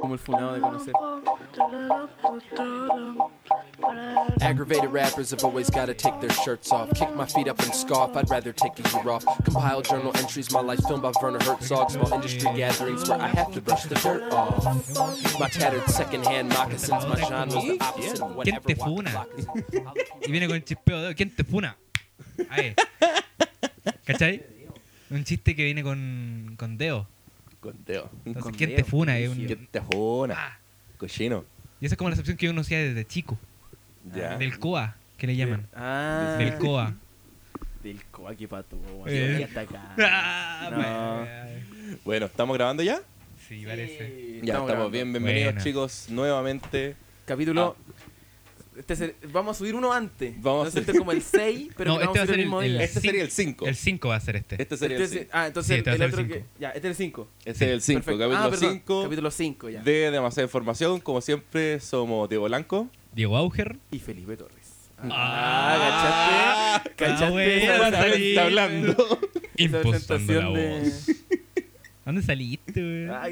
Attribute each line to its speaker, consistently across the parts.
Speaker 1: Como el funado de conocer.
Speaker 2: Aggravated rappers have always gotta take their shirts off. Kick my feet up and scoff, I'd rather take a year off. Compile journal entries, my life filmed by Werner Herzog. Small industry gatherings where I have to brush the dirt off. My tattered secondhand moccasins, my genre's the opposite of
Speaker 3: ¿Quién
Speaker 2: whatever
Speaker 3: te
Speaker 2: walk the
Speaker 3: funa?
Speaker 2: block
Speaker 3: Y viene con el chispeo de ¿Quién te funa? Ahí. ¿Cachai? Un chiste que viene con, con Deo.
Speaker 4: Conteo.
Speaker 3: Entonces, ¿quién te funa? Es un-
Speaker 4: ¿Quién te funa?
Speaker 3: Ah.
Speaker 4: Cochino.
Speaker 3: Y esa es como la excepción que uno hacía desde chico. Ah,
Speaker 4: Ya.
Speaker 3: Del COA, que le llaman.
Speaker 1: Ah.
Speaker 3: Del COA.
Speaker 1: Del coa que pato.
Speaker 3: Eh.
Speaker 1: Hasta acá.
Speaker 3: Ah,
Speaker 1: No.
Speaker 3: bueno.
Speaker 4: Bueno, ¿estamos grabando ya?
Speaker 3: Sí, parece.
Speaker 4: Ya estamos
Speaker 1: grabando.
Speaker 4: bien. Bienvenidos,
Speaker 3: Buena.
Speaker 4: chicos, nuevamente.
Speaker 1: Capítulo. Este es el- vamos a subir uno antes.
Speaker 4: Vamos a
Speaker 1: Vamos a
Speaker 4: subir-
Speaker 1: subir como el 6, pero
Speaker 3: No,
Speaker 1: que
Speaker 3: este va a
Speaker 1: vamos
Speaker 3: ser
Speaker 1: el mismo
Speaker 3: el- el-
Speaker 1: día.
Speaker 4: Este
Speaker 3: Cin-
Speaker 4: sería el 5.
Speaker 3: El 5 va a ser este.
Speaker 4: Este sería el
Speaker 1: Este es-
Speaker 4: 5.
Speaker 1: ah, entonces
Speaker 3: Sí, este va a
Speaker 1: el
Speaker 3: ser el
Speaker 1: otro que.
Speaker 3: cinco.
Speaker 1: Ya, este es el 5.
Speaker 4: Este es el 5,
Speaker 1: ah,
Speaker 4: capítulo
Speaker 1: perdón,
Speaker 4: 5
Speaker 1: Capítulo 5, ya.
Speaker 4: de Demasiada Información. Como siempre, somos Diego Blanco.
Speaker 3: Diego Auger.
Speaker 1: Y Felipe Torres.
Speaker 4: Ah,
Speaker 3: Ah,
Speaker 1: ¿cachaste? ¿Cachaste?
Speaker 3: bueno,
Speaker 1: esa-
Speaker 3: está
Speaker 1: esa-
Speaker 3: bien.
Speaker 4: Está hablando.
Speaker 1: esa
Speaker 3: Impostando la
Speaker 1: presentación de-
Speaker 3: voz. ¿Dónde saliste, weón?
Speaker 1: Ah,
Speaker 3: Ah,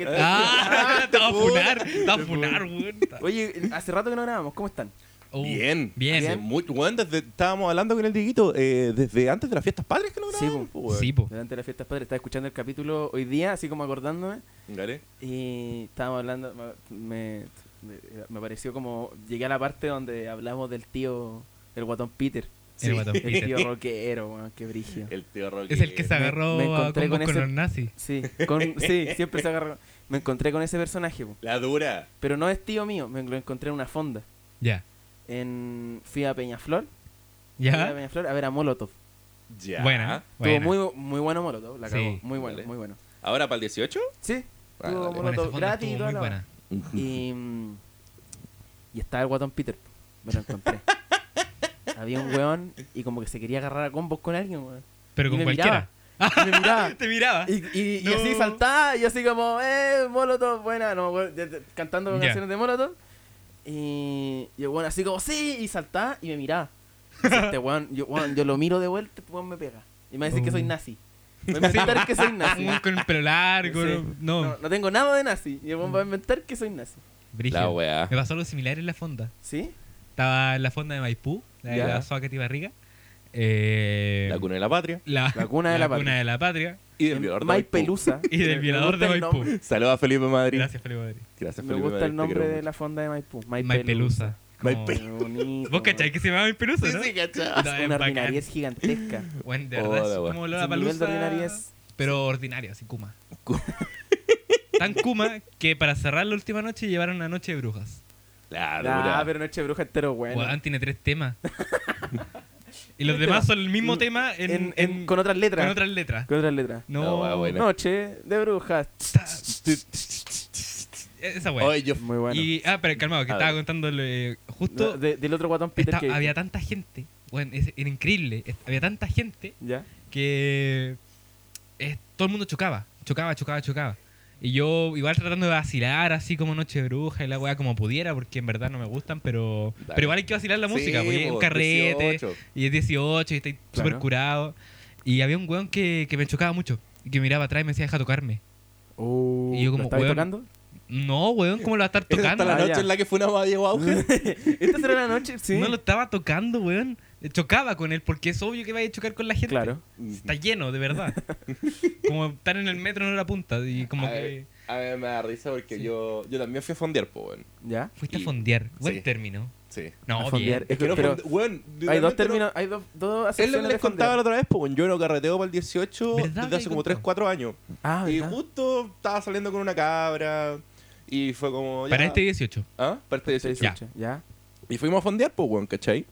Speaker 1: que-
Speaker 3: te va a funar. Te va a funar, weón.
Speaker 1: Oye, hace rato que no grabamos, ¿cómo están?
Speaker 3: Oh,
Speaker 4: Bien.
Speaker 3: Bien.
Speaker 4: Hace mucho- bueno, desde- estábamos hablando con el Diguito eh, desde antes de las fiestas padres que no
Speaker 1: Sí,
Speaker 4: grabamos. po, weón.
Speaker 3: Sí, po.
Speaker 1: Durante las fiestas padres, estaba escuchando el capítulo hoy día, así como acordándome,
Speaker 4: Dale.
Speaker 1: y estábamos hablando, me- me, me pareció como, llegué a la parte donde hablamos del tío, el guatón Peter,
Speaker 3: El guatón
Speaker 1: el tío
Speaker 3: Peter.
Speaker 1: rockero, weón, qué brígido.
Speaker 4: El tío Roque.
Speaker 3: Es el que se agarró
Speaker 1: Me- me
Speaker 3: a
Speaker 1: encontré
Speaker 3: combos
Speaker 1: con
Speaker 3: con,
Speaker 1: ese-
Speaker 3: los nazis.
Speaker 1: Sí, con, sí, siempre se agarra. Me encontré con ese personaje, po.
Speaker 4: La dura.
Speaker 1: pero no es tío mío, me lo encontré en una fonda.
Speaker 3: Ya.
Speaker 1: En, fui a Peñaflor, fui a
Speaker 3: ¿Ya?
Speaker 1: Peñaflor a ver a Molotov.
Speaker 4: Ya.
Speaker 3: Buena.
Speaker 1: Estuvo
Speaker 3: buena.
Speaker 1: muy, bu- muy bueno Molotov, la
Speaker 3: Sí.
Speaker 1: cagó, muy bueno,
Speaker 4: Dale.
Speaker 1: muy bueno.
Speaker 4: ¿Ahora para el 18?
Speaker 1: Sí,
Speaker 4: Ah, dale.
Speaker 1: estuvo
Speaker 3: Bueno, esa
Speaker 1: Molotov
Speaker 3: foto
Speaker 1: gratis y
Speaker 3: estuvo
Speaker 1: toda
Speaker 3: muy
Speaker 1: la
Speaker 3: buena.
Speaker 1: Y, mm, y estaba el guatón Peter. po. Me lo encontré. Había un weón y como que se quería agarrar a combos con alguien, weón.
Speaker 3: Pero
Speaker 1: Y
Speaker 3: con
Speaker 1: me
Speaker 3: cualquiera.
Speaker 1: miraba, y me miraba.
Speaker 3: Te miraba.
Speaker 1: Y, y- y
Speaker 3: No.
Speaker 1: así saltaba y así como, eh, Molotov, buena, no, weón, de- de- cantando
Speaker 3: Ya.
Speaker 1: canciones de Molotov. Y, y el weón así como, sí, y saltaba y me miraba. Y decía, este weón, yo, weón, yo lo miro de vuelta, este weón me pega. Y me va a decir que soy
Speaker 3: Uh.
Speaker 1: nazi. Me va a inventar que soy nazi.
Speaker 3: Un con el pelo largo.
Speaker 1: Sí.
Speaker 3: No.
Speaker 1: No, no tengo nada de nazi. Y el weón va a inventar que soy nazi.
Speaker 3: brígido.
Speaker 4: La weá.
Speaker 3: Me pasó algo similar en la fonda.
Speaker 1: ¿Sí?
Speaker 3: Estaba en la fonda de Maipú, la de
Speaker 1: Ya.
Speaker 3: la Soa Catibarriga. Eh,
Speaker 4: La cuna de la patria.
Speaker 3: la-
Speaker 1: La cuna de la patria.
Speaker 3: cuna de la patria.
Speaker 4: Y del violador de
Speaker 1: Mike
Speaker 4: Maipú.
Speaker 1: Pelusa.
Speaker 3: Y del
Speaker 1: Me
Speaker 3: violador
Speaker 1: gusta
Speaker 3: de
Speaker 1: el
Speaker 3: Maipú.
Speaker 1: nombre-
Speaker 4: Saludos a Felipe Madrid.
Speaker 3: Gracias, Felipe Madrid.
Speaker 4: Gracias,
Speaker 1: Me
Speaker 4: Felipe
Speaker 1: gusta
Speaker 4: Madrid,
Speaker 1: el
Speaker 4: te
Speaker 1: nombre
Speaker 4: quiero
Speaker 1: de
Speaker 4: mucho.
Speaker 1: la fonda de Maipú.
Speaker 3: Mike Pelusa.
Speaker 4: Mike
Speaker 3: Como-
Speaker 4: Pelusa.
Speaker 3: ¿Vos cachai que se llama Mike Pelusa, no? No, es
Speaker 1: una
Speaker 3: bacán.
Speaker 1: ordinariez gigantesca.
Speaker 3: Bueno, de
Speaker 4: Hola,
Speaker 3: verdad, es
Speaker 4: weón.
Speaker 3: como
Speaker 1: Es
Speaker 3: la
Speaker 1: un nivel de
Speaker 3: palusa.
Speaker 1: ordinariez.
Speaker 3: Pero ordinaria, así Kuma. Tan Kuma que para cerrar la última noche llevaron la noche de brujas.
Speaker 4: La dura.
Speaker 1: Ah, pero Noche de Bruja entero bueno.
Speaker 3: Guadán tiene tres temas. y los
Speaker 1: Tres
Speaker 3: demás
Speaker 1: temas.
Speaker 3: son el mismo
Speaker 1: Mm,
Speaker 3: tema en,
Speaker 1: En-
Speaker 3: en-
Speaker 1: en- con otras letras.
Speaker 3: con otras letras.
Speaker 1: Con otras letras.
Speaker 4: La
Speaker 3: No,
Speaker 4: weá buena.
Speaker 1: Noche de Brujas.
Speaker 3: ta- esa weá.
Speaker 4: Oye, yo
Speaker 1: Muy bueno.
Speaker 3: Y, ah, pero calmado, que
Speaker 4: A
Speaker 3: estaba
Speaker 4: ver.
Speaker 3: contándole
Speaker 1: No,
Speaker 3: justo.
Speaker 1: de- del otro guatón Peter
Speaker 3: esta-
Speaker 1: que...
Speaker 3: había tanta gente. Bueno, es- era increíble. es- Había tanta gente
Speaker 1: ¿Ya?
Speaker 3: que eh, todo el mundo chocaba, chocaba, chocaba, chocaba. Y yo igual tratando de vacilar así como Noche Bruja y la weá como pudiera, porque en verdad no me gustan, pero,
Speaker 4: Dale.
Speaker 3: pero igual hay que vacilar la música,
Speaker 4: Sí, pues,
Speaker 3: porque es un
Speaker 4: po,
Speaker 3: carrete
Speaker 4: 18.
Speaker 3: y es 18 y estoy súper curado. Y había un weón que, que me chocaba mucho y que miraba atrás y me decía, deja tocarme.
Speaker 1: Oh,
Speaker 3: Y yo como,
Speaker 1: ¿Lo estabas
Speaker 3: weón.
Speaker 1: tocando?
Speaker 3: No, weón, ¿cómo lo va a estar
Speaker 4: Esa está
Speaker 3: tocando?
Speaker 4: la
Speaker 1: Ah,
Speaker 4: noche
Speaker 1: ya.
Speaker 4: en la que funaba a Diego Auge.
Speaker 1: ¿Esta será la noche? Sí.
Speaker 3: No lo estaba tocando, weón. Chocaba con él porque es obvio que vaya a chocar con la gente.
Speaker 1: Claro.
Speaker 3: Está lleno, de verdad. como estar en el metro no era punta. Y como
Speaker 4: a,
Speaker 3: que...
Speaker 4: ver, a ver, me da risa porque yo, yo también fui a fondear, po, weón.
Speaker 1: ¿Ya?
Speaker 3: Fuiste
Speaker 4: Y-
Speaker 3: a fondear. Buen
Speaker 4: sí.
Speaker 3: término.
Speaker 4: Sí.
Speaker 3: No,
Speaker 1: A fondear.
Speaker 3: bien.
Speaker 1: Es que-
Speaker 4: Quiero
Speaker 1: pero
Speaker 4: fonde- weón,
Speaker 1: hay dos
Speaker 4: realmente no-
Speaker 1: términos, hay dos, dos
Speaker 4: Es lo
Speaker 1: acepciones
Speaker 4: que
Speaker 1: de
Speaker 4: les contaba la
Speaker 1: fondear.
Speaker 4: otra vez, pues yo no carreteo para el 18
Speaker 3: ¿Verdad?
Speaker 4: desde
Speaker 3: Me
Speaker 4: hace como
Speaker 3: contó.
Speaker 4: 3, 4 años.
Speaker 1: Ah,
Speaker 4: y
Speaker 1: ¿verdad?
Speaker 4: justo estaba saliendo con una cabra y fue como... ya-
Speaker 3: Para este 18.
Speaker 4: ¿Ah? Para este 18.
Speaker 3: Ya.
Speaker 1: ¿Ya?
Speaker 4: Y fuimos a fondear, pues, weón, ¿cachai?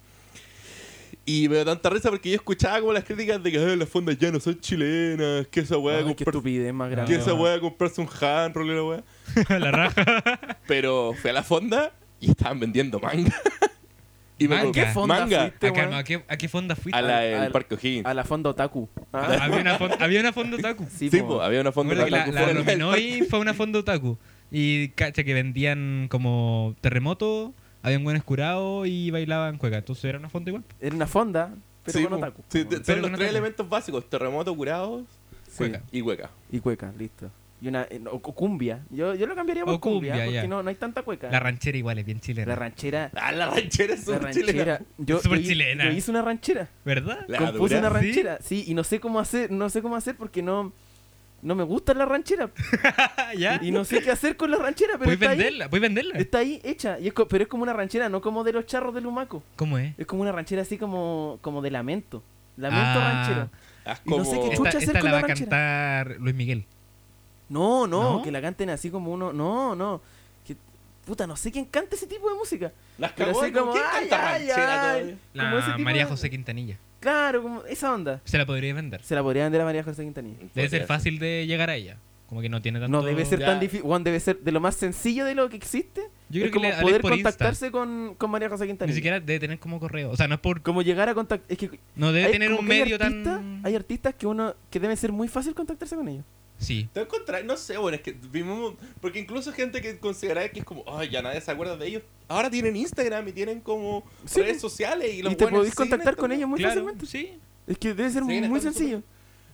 Speaker 4: Y me dio tanta risa porque yo escuchaba como las críticas de que "Ay, las fondas ya no son chilenas, que esa weá
Speaker 1: Ay, qué
Speaker 4: comprar-
Speaker 1: estupidez más grande.
Speaker 4: que
Speaker 3: Ah.
Speaker 4: esa weá comprarse un handroll y la weá.
Speaker 3: la raja.
Speaker 4: Pero fui a la fonda y estaban vendiendo manga. y
Speaker 3: ¿Manga?
Speaker 4: compré
Speaker 3: ¿Qué
Speaker 1: fonda
Speaker 4: manga
Speaker 1: fuiste? Este
Speaker 3: Acá,
Speaker 1: weón.
Speaker 3: no, ¿a, qué, ¿A qué fonda fuiste?
Speaker 4: a la del
Speaker 1: A la-
Speaker 4: Parque O'Higgins.
Speaker 1: A la fonda otaku. Ah,
Speaker 3: Ah, había, una fonda, había una fonda otaku.
Speaker 1: sí,
Speaker 4: Sí,
Speaker 1: po.
Speaker 4: pues, había una fonda
Speaker 3: Recuerdo que la,
Speaker 4: otaku
Speaker 3: la
Speaker 4: fuera del
Speaker 3: Rominoi fue una fonda otaku. Y cacha que vendían como terremoto, habían buenos curados y bailaban cueca. Entonces era una fonda igual. pues,
Speaker 1: Era una fonda, pero
Speaker 4: Sí,
Speaker 1: con
Speaker 4: po.
Speaker 1: otaku.
Speaker 4: Sí,
Speaker 1: po.
Speaker 4: te- son
Speaker 3: Pero
Speaker 4: los
Speaker 3: con
Speaker 4: tres
Speaker 3: otaku.
Speaker 4: elementos básicos: terremoto, curados
Speaker 1: Sí.
Speaker 3: Cueca.
Speaker 4: Y hueca.
Speaker 1: Y cueca, listo. Y una, eh, no, o cumbia. Yo, yo lo cambiaría por
Speaker 3: O
Speaker 1: cumbia,
Speaker 3: cumbia,
Speaker 1: porque
Speaker 3: ya.
Speaker 1: no, no hay tanta cueca.
Speaker 3: La ranchera igual es bien chilena.
Speaker 1: La ranchera.
Speaker 4: Ah, la ranchera es
Speaker 1: La
Speaker 4: súper
Speaker 1: ranchera.
Speaker 4: chilena.
Speaker 1: Yo,
Speaker 3: Súper
Speaker 1: yo hi-
Speaker 3: chilena.
Speaker 1: yo hice una ranchera.
Speaker 3: ¿Verdad?
Speaker 4: La
Speaker 1: compuse
Speaker 4: dura.
Speaker 1: una
Speaker 3: ¿Sí?
Speaker 1: ranchera, ¿Sí? y no sé cómo hacer, no sé cómo hacer porque no, no me gusta la ranchera
Speaker 3: Ah, ¿Ya?
Speaker 1: y no sé qué hacer con la ranchera, pero
Speaker 3: ¿Puedes
Speaker 1: está ahí,
Speaker 3: venderla? ¿Puedes venderla?
Speaker 1: está ahí hecha, y es co- pero es como una ranchera, no como de los charros del humaco,
Speaker 3: ¿Cómo es?
Speaker 1: es como una ranchera así como, como de lamento, lamento
Speaker 3: Ah.
Speaker 1: ranchero.
Speaker 4: Haz
Speaker 1: Y no sé
Speaker 4: como-
Speaker 1: qué
Speaker 3: Esta,
Speaker 1: chucha hacer
Speaker 3: esta
Speaker 1: con
Speaker 3: la
Speaker 1: la
Speaker 3: va a
Speaker 1: ranchera?
Speaker 3: cantar Luis Miguel.
Speaker 1: No, no,
Speaker 3: ¿No?
Speaker 1: que la canten así como uno, no, no, que, puta, no sé quién canta ese tipo de música,
Speaker 4: Las
Speaker 1: pero
Speaker 4: cagó,
Speaker 1: así
Speaker 4: ¿no?
Speaker 1: como,
Speaker 4: ¿Quién
Speaker 1: ay,
Speaker 4: canta
Speaker 1: ay,
Speaker 4: ranchera
Speaker 1: ay,
Speaker 4: todavía?
Speaker 1: como ese
Speaker 3: La
Speaker 1: tipo
Speaker 3: María
Speaker 1: de-
Speaker 3: José Quintanilla.
Speaker 1: claro, como esa onda,
Speaker 3: Se la podría vender.
Speaker 1: se la podría vender a María José Quintanilla.
Speaker 3: Debe ser
Speaker 4: Podría
Speaker 3: fácil de llegar a ella. Como que no tiene tanto...
Speaker 1: No debe ser
Speaker 4: ya.
Speaker 1: tan difícil, Juan, debe ser de lo más sencillo de lo que existe.
Speaker 3: Yo creo
Speaker 1: es
Speaker 3: que le
Speaker 1: como
Speaker 3: haré
Speaker 1: poder
Speaker 3: por Insta.
Speaker 1: contactarse con, con María José Quintanilla.
Speaker 3: Ni siquiera debe tener como correo. O sea, no es por...
Speaker 1: Como llegar a contactar. Es que
Speaker 3: No debe
Speaker 1: hay-
Speaker 3: tener
Speaker 1: como
Speaker 3: un
Speaker 1: que hay
Speaker 3: medio
Speaker 1: artistas-
Speaker 3: tan...
Speaker 1: Hay artistas que uno que deben ser muy fácil contactarse con ellos.
Speaker 3: Sí.
Speaker 4: Te encontrar, no sé, bueno, es que vimos. Porque incluso gente que consideraba que es como, ay, ya nadie se acuerda de ellos. Ahora tienen Instagram y tienen como
Speaker 1: Sí.
Speaker 4: redes sociales y los
Speaker 1: Y, te
Speaker 4: buenos
Speaker 1: podéis
Speaker 4: siguen
Speaker 1: contactar
Speaker 4: esta
Speaker 1: con
Speaker 4: wea.
Speaker 1: ellos muy
Speaker 3: Claro,
Speaker 1: fácilmente.
Speaker 3: Sí.
Speaker 1: Es que debe ser
Speaker 4: Siguen
Speaker 1: muy
Speaker 4: estando
Speaker 1: sencillo.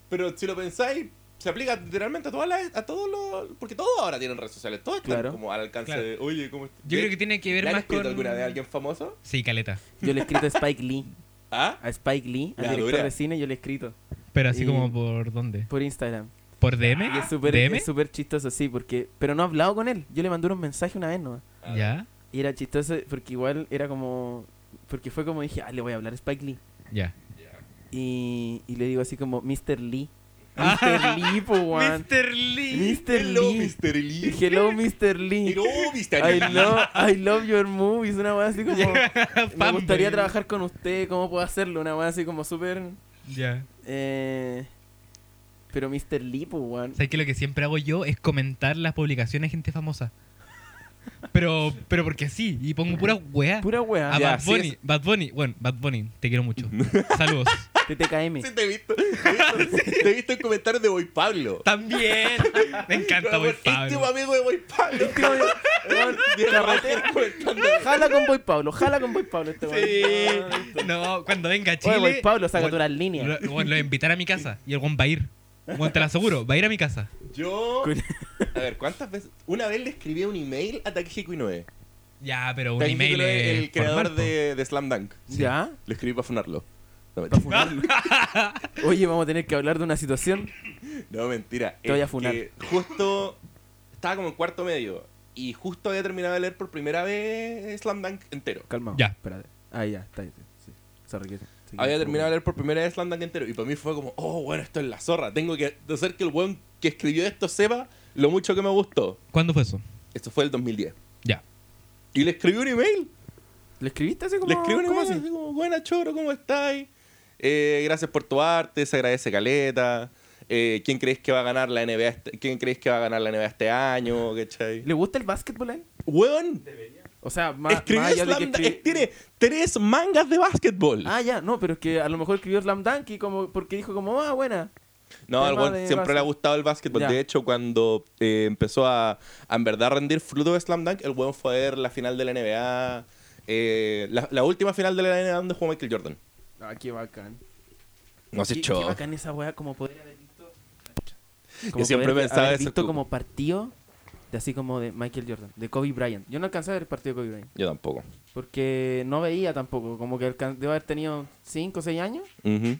Speaker 4: Pero si lo pensáis, se aplica literalmente a todas las. A todos los. Porque todos ahora tienen redes sociales. Todos están
Speaker 1: Claro.
Speaker 4: como al alcance
Speaker 3: Claro.
Speaker 4: de, oye, ¿cómo estás?
Speaker 3: Yo creo que tiene que ver
Speaker 4: ¿Le han
Speaker 3: más
Speaker 4: escrito
Speaker 3: con...
Speaker 4: alguna de alguien famoso?
Speaker 3: Sí, Caleta.
Speaker 1: Yo le he escrito a Spike Lee.
Speaker 4: ¿Ah?
Speaker 1: A Spike Lee, al
Speaker 4: La
Speaker 1: director
Speaker 4: dura.
Speaker 1: de cine, yo le he escrito
Speaker 3: Pero así
Speaker 1: Y-
Speaker 3: como por dónde?
Speaker 1: por Instagram.
Speaker 3: ¿Por DM?
Speaker 1: Y es súper
Speaker 3: ¿DM?
Speaker 1: es súper chistoso, sí, porque. Pero no he hablado con él. Yo le mandé un mensaje una vez nomás.
Speaker 4: Ah,
Speaker 3: Ya,
Speaker 1: Y era chistoso porque igual era como. Porque fue como dije, ah, le voy a hablar a Spike Lee.
Speaker 3: ya.
Speaker 1: Y, y le digo así como, Mr. Lee. Mr. Lee, po, weón.
Speaker 3: Mr. Lee.
Speaker 1: Mr.
Speaker 4: Ah. Hello,
Speaker 1: Lee.
Speaker 4: Mr. Lee.
Speaker 1: Hello, Mr. Lee.
Speaker 4: Hello, Mr.
Speaker 1: I
Speaker 4: Lee.
Speaker 1: love, I love your movies. Una weá así como. Me
Speaker 3: Fanboy.
Speaker 1: gustaría trabajar con usted. ¿Cómo puedo hacerlo? Una weá así como súper.
Speaker 3: Ya.
Speaker 1: eh, pero Mr. Lee, po, weón.
Speaker 3: ¿Sabes que lo que siempre hago yo es comentar las publicaciones de gente famosa? Pero, pero porque sí, y pongo pura weá.
Speaker 1: Pura
Speaker 3: A
Speaker 1: weá.
Speaker 4: Ya,
Speaker 3: Ah, Bad
Speaker 4: sí,
Speaker 3: Bunny,
Speaker 4: es-
Speaker 3: Bad Bunny, bueno, Bad Bunny, te quiero mucho. Saludos.
Speaker 1: TTKM.
Speaker 4: Sí, te he visto. Te he visto, te he visto en comentarios de Boy Pablo.
Speaker 3: También. Me encanta,
Speaker 4: Como
Speaker 3: güey,
Speaker 4: el Íntimo amigo de Boy Pablo.
Speaker 1: Tío, weón, carretera. Jala con Boy Pablo. Jala con Boy Pablo este weón.
Speaker 3: Sí. No, cuando venga a Chile.
Speaker 1: Oye, Boy Pablo, saca
Speaker 3: bueno,
Speaker 1: tú las líneas.
Speaker 3: Lo, bueno, lo voy a invitar a mi casa y el Juan va a ir. Bueno, te lo aseguro, va a ir a mi casa.
Speaker 4: Yo.
Speaker 1: Con-
Speaker 4: A ver, ¿cuántas veces? Una vez le escribí un email a Takehiko Inoue.
Speaker 3: Ya, pero un
Speaker 4: Takehiko
Speaker 3: email eh,
Speaker 4: Inoue,
Speaker 3: es
Speaker 4: el creador
Speaker 3: formal, po.
Speaker 4: de, de Slam Dunk.
Speaker 1: ¿Ya?
Speaker 4: Le escribí para funarlo. No, mentira.
Speaker 1: ¿Ah? Pa' funarlo. Oye, vamos a tener que hablar de una situación.
Speaker 4: No, mentira.
Speaker 1: Te voy a
Speaker 4: Es
Speaker 1: funar.
Speaker 4: que Justo estaba como en cuarto medio y justo había terminado de leer por primera vez Slam Dunk entero.
Speaker 1: Calmado.
Speaker 3: Ya.
Speaker 1: Espérate. Ah, ya. Está ahí. Sí. Sorry, que- sí,
Speaker 4: Había
Speaker 1: que-
Speaker 4: terminado de leer por primera vez Slam Dunk entero y para mí fue como, oh, bueno, esto es la zorra. Tengo que hacer que el weón que escribió esto sepa lo mucho que me gustó.
Speaker 3: ¿Cuándo fue eso?
Speaker 4: Esto fue el 2010.
Speaker 3: Ya.
Speaker 4: Y le escribí un email.
Speaker 1: ¿Le escribiste así como?
Speaker 4: Le escribo una
Speaker 1: ¿cómo
Speaker 4: cosa
Speaker 1: así?
Speaker 4: así como, buena choro, ¿cómo estáis? Eh, gracias por tu arte, se agradece Caleta. Eh, ¿Quién crees que va a ganar la NBA este, ¿Quién crees que va a ganar la NBA este año? ¿Cachai?
Speaker 1: ¿Le gusta el básquetbol a él?
Speaker 4: Weón,
Speaker 1: O sea, más,
Speaker 4: escribió
Speaker 1: más allá de
Speaker 4: Slam
Speaker 1: que
Speaker 4: Dunk,
Speaker 1: escribí-
Speaker 4: eh, tiene tres mangas de básquetbol.
Speaker 1: Ah, ya, no, pero es que a lo mejor escribió Slam Dunk y como porque dijo como, ah, buena.
Speaker 4: no, al
Speaker 1: tema
Speaker 4: weón
Speaker 1: de
Speaker 4: siempre le ha
Speaker 1: básquet.
Speaker 4: gustado el básquetbol.
Speaker 1: Ya.
Speaker 4: De hecho, cuando eh, empezó a, a en verdad rendir fruto de Slam Dunk, el weón fue a ver la final de la NBA. eh, la, la última final de la NBA donde jugó Michael Jordan.
Speaker 1: Ah, qué bacán.
Speaker 4: No se
Speaker 1: qué,
Speaker 4: echó.
Speaker 1: qué bacán esa weá, como poder haber visto.
Speaker 4: Yo siempre
Speaker 1: poder
Speaker 4: pensaba
Speaker 1: haber
Speaker 4: eso,
Speaker 1: visto
Speaker 4: como-
Speaker 1: como partido de así como de Michael Jordan, de Kobe Bryant. Yo no alcancé a ver el partido de Kobe Bryant.
Speaker 4: Yo tampoco.
Speaker 1: Porque no veía tampoco, como que alcan- debo haber tenido 5 o 6 años.
Speaker 4: Ujú.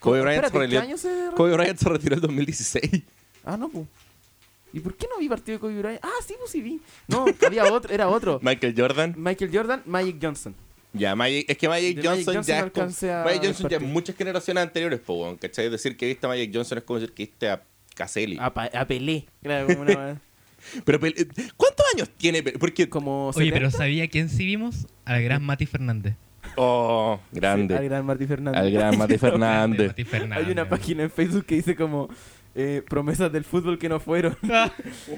Speaker 4: Kobe Bryant se
Speaker 1: Espérate, ¿qué
Speaker 4: retiró-
Speaker 1: año se re-
Speaker 4: Kobe Bryant se retiró el 2016.
Speaker 1: Ah, no, pues. ¿Y por qué no vi partido de Kobe Bryant? Ah, sí, pues sí vi. No, había otro, era otro.
Speaker 4: Michael Jordan.
Speaker 1: Michael Jordan, Magic Johnson.
Speaker 4: Ya, Magic- es que Magic
Speaker 1: De Magic
Speaker 4: Johnson,
Speaker 1: Johnson
Speaker 4: ya es
Speaker 1: alcancé a
Speaker 4: como- Magic Johnson ya es
Speaker 1: repartir.
Speaker 4: muchas generaciones anteriores, po, weón, ¿cachai? Decir que viste a Magic Johnson es como decir que viste a Caselli.
Speaker 1: A, pa- a Pelé. Claro, como una weá.
Speaker 4: Pero Pel- eh, ¿cuántos años tiene? Pel- Porque
Speaker 1: Como
Speaker 3: Oye, pero
Speaker 1: 70,
Speaker 3: ¿sabía quién sí vimos? Al gran Mati Fernández.
Speaker 4: oh, grande.
Speaker 1: al gran Martín Fernández.
Speaker 4: al gran Mati
Speaker 3: Grande
Speaker 4: Fernández.
Speaker 3: Mati Fernández.
Speaker 1: Hay una página en Facebook que dice como eh, promesas del fútbol que no fueron.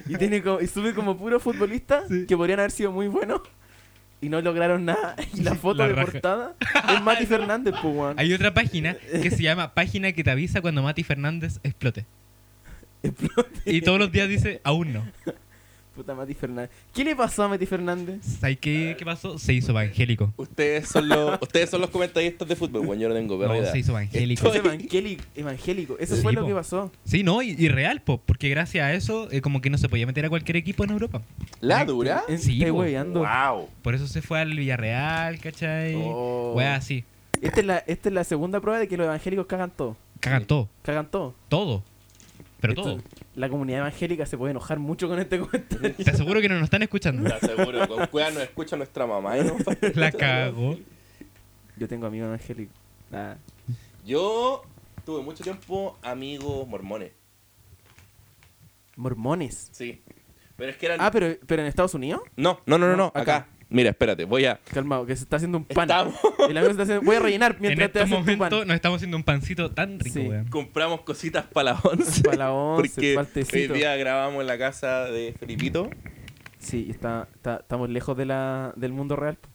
Speaker 1: y tiene como, y sube como puros futbolistas que podrían haber sido muy buenos y no lograron nada. Y la foto
Speaker 3: La
Speaker 1: de
Speaker 3: raja.
Speaker 1: portada es Mati Fernández, pues, weón.
Speaker 3: Hay otra página que se llama Página que te avisa cuando Mati Fernández explote.
Speaker 1: Explote.
Speaker 3: Y todos los días dice, aún no.
Speaker 1: Puta Mati Fernández. ¿Qué le pasó a Mati Fernández?
Speaker 3: ¿Sabes qué, qué pasó? Se hizo evangélico.
Speaker 4: Ustedes son los, ustedes son los comentaristas de fútbol. Bueno, yo no tengo
Speaker 3: No,
Speaker 4: perra idea.
Speaker 3: se hizo evangélico.
Speaker 1: Es evangélico. evangélico. Eso
Speaker 3: Sí,
Speaker 1: fue lo
Speaker 3: po.
Speaker 1: que pasó.
Speaker 3: Sí, no, y, y real, po, porque gracias a eso, eh, como que no se podía meter a cualquier equipo en Europa.
Speaker 4: ¿La dura?
Speaker 1: En-
Speaker 3: Sí,
Speaker 1: Estoy
Speaker 3: po.
Speaker 1: hueveando.
Speaker 4: ¡Wow!
Speaker 3: Por eso se fue al Villarreal, ¿cachai?
Speaker 1: Oh.
Speaker 3: Wea, así.
Speaker 1: Esta es, la, esta es la segunda prueba de que los evangélicos cagan todo.
Speaker 3: Cagan todo,
Speaker 1: Cagan todo.
Speaker 3: todo. Pero todo.
Speaker 1: Entonces, La comunidad evangélica se puede enojar mucho con este comentario.
Speaker 3: Te aseguro que no nos están escuchando.
Speaker 4: Te aseguro, con cueva nos escucha nuestra mamá. y nos va a escuchar.
Speaker 3: La cagó.
Speaker 1: Yo tengo amigos evangélicos. Ah,
Speaker 4: Yo tuve mucho tiempo amigos mormones.
Speaker 1: mormones.
Speaker 4: Sí. Pero es que eran.
Speaker 1: Ah, pero, pero en Estados Unidos.
Speaker 4: no, no, no, no, no.
Speaker 1: no,
Speaker 4: Acá.
Speaker 1: acá.
Speaker 4: Mira, espérate, voy a.
Speaker 1: Calmado, que se está haciendo un pan.
Speaker 4: Estamos.
Speaker 1: El amigo se está haciendo- Voy a rellenar
Speaker 3: En este
Speaker 1: mientras te
Speaker 3: estos
Speaker 1: hacen tu pan.
Speaker 3: momentos nos estamos haciendo un pancito tan rico,
Speaker 1: Sí.
Speaker 3: weón.
Speaker 4: Compramos cositas para la once.
Speaker 1: Para la once,
Speaker 4: Porque
Speaker 1: pa'l tecito.
Speaker 4: hoy día grabamos en la casa de Felipito.
Speaker 1: Sí, y está, está- estamos lejos de la, del mundo real. po.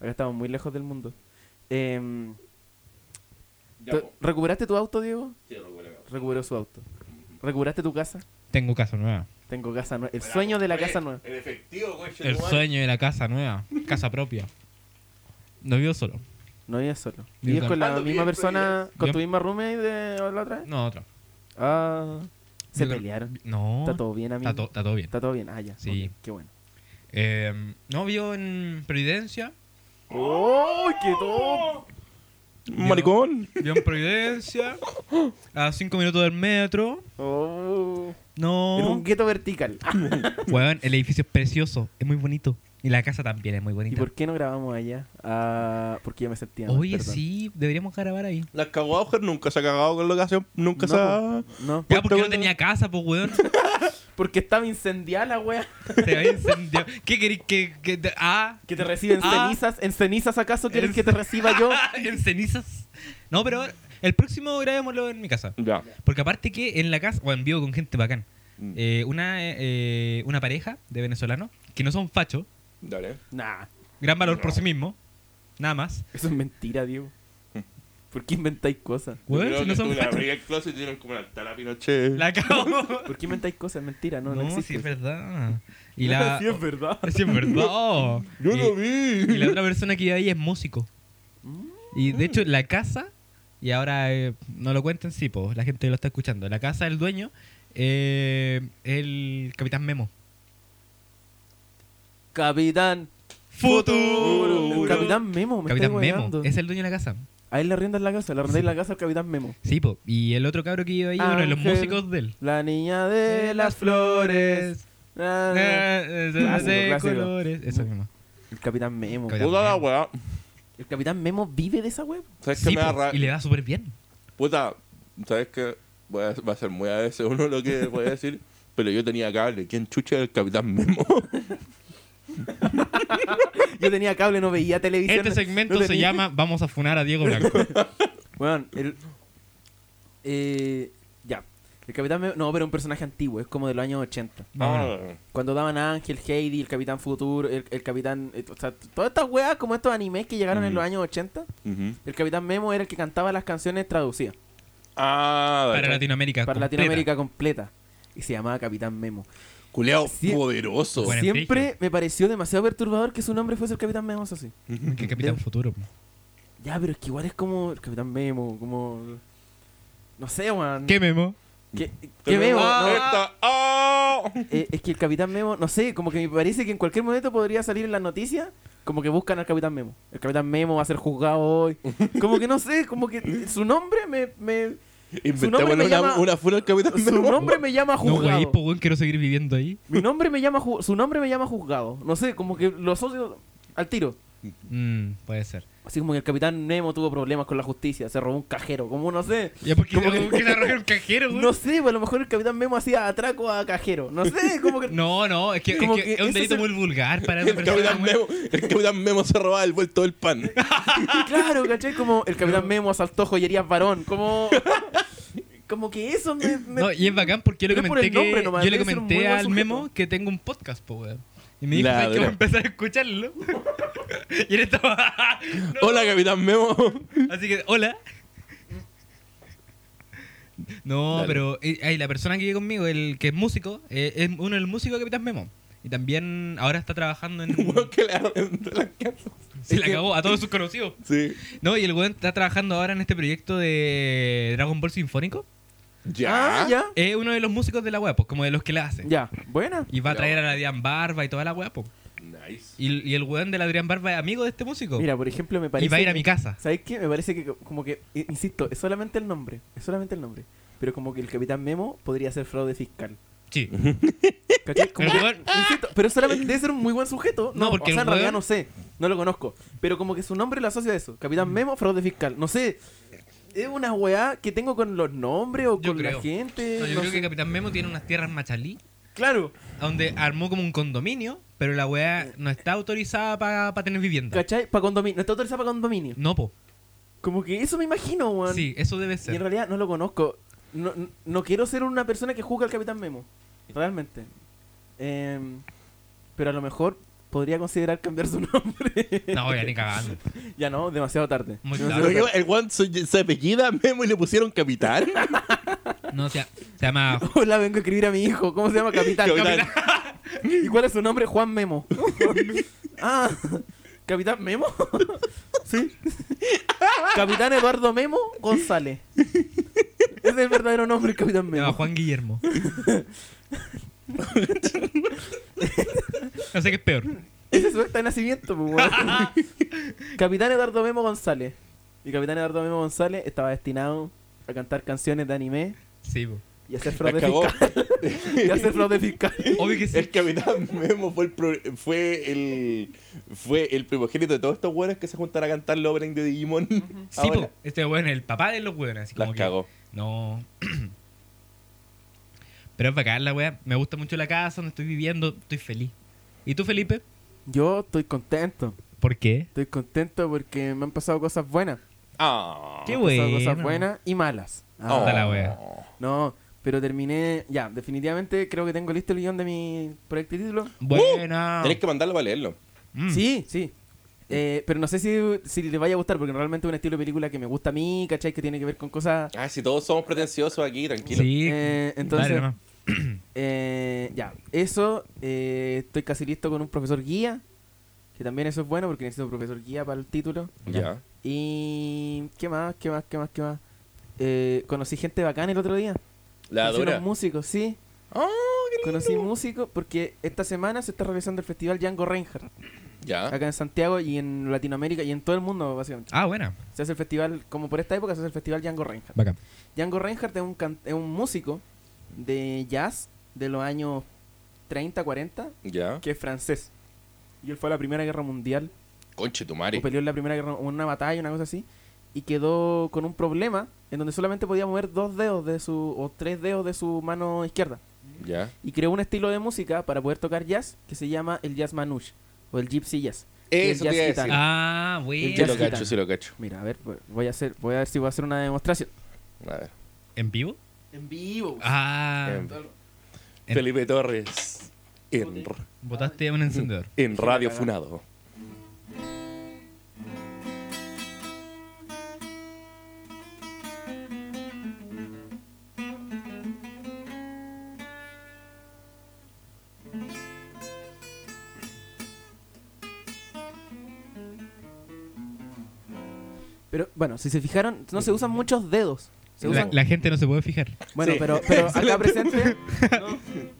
Speaker 1: Acá estamos muy lejos del mundo. Em,
Speaker 4: Ya,
Speaker 1: ¿te-
Speaker 4: po.
Speaker 1: ¿Recuperaste tu auto, Diego?
Speaker 4: Sí, recuerdo que-
Speaker 1: Recuperó su auto. ¿Recuperaste tu casa?
Speaker 3: Tengo casa nueva.
Speaker 1: Tengo casa nueva. El sueño de la
Speaker 4: Oye, eh,
Speaker 1: casa nueva.
Speaker 4: En efectivo, güey.
Speaker 3: El
Speaker 4: Chetumare.
Speaker 3: sueño de la casa nueva. Casa propia. No vivo solo.
Speaker 1: No vivías solo.
Speaker 3: Yo
Speaker 1: ¿Vivías con la
Speaker 4: también.
Speaker 1: misma
Speaker 4: ¿Cuándo vivías?
Speaker 1: persona, con
Speaker 3: Yo-
Speaker 1: tu misma roommate de la otra vez?
Speaker 3: No, otra.
Speaker 1: Ah, se
Speaker 3: Yo creo-
Speaker 1: pelearon.
Speaker 3: No.
Speaker 1: Está todo bien, amigo.
Speaker 3: Está, to- está todo bien.
Speaker 1: Está todo bien. Ah, ya.
Speaker 3: Sí.
Speaker 1: ok, qué bueno.
Speaker 3: Eh, no, vivo en Providencia.
Speaker 1: ¡Oh, qué todo!
Speaker 4: Maricón.
Speaker 3: Vivo en Providencia. A cinco minutos del metro.
Speaker 1: Oh. En
Speaker 3: No.
Speaker 1: un gueto vertical.
Speaker 3: Weón, el edificio es precioso. Es muy bonito. Y la casa también es muy
Speaker 1: ¿Y
Speaker 3: bonita.
Speaker 1: por qué no grabamos allá? Ah, porque yo me sentía mal,
Speaker 3: Oye,
Speaker 1: perdón.
Speaker 3: sí, deberíamos grabar ahí.
Speaker 4: La cagó Auger, nunca se ha cagado con la ocasión, nunca se ha...
Speaker 1: No, no,
Speaker 3: Ya,
Speaker 4: Puta,
Speaker 3: porque no
Speaker 4: weón.
Speaker 3: tenía casa, pues, weón.
Speaker 1: porque estaba incendiada la wea.
Speaker 3: Se había incendiado. ¿Qué querés que, que te- Ah.
Speaker 1: Que te reciben
Speaker 3: Ah.
Speaker 1: cenizas. ¿En cenizas acaso quieres
Speaker 3: En-
Speaker 1: que te reciba yo?
Speaker 3: en cenizas. No, pero el próximo grabémoslo en mi casa.
Speaker 4: Ya.
Speaker 3: Porque aparte que en la casa, o en vivo con gente bacán.
Speaker 4: Mm.
Speaker 3: Eh, una, eh, una pareja de venezolanos que no son fachos,
Speaker 4: Dale.
Speaker 1: Nah,
Speaker 3: gran valor por sí mismo, nada más.
Speaker 1: eso es mentira, Diego. ¿Por qué inventáis cosas?
Speaker 3: Weón,
Speaker 4: Creo
Speaker 3: si
Speaker 4: que
Speaker 3: no son
Speaker 4: tú le
Speaker 3: fachos.
Speaker 4: abrí el closet y tienen como un altar a Pinochet.
Speaker 3: La cago.
Speaker 1: ¿Por qué inventáis cosas? Mentira, no,
Speaker 3: No,
Speaker 1: no,
Speaker 3: sí
Speaker 1: existe.
Speaker 3: es verdad. Y la,
Speaker 1: Sí es verdad.
Speaker 3: sí es verdad. Oh.
Speaker 4: Yo
Speaker 3: y,
Speaker 4: lo vi.
Speaker 3: y la otra persona que iba ahí es músico. Y de hecho, la casa, y ahora eh, no lo cuenten, sí, po, la gente lo está escuchando. La casa del dueño eh, es el capitán Memo.
Speaker 1: Capitán.
Speaker 4: Futuro.
Speaker 1: Capitán Memo, Uh, me
Speaker 3: Capitán
Speaker 1: estáis
Speaker 3: Memo
Speaker 1: hueveando.
Speaker 3: es el dueño de la casa.
Speaker 1: A él le arriendas la casa, le arrendáis la casa al Capitán Memo.
Speaker 3: Sí, po. Y el otro cabro que iba ahí, uno de los
Speaker 1: Ángel.
Speaker 3: músicos de él.
Speaker 1: La niña de las flores. Na, na.
Speaker 3: Eh, eh,
Speaker 1: Clásico,
Speaker 3: de
Speaker 1: clásico.
Speaker 3: colores. Eso mismo.
Speaker 1: El Capitán Memo.
Speaker 3: Capitán-
Speaker 4: Puta la weá.
Speaker 1: El Capitán Memo vive de esa web.
Speaker 4: ¿Sabes
Speaker 3: Sí,
Speaker 4: qué me da
Speaker 3: po,
Speaker 4: rabia?
Speaker 3: y le va súper bien.
Speaker 4: Puta, ¿sabes qué? Voy a- va a ser muy a veces uno lo que voy a decir. Pero yo tenía cable. ¿Quién chucha era el Capitán Memo?
Speaker 1: Yo tenía cable, no veía televisión.
Speaker 3: Este segmento
Speaker 1: no
Speaker 3: se
Speaker 1: tenía-
Speaker 3: llama Vamos a funar a Diego Blanco.
Speaker 1: Weón, el. Eh, ya. El Capitán Memo. No, pero un personaje antiguo, es como de los años 80.
Speaker 3: Vámonos.
Speaker 4: Ah,
Speaker 1: Cuando daban a Ángel, Heidi, el Capitán Futuro, el, el Capitán. eh, o sea, todas estas weas como estos animes que llegaron en
Speaker 4: Mm.
Speaker 1: los años 80.
Speaker 4: Ujú.
Speaker 1: El Capitán Memo era el que cantaba las canciones traducidas
Speaker 4: Ah,
Speaker 3: Para
Speaker 4: dale.
Speaker 3: Latinoamérica.
Speaker 1: para
Speaker 3: completa.
Speaker 1: Latinoamérica completa. Y se llamaba Capitán Memo.
Speaker 4: Culeado
Speaker 1: Sí.
Speaker 4: poderoso.
Speaker 3: Bueno.
Speaker 1: Siempre
Speaker 3: brígido.
Speaker 1: me pareció demasiado perturbador que su nombre fuese el Capitán Memo, eso sí.
Speaker 3: Que Capitán Futuro. po.
Speaker 1: Mm. Ya, pero es que igual es como el Capitán Memo, como. No sé, weón.
Speaker 3: ¿Qué memo?
Speaker 1: ¿Qué,
Speaker 4: Te
Speaker 1: qué Memo?
Speaker 4: Ah,
Speaker 1: No,
Speaker 4: esta- ah.
Speaker 1: Eh, es que el Capitán Memo, no sé, como que me parece que en cualquier momento podría salir en las noticias como que buscan al Capitán Memo. El Capitán Memo va a ser juzgado hoy. Como que no sé, como que su nombre me... me-
Speaker 4: Inventémosle una,
Speaker 1: me llama-
Speaker 4: una funa al Capitán
Speaker 1: su
Speaker 4: Memo.
Speaker 1: nombre me llama a
Speaker 3: No, güey,
Speaker 1: juzgado.
Speaker 3: po, weón, quiero seguir viviendo ahí.
Speaker 1: Mi nombre me llama ju- su nombre me llama juzgado. No sé, como que lo asocio al tiro.
Speaker 3: Mm, puede ser.
Speaker 1: Así como que el Capitán Memo tuvo problemas con la justicia, se robó un cajero, como no sé.
Speaker 3: Ya porque
Speaker 1: Como
Speaker 3: que se arroja un cajero, güey.
Speaker 1: No sé, pues, a lo mejor el Capitán Memo hacía atraco a cajero. No sé, como que...
Speaker 3: No, no, es que, es,
Speaker 1: Como
Speaker 3: que
Speaker 1: que
Speaker 3: es un
Speaker 1: ese
Speaker 3: delito
Speaker 1: es
Speaker 3: muy
Speaker 1: el-
Speaker 3: vulgar para una
Speaker 4: El
Speaker 3: persona.
Speaker 4: Capitán
Speaker 3: muy-
Speaker 4: Memo, el Capitán Memo se robaba el vuelto del pan.
Speaker 1: Claro, ¿cachai? Como el Capitán Memo asaltó joyerías varón. Como. Como que eso me. me-
Speaker 3: No, y es bacán porque yo le
Speaker 1: Pero es por
Speaker 3: comenté,
Speaker 1: el nombre
Speaker 3: que,
Speaker 1: nomás,
Speaker 3: yo le
Speaker 1: debe ser un
Speaker 3: comenté
Speaker 1: muy buen
Speaker 3: al
Speaker 1: sujeto.
Speaker 3: Memo que tengo un podcast, po, weón. Y me dijo
Speaker 4: La
Speaker 3: "Sabes que voy a
Speaker 4: dura.
Speaker 3: empezar a escucharlo. y él estaba.
Speaker 4: Hola, Capitán Memo.
Speaker 3: Así que, hola. No,
Speaker 4: Dale.
Speaker 3: pero eh, ay, la persona que vive conmigo, el que es músico, eh, es uno del músico de Capitán Memo. Y también ahora está trabajando en.
Speaker 4: Weón, que le abren la casa.
Speaker 3: Se le acabó a todos sus conocidos.
Speaker 4: Sí.
Speaker 3: No, y el weón está trabajando ahora en este proyecto de Dragon Ball Sinfónico.
Speaker 4: Ya.
Speaker 1: Ah, ya.
Speaker 3: Es uno de los músicos de la web, pues, como de los que la hace.
Speaker 1: Ya. Buena.
Speaker 3: Y va a traer a la Adrián Barba y toda la web, pues.
Speaker 4: Nice.
Speaker 3: Y, y el weón de la Adrián Barba es amigo de este músico.
Speaker 1: Mira, por ejemplo, me parece.
Speaker 3: y va a ir a
Speaker 1: que-
Speaker 3: mi casa.
Speaker 1: ¿Sabes qué? Me parece que, co- como que, i- insisto, es solamente el nombre. Es solamente el nombre. Pero como que el Capitán Memo podría ser fraude fiscal.
Speaker 3: Sí.
Speaker 1: ¿Cachai? Como
Speaker 3: Pero
Speaker 1: que-
Speaker 3: igual-
Speaker 1: insisto, pero solamente debe ser un muy buen sujeto. No,
Speaker 3: No, porque
Speaker 1: o sea, en
Speaker 3: el
Speaker 1: realidad
Speaker 3: weón-
Speaker 1: no sé. No lo conozco. Pero como que su nombre lo asocia a eso.
Speaker 3: Mm.
Speaker 1: Capitán Memo, fraude fiscal. No sé. Es una weá que tengo con los nombres o
Speaker 3: Yo
Speaker 1: con la
Speaker 3: creo.
Speaker 1: gente.
Speaker 3: No, yo
Speaker 1: no
Speaker 3: creo
Speaker 1: sé.
Speaker 3: que Capitán Memo tiene unas tierras en Machalí,
Speaker 1: Claro.
Speaker 3: donde armó como un condominio, pero la weá no está autorizada para tener vivienda.
Speaker 1: ¿Cachai? Para condominio. No está autorizado para condominio.
Speaker 3: No, po.
Speaker 1: Como que eso me imagino, weón.
Speaker 3: Sí, eso debe
Speaker 1: Y en
Speaker 3: ser.
Speaker 1: realidad no lo conozco. No, no- no quiero ser una persona que juzga al Capitán Memo. Realmente. Em, pero a lo mejor podría considerar cambiar su nombre.
Speaker 3: No, ya ni cagando.
Speaker 1: ya no, demasiado tarde.
Speaker 3: Muy
Speaker 4: Pero
Speaker 1: Demasiado
Speaker 3: tarde.
Speaker 1: tarde.
Speaker 4: que El Juan se se apellida Memo y le pusieron Capitán.
Speaker 3: No, o sea, se llama.
Speaker 1: Hola, vengo a escribir a mi hijo. ¿Cómo se llama Capitán?
Speaker 4: Capitán.
Speaker 1: ¿Y cuál es su nombre? Juan Memo. ah, Capitán Memo. sí. Capitán Eduardo Memo González. Ese es el verdadero nombre, Capitán
Speaker 3: se
Speaker 1: Memo.
Speaker 3: llama Juan Guillermo. no sé qué es peor.
Speaker 1: Ese es su acta de nacimiento, pues, weón. Capitán Eduardo Memo González. Y Capitán Eduardo Memo González estaba destinado a cantar canciones de anime
Speaker 3: Sí, po.
Speaker 1: y a hacer
Speaker 4: La
Speaker 1: fraude
Speaker 4: cagó.
Speaker 1: fiscal. y a hacer fraude fiscal.
Speaker 3: Obvio que sí.
Speaker 4: El Capitán Memo fue el, pro- fue el fue el primogénito de todos estos hueones que se juntaron a cantar el opening de Digimon.
Speaker 3: Sí, po.
Speaker 4: Ahora,
Speaker 3: Este weón es el papá de los weones. Así
Speaker 4: Las
Speaker 3: como que-
Speaker 4: cagó.
Speaker 3: No. Pero es bacán la weá. Me gusta mucho la casa donde estoy viviendo. Estoy feliz. ¿Y tú, Felipe?
Speaker 1: Yo estoy contento.
Speaker 3: ¿Por qué?
Speaker 1: Estoy contento porque me han pasado cosas buenas.
Speaker 4: Ah.
Speaker 3: Qué
Speaker 1: Me han pasado pues, cosas
Speaker 3: bueno. Oh.
Speaker 1: buenas y malas. Ah,
Speaker 3: Anda la wea.
Speaker 1: No, pero terminé. Ya, definitivamente creo que tengo listo el guión de mi proyecto y título.
Speaker 3: Uh, Buena.
Speaker 4: Tenés que mandarlo para leerlo.
Speaker 3: Mm.
Speaker 1: Sí, sí. Eh, pero no sé si, si les vaya a gustar, porque realmente es un estilo de película que me gusta a mí, ¿cachai? Que tiene que ver con cosas.
Speaker 4: Ah, si todos somos pretenciosos aquí, tranquilo.
Speaker 3: Sí.
Speaker 1: Eh, entonces,
Speaker 3: Dale nomás.
Speaker 1: eh, ya, eso. eh, estoy casi listo con un profesor guía, que también eso es bueno porque necesito un profesor guía para el título.
Speaker 4: Ya.
Speaker 1: Y. ¿Qué más? ¿Qué más? ¿Qué más? ¿Qué más? Eh, conocí gente bacana el otro día.
Speaker 4: La
Speaker 1: Conocí
Speaker 4: dura.
Speaker 1: unos músicos, sí.
Speaker 4: Ah, qué lindo.
Speaker 1: Conocí músicos porque esta semana se está realizando el festival Django Reinhardt
Speaker 4: Ya.
Speaker 1: acá en Santiago y en Latinoamérica y en todo el mundo, básicamente.
Speaker 3: Ah, buena.
Speaker 1: Se hace el festival, como por esta época, se hace el festival Django Reinhardt.
Speaker 3: Bacán.
Speaker 1: Django Reinhardt es un, can- es un músico de jazz de los años 30, 40,
Speaker 4: Ya.
Speaker 1: que es francés. Y él fue a la Primera Guerra Mundial,
Speaker 4: Conche tu madre.
Speaker 1: o peleó en la Primera Guerra, una batalla, una cosa así, y quedó con un problema en donde solamente podía mover dos dedos de su, o tres dedos de su mano izquierda.
Speaker 4: Ya.
Speaker 1: Y creó un estilo de música para poder tocar jazz que se llama el jazz manouche, o el gypsy jazz. que es
Speaker 4: Eso te iba a
Speaker 1: jazz
Speaker 4: decir.
Speaker 1: gitano.
Speaker 3: Ah,
Speaker 1: El
Speaker 4: Sí
Speaker 1: jazz
Speaker 4: lo
Speaker 3: buena.
Speaker 1: gitano.
Speaker 4: cacho, sí lo
Speaker 3: Ah.
Speaker 4: cacho.
Speaker 1: Mira, a ver, voy a hacer, voy a ver si voy a hacer una demostración.
Speaker 4: A ver.
Speaker 3: ¿En vivo?
Speaker 1: En vivo.
Speaker 3: Ah.
Speaker 1: Eh,
Speaker 4: Em, Felipe Torres. En,
Speaker 3: Botaste un encendedor.
Speaker 4: en Radio
Speaker 1: cagada.
Speaker 4: Funado.
Speaker 1: Pero bueno, si se fijaron, no se usan muchos dedos. Se
Speaker 3: La,
Speaker 1: usan-
Speaker 3: la gente no se puede fijar.
Speaker 1: Bueno,
Speaker 4: Sí.
Speaker 1: pero, pero acá presente, no,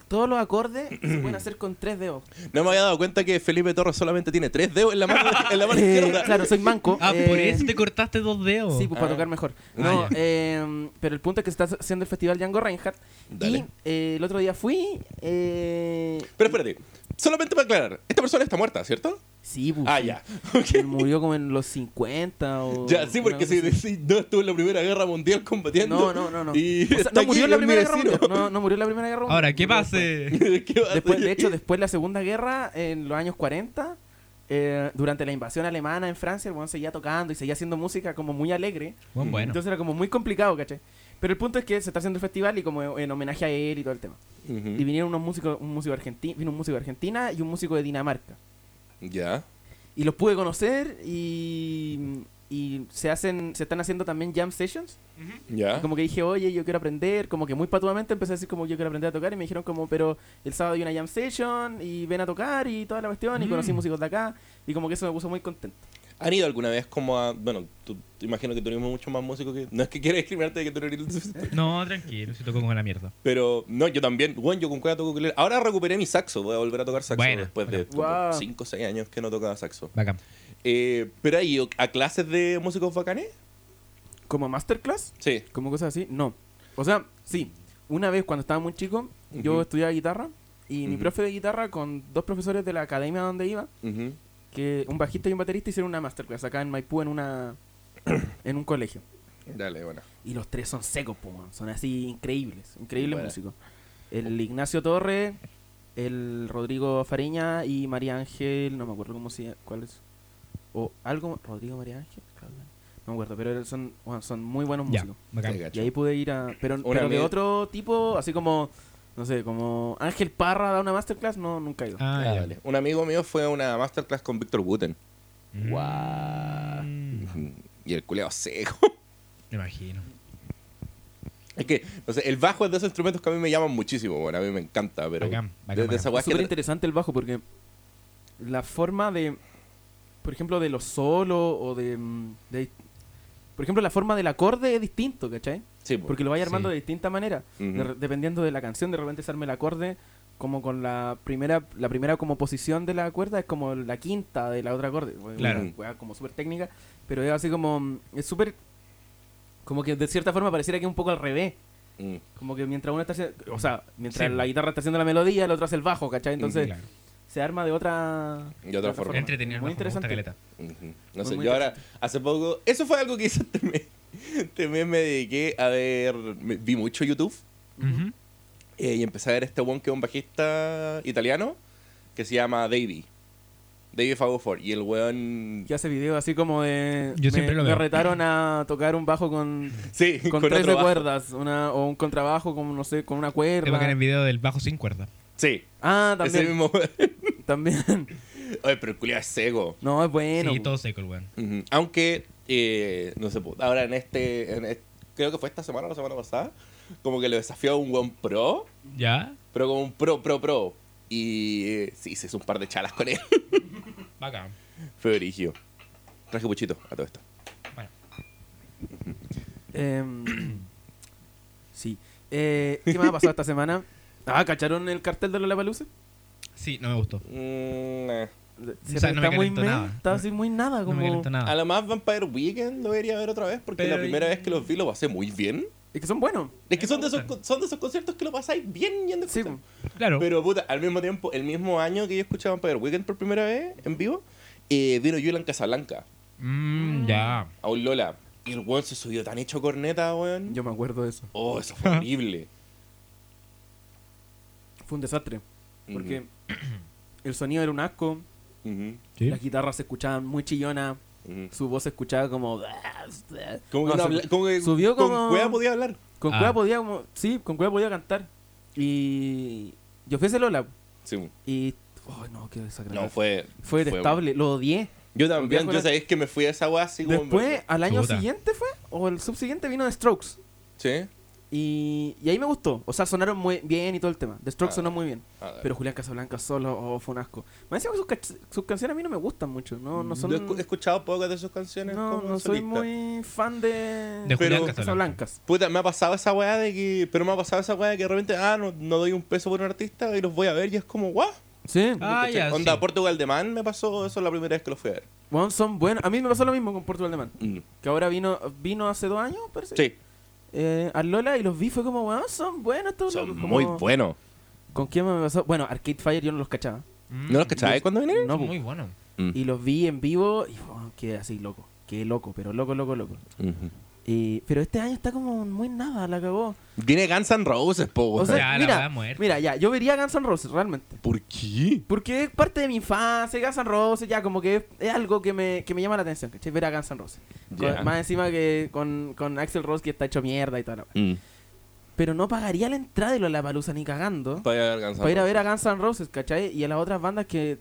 Speaker 1: todos los acordes se pueden hacer con tres dedos.
Speaker 4: No me había dado cuenta que Felipe Torres solamente tiene tres dedos en la mano, en la mano
Speaker 1: Eh,
Speaker 4: izquierda.
Speaker 1: claro, soy manco.
Speaker 3: Ah,
Speaker 1: eh,
Speaker 3: por eso te cortaste dos dedos.
Speaker 1: Sí, pues
Speaker 4: Ah.
Speaker 1: para tocar mejor. No, eh, pero el punto es que se está haciendo el festival Django Reinhardt.
Speaker 4: Dale.
Speaker 1: Y eh, el otro día fui. Eh,
Speaker 4: Pero espérate, solamente para aclarar, esta persona está muerta, ¿cierto?
Speaker 1: sí, pues.
Speaker 4: Ah,
Speaker 1: sí.
Speaker 4: ya.
Speaker 1: Él murió como en los 50 o.
Speaker 4: Ya, sí,
Speaker 1: una
Speaker 4: porque
Speaker 1: cosa
Speaker 4: si
Speaker 1: así.
Speaker 4: decís, no estuvo en la Primera Guerra Mundial combatiendo.
Speaker 1: No, no, no. No,
Speaker 4: Y
Speaker 1: O sea,
Speaker 4: está
Speaker 1: no
Speaker 4: aquí,
Speaker 1: murió en la
Speaker 4: es mi
Speaker 1: primera guerra mundial.
Speaker 4: vecino.
Speaker 1: No, no pues. murió en la primera guerra mundial.
Speaker 3: Ahora, ¿qué
Speaker 1: Murió después.
Speaker 3: pase?
Speaker 4: ¿Qué va a
Speaker 1: Después,
Speaker 4: hacer?
Speaker 1: de hecho, después de la Segunda Guerra, en los años 40, eh, durante la invasión alemana en Francia, el weón seguía tocando y seguía haciendo música como muy alegre.
Speaker 3: Bueno, bueno.
Speaker 1: Entonces era como muy complicado, ¿cachai? Pero el punto es que se está haciendo el festival y como en homenaje a él y todo el tema.
Speaker 4: Ujú.
Speaker 1: Y vinieron unos músicos, un músico argentino, vino un músico de Argentina y un músico de Dinamarca.
Speaker 4: Ya.
Speaker 1: Y los pude conocer y, y se hacen, se están haciendo también jam sessions. Y
Speaker 4: ¿Ya?
Speaker 1: como que dije, oye, yo quiero aprender, como que muy patuamente empecé a decir como yo quiero aprender a tocar y me dijeron como, pero el sábado hay una jam session y ven a tocar y toda la cuestión y conocí músicos de acá y como que eso me puso muy contento.
Speaker 4: ¿Han ido alguna vez como a... Bueno, tú, te imagino que tú eres mucho más músico que... No es que quiera discriminarte de que tú no eres...
Speaker 3: No, tranquilo, si toco con la mierda.
Speaker 4: Pero no, yo también, bueno, yo con cueva toco ukulele. Ahora recuperé mi saxo, voy a volver a tocar saxo
Speaker 3: Buena,
Speaker 4: después de
Speaker 1: Wow.
Speaker 4: 5 o 6 años que no tocaba saxo.
Speaker 3: Bacán.
Speaker 4: Eh, pero ahí, ¿a clases de músicos bacanes?
Speaker 1: ¿Como masterclass?
Speaker 4: Sí.
Speaker 1: ¿Como cosas así? No. O sea, sí. Una vez cuando estaba muy chico, yo
Speaker 4: Ujú.
Speaker 1: estudiaba guitarra y mi
Speaker 4: Ujú.
Speaker 1: profe de guitarra con dos profesores de la academia donde iba,
Speaker 4: Ujú.
Speaker 1: que un bajista y un baterista hicieron una masterclass acá en Maipú en una en un colegio.
Speaker 4: Dale, bueno.
Speaker 1: Y los tres son secos, po, weón. son así increíbles, increíbles
Speaker 4: Bueno.
Speaker 1: músicos. El Ignacio Torre, el Rodrigo Fariña y María Ángel, no me acuerdo cómo se llama, cuál es. O algo, Rodrigo María Ángel, Claudia, no me acuerdo, pero eran- son, weón, son muy buenos
Speaker 3: Ya,
Speaker 1: músicos.
Speaker 3: bacán.
Speaker 4: Te cacho.
Speaker 1: Y ahí pude ir a. Pero,
Speaker 4: Una
Speaker 1: pero de
Speaker 4: media-
Speaker 1: otro tipo, así como, no sé, como Ángel Parra da una masterclass, no, nunca he ido.
Speaker 3: Ah,
Speaker 4: Ah,
Speaker 3: ya.
Speaker 4: dale. Un amigo mío fue a una masterclass con Víctor Wooten.
Speaker 3: Mm,
Speaker 4: Y el culeado seco.
Speaker 3: Me imagino.
Speaker 4: Es que, no sé, el bajo es de esos instrumentos que a mí me llaman muchísimo, bueno, a mí me encanta, pero...
Speaker 3: Bacán, bacán,
Speaker 4: desde
Speaker 3: bacán.
Speaker 4: esa
Speaker 1: Es
Speaker 4: guay
Speaker 1: súper
Speaker 4: que...
Speaker 1: interesante el bajo porque la forma de, por ejemplo, de los solos o de, mm, de- Por ejemplo, la forma del acorde es distinto, ¿cachai?
Speaker 4: Sí, po.
Speaker 1: Porque lo vaya armando
Speaker 3: Sí.
Speaker 1: de distinta manera.
Speaker 4: Ujú.
Speaker 1: De re- dependiendo de la canción, de repente se arma el acorde como con la primera la primera como posición de la cuerda es como la quinta de la otra acorde. Bueno,
Speaker 3: Claro.
Speaker 1: una weá como súper técnica, pero es así como... mm, Es súper... Como que de cierta forma pareciera que es un poco al revés.
Speaker 4: Mm.
Speaker 1: Como que mientras uno está haciendo... O sea, mientras
Speaker 3: Sí.
Speaker 1: la guitarra está haciendo la melodía, el otro hace el bajo, ¿cachai? Entonces
Speaker 3: Claro.
Speaker 1: se arma de otra...
Speaker 4: De otra forma.
Speaker 3: Entretenido,
Speaker 1: Muy
Speaker 3: me gusta
Speaker 1: interesante.
Speaker 3: caleta.
Speaker 4: Ujú. No
Speaker 1: Muy,
Speaker 4: sé,
Speaker 1: muy
Speaker 4: yo ahora, hace poco, eso fue algo que hice este también. También me dediqué a ver, me- vi mucho YouTube
Speaker 3: Ujú.
Speaker 4: eh, y empecé a ver este one que es un bajista italiano que se llama Davey. Davey Fagofort. Y el weón.
Speaker 1: que hace videos así como de...
Speaker 3: Yo
Speaker 1: me,
Speaker 3: siempre lo
Speaker 1: me
Speaker 3: veo.
Speaker 1: retaron a tocar un bajo con...
Speaker 4: Sí,
Speaker 1: Con,
Speaker 4: otro
Speaker 1: 13
Speaker 4: bajo.
Speaker 1: cuerdas, una, o un contrabajo con, no sé, con una
Speaker 3: Es bacán el
Speaker 1: cuerda.
Speaker 3: video del bajo sin cuerda.
Speaker 4: Sí,
Speaker 1: Ah,
Speaker 4: ese
Speaker 1: también.
Speaker 4: mismo weón.
Speaker 1: También.
Speaker 4: Oye, pero el culiao es seco.
Speaker 1: No, es bueno.
Speaker 3: Sí, todo seco el weón.
Speaker 4: Ujú. Aunque, eh, no sé, po, ahora en este, en este- Creo que fue esta semana o la semana pasada. Como que lo desafió a un weón pro.
Speaker 3: ¿Ya?
Speaker 4: Pero como un pro, pro, pro. Y eh, sí, se hizo un par de chalas con él.
Speaker 3: Bacán.
Speaker 4: Fue brígido. Traje puchito a todo esto.
Speaker 3: Bueno.
Speaker 1: Em, sí. Eh, ¿Qué más ha pasado esta semana? Ah, ¿cacharon el cartel de Lollapalooza?
Speaker 3: Sí, no me gustó.
Speaker 4: Mm, eh.
Speaker 1: Se
Speaker 3: O sea, no me
Speaker 1: está muy
Speaker 3: calentó
Speaker 1: meh,
Speaker 3: nada.
Speaker 1: Está así muy nada.
Speaker 3: No
Speaker 1: Como...
Speaker 3: me calentó
Speaker 4: A
Speaker 3: nada.
Speaker 4: lo más Vampire Weekend lo debería ver otra vez porque
Speaker 3: Ah. Pero
Speaker 4: la primera
Speaker 3: y-
Speaker 4: vez que los vi lo pasé muy bien.
Speaker 1: Es que son buenos.
Speaker 4: Es que son de, esos,
Speaker 3: gustan.
Speaker 4: con- son de esos conciertos que lo pasáis bien yendo a
Speaker 1: Sí,
Speaker 4: escuchar.
Speaker 3: Claro.
Speaker 4: Pero puta, al mismo tiempo, el mismo año que yo escuché Vampire Weekend por primera vez en vivo, eh, vino Julian Casablanca
Speaker 3: Mm, ya.
Speaker 4: a un Lola. Y el weón se subió tan hecho corneta, weón.
Speaker 1: yo me acuerdo de eso.
Speaker 4: Oh, eso fue horrible.
Speaker 1: Fue un desastre. Porque
Speaker 4: Ujú,
Speaker 1: el sonido era un asco.
Speaker 4: ujú,
Speaker 3: Sí.
Speaker 1: Las guitarras se escuchaban muy chillonas.
Speaker 4: ujú.
Speaker 1: Su voz se escuchaba como.
Speaker 4: Como que no
Speaker 1: No, se-
Speaker 4: habla- como que
Speaker 1: subió
Speaker 4: con
Speaker 1: como-
Speaker 4: cueva podía hablar.
Speaker 1: Con
Speaker 3: Ah.
Speaker 1: cueva podía como. Sí, con cueva podía cantar. Y. Yo fui a ese Lola.
Speaker 4: Sí.
Speaker 1: Y. Oh, no, qué desagradable.
Speaker 4: No, fue.
Speaker 1: Fue detestable, lo odié.
Speaker 4: Yo
Speaker 1: Volví
Speaker 4: también,
Speaker 1: a
Speaker 4: yo
Speaker 1: jugar-
Speaker 4: sabéis que me fui a esa weá así como.
Speaker 1: Después, al año
Speaker 3: Chuta.
Speaker 1: siguiente fue, o el subsiguiente vino The Strokes.
Speaker 4: Sí.
Speaker 1: Y, y ahí me gustó. O sea, sonaron muy bien y todo el tema. The Strokes
Speaker 4: Ah.
Speaker 1: sonó muy bien.
Speaker 4: Ah, dale.
Speaker 1: Pero Julián Casablanca solo, oh, fue un asco. Me decían que sus, cach- sus canciones a mí no me gustan mucho. No, no son.
Speaker 4: Yo he escu- he escuchado pocas de sus canciones.
Speaker 1: No,
Speaker 4: como
Speaker 1: no soy
Speaker 4: solista.
Speaker 1: muy fan de.
Speaker 3: De
Speaker 4: Julián
Speaker 3: Casablanca.
Speaker 1: Casablancas.
Speaker 4: Puta, me ha pasado esa weá de que. Pero me ha pasado esa weá de que de repente. Ah, no, no doy un peso por un artista y los voy a ver y es como, guau.
Speaker 1: Sí,
Speaker 3: Ah,
Speaker 4: ¿Cachai?
Speaker 3: ya.
Speaker 4: Onda
Speaker 3: sí.
Speaker 4: Portugal de Man me pasó eso la primera vez que los fui a ver.
Speaker 1: Weón, son buenos. A mí me pasó lo mismo con Portugal de Man.
Speaker 4: Mm.
Speaker 1: Que ahora vino vino hace dos años, parece.
Speaker 4: Sí,
Speaker 1: Eh, a Lola y los vi, fue como, weón, son buenos estos
Speaker 4: son
Speaker 1: locos, como-
Speaker 4: muy buenos.
Speaker 1: ¿Con quién me pasó? Bueno, Arcade Fire yo no los cachaba.
Speaker 3: Mm,
Speaker 4: ¿No los cachabais cuando vinieron?
Speaker 1: No,
Speaker 3: Muy bueno.
Speaker 4: Mm.
Speaker 1: Y los vi en vivo y wow, quedé así loco. Quedé loco, pero loco, loco, loco.
Speaker 4: Ujú.
Speaker 1: Y, pero este año está como muy nada, la cagó.
Speaker 4: Tiene Guns N' Roses, po.
Speaker 1: O
Speaker 4: weón.
Speaker 1: sea,
Speaker 3: Ya, la weá
Speaker 1: mira,
Speaker 3: muerta.
Speaker 1: mira, ya, yo vería Guns N' Roses realmente.
Speaker 4: ¿Por qué?
Speaker 1: Porque es parte de mi infancia, Guns N' Roses, ya como que es, es algo que me, que me llama la atención, ¿cachai? Ver a Guns N' Roses. Con-
Speaker 4: Ya.
Speaker 1: más encima que con, con Axel Rose que está hecho mierda y tal.
Speaker 4: Mm.
Speaker 1: Pero no pagaría la entrada de la palusa ni cagando.
Speaker 4: Para ir a ver Guns N'
Speaker 1: Para ir a ver
Speaker 4: Roses.
Speaker 1: a Guns N' Roses, ¿cachai? Y a las otras bandas que.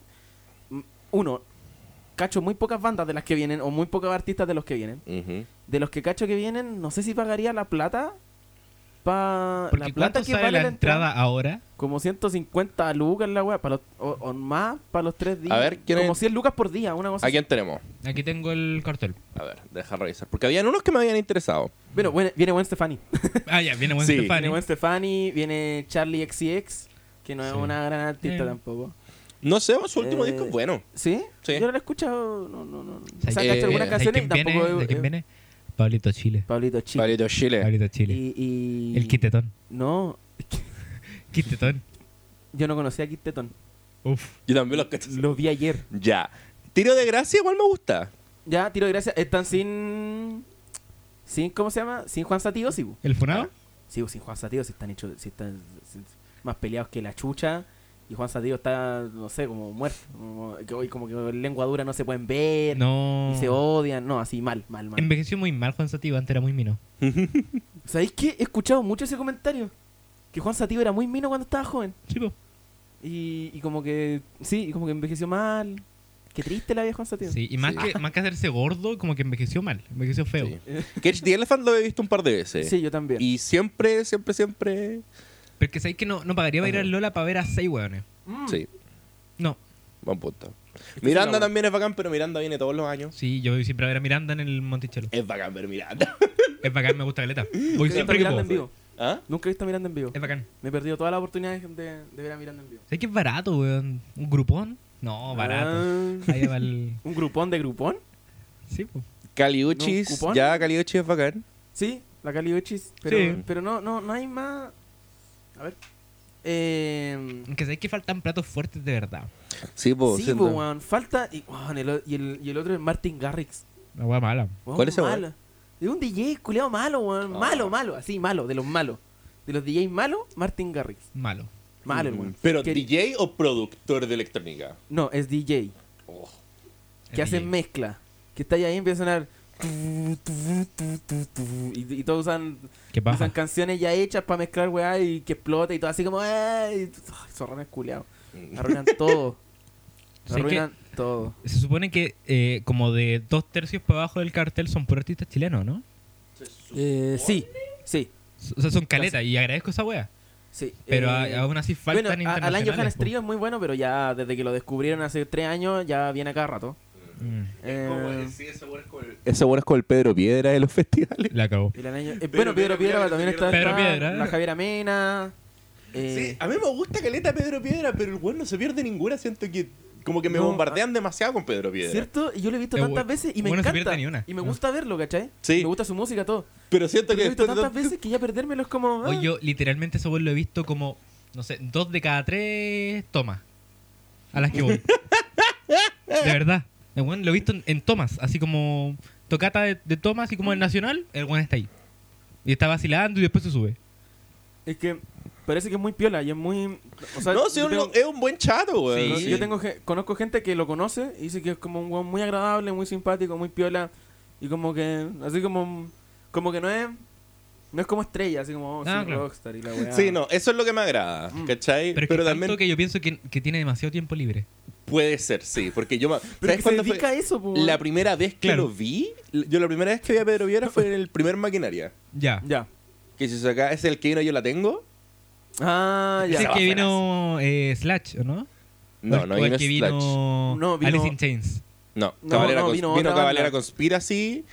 Speaker 1: mm, Uno, cacho muy pocas bandas de las que vienen, o muy pocos artistas de los que vienen.
Speaker 4: Ujú.
Speaker 1: De los que cacho que vienen, no sé si pagaría la plata. Pa...
Speaker 3: Porque
Speaker 1: la plata
Speaker 3: ¿cuánto
Speaker 1: que
Speaker 3: sale
Speaker 1: vale
Speaker 3: la entrada ahora?
Speaker 1: Como 150 lucas la weá, para los- o, o más para los tres días.
Speaker 4: A ver, ¿quién
Speaker 1: Como
Speaker 4: es?
Speaker 1: 100 lucas por día, una cosa
Speaker 4: ¿A quién tenemos?
Speaker 3: Aquí tengo el cartel.
Speaker 4: A ver, deja revisar. Porque habían unos que me habían interesado.
Speaker 1: así. Bueno, viene, viene Gwen Stefani.
Speaker 3: Ah, ya, viene buen
Speaker 4: Sí.
Speaker 1: Viene
Speaker 3: Stefani.
Speaker 1: Gwen Stefani, viene Charlie XCX, que no es
Speaker 3: Sí.
Speaker 1: una gran artista
Speaker 3: Eh.
Speaker 1: tampoco.
Speaker 4: No sé, su último
Speaker 1: Eh,
Speaker 4: disco es bueno.
Speaker 1: ¿Sí?
Speaker 4: Sí.
Speaker 1: Yo no la he escuchado, no, no, no. O
Speaker 3: ¿Sabes
Speaker 1: sea,
Speaker 4: Eh,
Speaker 1: cacho
Speaker 3: ¿Sabes
Speaker 1: algunas canciones y
Speaker 3: quién viene?
Speaker 1: tampoco...
Speaker 3: ¿De quién
Speaker 1: eh,
Speaker 3: viene? Pablito Chile.
Speaker 1: Pablito Chico.
Speaker 4: Pablito Chile.
Speaker 3: Pablito Chile.
Speaker 1: Y, y-
Speaker 3: El Quintetón.
Speaker 1: No,
Speaker 3: Quintetón.
Speaker 1: yo no conocía a Kid Teton.
Speaker 3: Uf.
Speaker 4: Yo también los cacho.
Speaker 1: Los vi ayer.
Speaker 4: Ya. Tiro de gracia igual me gusta.
Speaker 1: Ya, tiro de gracia. Están sin... sin ¿Cómo se llama? Sin Juan Satío, sí. bu.
Speaker 3: ¿El Funado?
Speaker 1: Sí, bu, sin Juan Satío, si están hechos... Si están si- más peleados que la chucha. Y Juan Satío está, no sé, como muerto. Como que hoy como que con lengua dura no se pueden ver.
Speaker 3: No.
Speaker 1: Y se odian. No, así mal, mal, mal.
Speaker 3: Envejeció muy mal Juan Sativa, antes era muy mino.
Speaker 1: ¿Sabéis qué? He escuchado mucho ese comentario. Que Juan Satío era muy mino cuando estaba joven.
Speaker 3: Sí, po.
Speaker 1: Y, y como que... Sí, y como que envejeció mal. Qué triste la vida de Juan Satío.
Speaker 3: Sí, y más,
Speaker 4: Sí.
Speaker 3: Que, más que hacerse gordo, como que envejeció mal, envejeció feo.
Speaker 4: Sí. Catch the Elephant lo he visto un par de veces.
Speaker 1: Sí, yo también.
Speaker 4: Y siempre, siempre, siempre.
Speaker 3: Pero que sabéis que no, no pagaría para ir al Lola para ver a seis hueones.
Speaker 1: Mm. Este
Speaker 4: Sí,
Speaker 3: No.
Speaker 4: buen punto.
Speaker 1: es
Speaker 4: Miranda
Speaker 1: la buena.
Speaker 4: también es bacán, pero Miranda viene todos los años.
Speaker 3: Sí, yo voy siempre a ver a Miranda en el Monticello.
Speaker 4: Es bacán ver Miranda.
Speaker 3: Es bacán, me gusta Galeta. Voy
Speaker 1: Nunca he visto a
Speaker 3: siempre que
Speaker 1: Mm. Miranda en
Speaker 3: puedo.
Speaker 1: vivo.
Speaker 4: ¿Ah?
Speaker 1: Nunca he visto a Miranda en vivo.
Speaker 3: Es bacán.
Speaker 1: Me he perdido todas las oportunidades de, de ver a Miranda en vivo.
Speaker 3: ¿Sabes que es barato, weón? ¿Un grupón? No, barato.
Speaker 1: Ah,
Speaker 3: Ahí va el...
Speaker 1: ¿Un grupón de grupón?
Speaker 3: Sí, po.
Speaker 1: ¿No,
Speaker 4: Caliuchis.
Speaker 1: cupón?
Speaker 4: ya, Caliuchis es bacán.
Speaker 1: Sí, la Cali Uchis. Pero,
Speaker 3: Sí.
Speaker 1: pero no, no, no hay más. A ver. Eh,
Speaker 3: Que sabéis que faltan platos fuertes de verdad.
Speaker 4: Sí, po,
Speaker 1: sí,
Speaker 4: siento.
Speaker 1: po, weón. Falta. Y, weón, el, o- y, el, y el otro es Martin Garrix.
Speaker 3: La hueá mala.
Speaker 1: Weón,
Speaker 4: ¿Cuál es ese
Speaker 1: malo. Es un DJ culeado malo, weón.
Speaker 4: Ah.
Speaker 1: Malo, malo. Así, malo. De los malos. De los DJs malos, Martin Garrix.
Speaker 3: Malo.
Speaker 1: Malo, el
Speaker 4: Mm,
Speaker 1: weón.
Speaker 4: Pero
Speaker 1: Que-
Speaker 4: DJ o productor de electrónica.
Speaker 1: No, es DJ.
Speaker 4: Oh.
Speaker 1: que
Speaker 3: El
Speaker 1: hacen
Speaker 3: DJ.
Speaker 1: mezcla. Que está ahí y empieza a sonar. tu, tu, tu, tu, tu, Y, y todos usan,
Speaker 3: Qué
Speaker 1: usan
Speaker 3: paja.
Speaker 1: canciones ya hechas para mezclar weá y que explota y todo así como. "Ay", Zorrones culiados. Arruinan todo.
Speaker 3: Sí,
Speaker 1: Arruinan todo.
Speaker 3: Se supone que eh, como de dos tercios para abajo del cartel son puros artistas chilenos, ¿no?
Speaker 1: Eh, sí, sí,
Speaker 3: O sea, son caletas y agradezco esa wea.
Speaker 1: sí.
Speaker 3: Pero
Speaker 1: eh,
Speaker 3: a- aún así faltan
Speaker 1: bueno, a- Alan
Speaker 3: internacionales.
Speaker 1: Johannes
Speaker 3: po.
Speaker 1: Trio es muy bueno, pero ya desde que lo descubrieron hace tres años ya viene a cada rato.
Speaker 3: Mm,
Speaker 1: Eh,
Speaker 4: Ese bueno es con el Pedro Piedra de los festivales.
Speaker 3: la acabó.
Speaker 1: el Alan Jo- eh, bueno, Pedro Piedra también está.
Speaker 3: Pedro
Speaker 1: está
Speaker 3: Piedra.
Speaker 1: La Javiera Mena.
Speaker 4: Sí,
Speaker 1: Eh,
Speaker 4: a mí me gusta Caleta Pedro Piedra, pero el weón no se pierde ninguna. Siento que como que me
Speaker 1: No, ah.
Speaker 4: bombardean demasiado con Pedro Piedra.
Speaker 1: ¿Cierto? Y yo lo he visto
Speaker 3: Eh,
Speaker 1: tantas
Speaker 3: bueno,
Speaker 1: veces y me
Speaker 3: bueno, no se
Speaker 1: encanta.
Speaker 3: pierde ni una.
Speaker 1: Y me
Speaker 3: No.
Speaker 1: gusta verlo, ¿cachai?
Speaker 4: Sí.
Speaker 1: Me gusta su música, todo.
Speaker 4: Pero siento
Speaker 1: Pero
Speaker 4: que
Speaker 1: lo he visto
Speaker 4: después de
Speaker 1: tantas veces que ya perdérmelo es como. ah,
Speaker 3: Oye, yo literalmente ese vuelo lo he visto como, no sé, dos de cada tres tomas a las que voy. de verdad. El weón lo he visto en, en tomas, así como tocata de, de tomas, así
Speaker 4: Mm.
Speaker 3: como el nacional, el weón está ahí. Y está vacilando y después se sube.
Speaker 1: ah, Es que parece que es muy piola y es muy. O sea,
Speaker 4: No, sí,
Speaker 1: yo
Speaker 4: es un-
Speaker 1: tengo-
Speaker 4: es un buen chato, weón.
Speaker 1: yo
Speaker 3: sí.
Speaker 1: yo tengo ge- conozco gente que lo conoce y dice que es como un weón muy agradable, muy simpático, muy piola. Y como que. Así como. Como que no es. No es como estrella, así como. oh,
Speaker 3: Ah,
Speaker 1: sí,
Speaker 3: claro.
Speaker 1: rockstar y la weá.
Speaker 4: Sí, no, eso es lo que me agrada,
Speaker 1: Mm.
Speaker 4: ¿cachai?
Speaker 3: Pero,
Speaker 4: Pero,
Speaker 3: es que
Speaker 4: también
Speaker 3: tanto que yo pienso que, que tiene demasiado tiempo libre.
Speaker 4: puede ser, sí, porque yo... me-
Speaker 1: Pero que
Speaker 4: ¿Sabes
Speaker 1: se
Speaker 4: cuándo fue?
Speaker 1: dedica a eso, po.
Speaker 4: La primera vez que
Speaker 3: Claro.
Speaker 4: lo vi, yo la primera vez que vi a Pedro Piedra fue en el primer Maquinaria.
Speaker 3: Ya.
Speaker 1: Ya.
Speaker 4: Que si acá es el que vino yo la tengo.
Speaker 1: Ah,
Speaker 3: Ese
Speaker 1: ya.
Speaker 3: es
Speaker 4: va,
Speaker 3: que
Speaker 4: buenas.
Speaker 3: vino eh, Slash, ¿o no? o
Speaker 4: No,
Speaker 3: el,
Speaker 4: no
Speaker 3: o el
Speaker 4: vino
Speaker 3: que
Speaker 4: Slash.
Speaker 3: vino,
Speaker 1: No, vino-
Speaker 3: Alice in Chains.
Speaker 4: No,
Speaker 1: No,
Speaker 4: Cabalera
Speaker 1: no,
Speaker 4: Cons-
Speaker 1: vino
Speaker 4: vino,
Speaker 1: otra
Speaker 4: Cabalera
Speaker 1: banda.
Speaker 4: Conspiracy,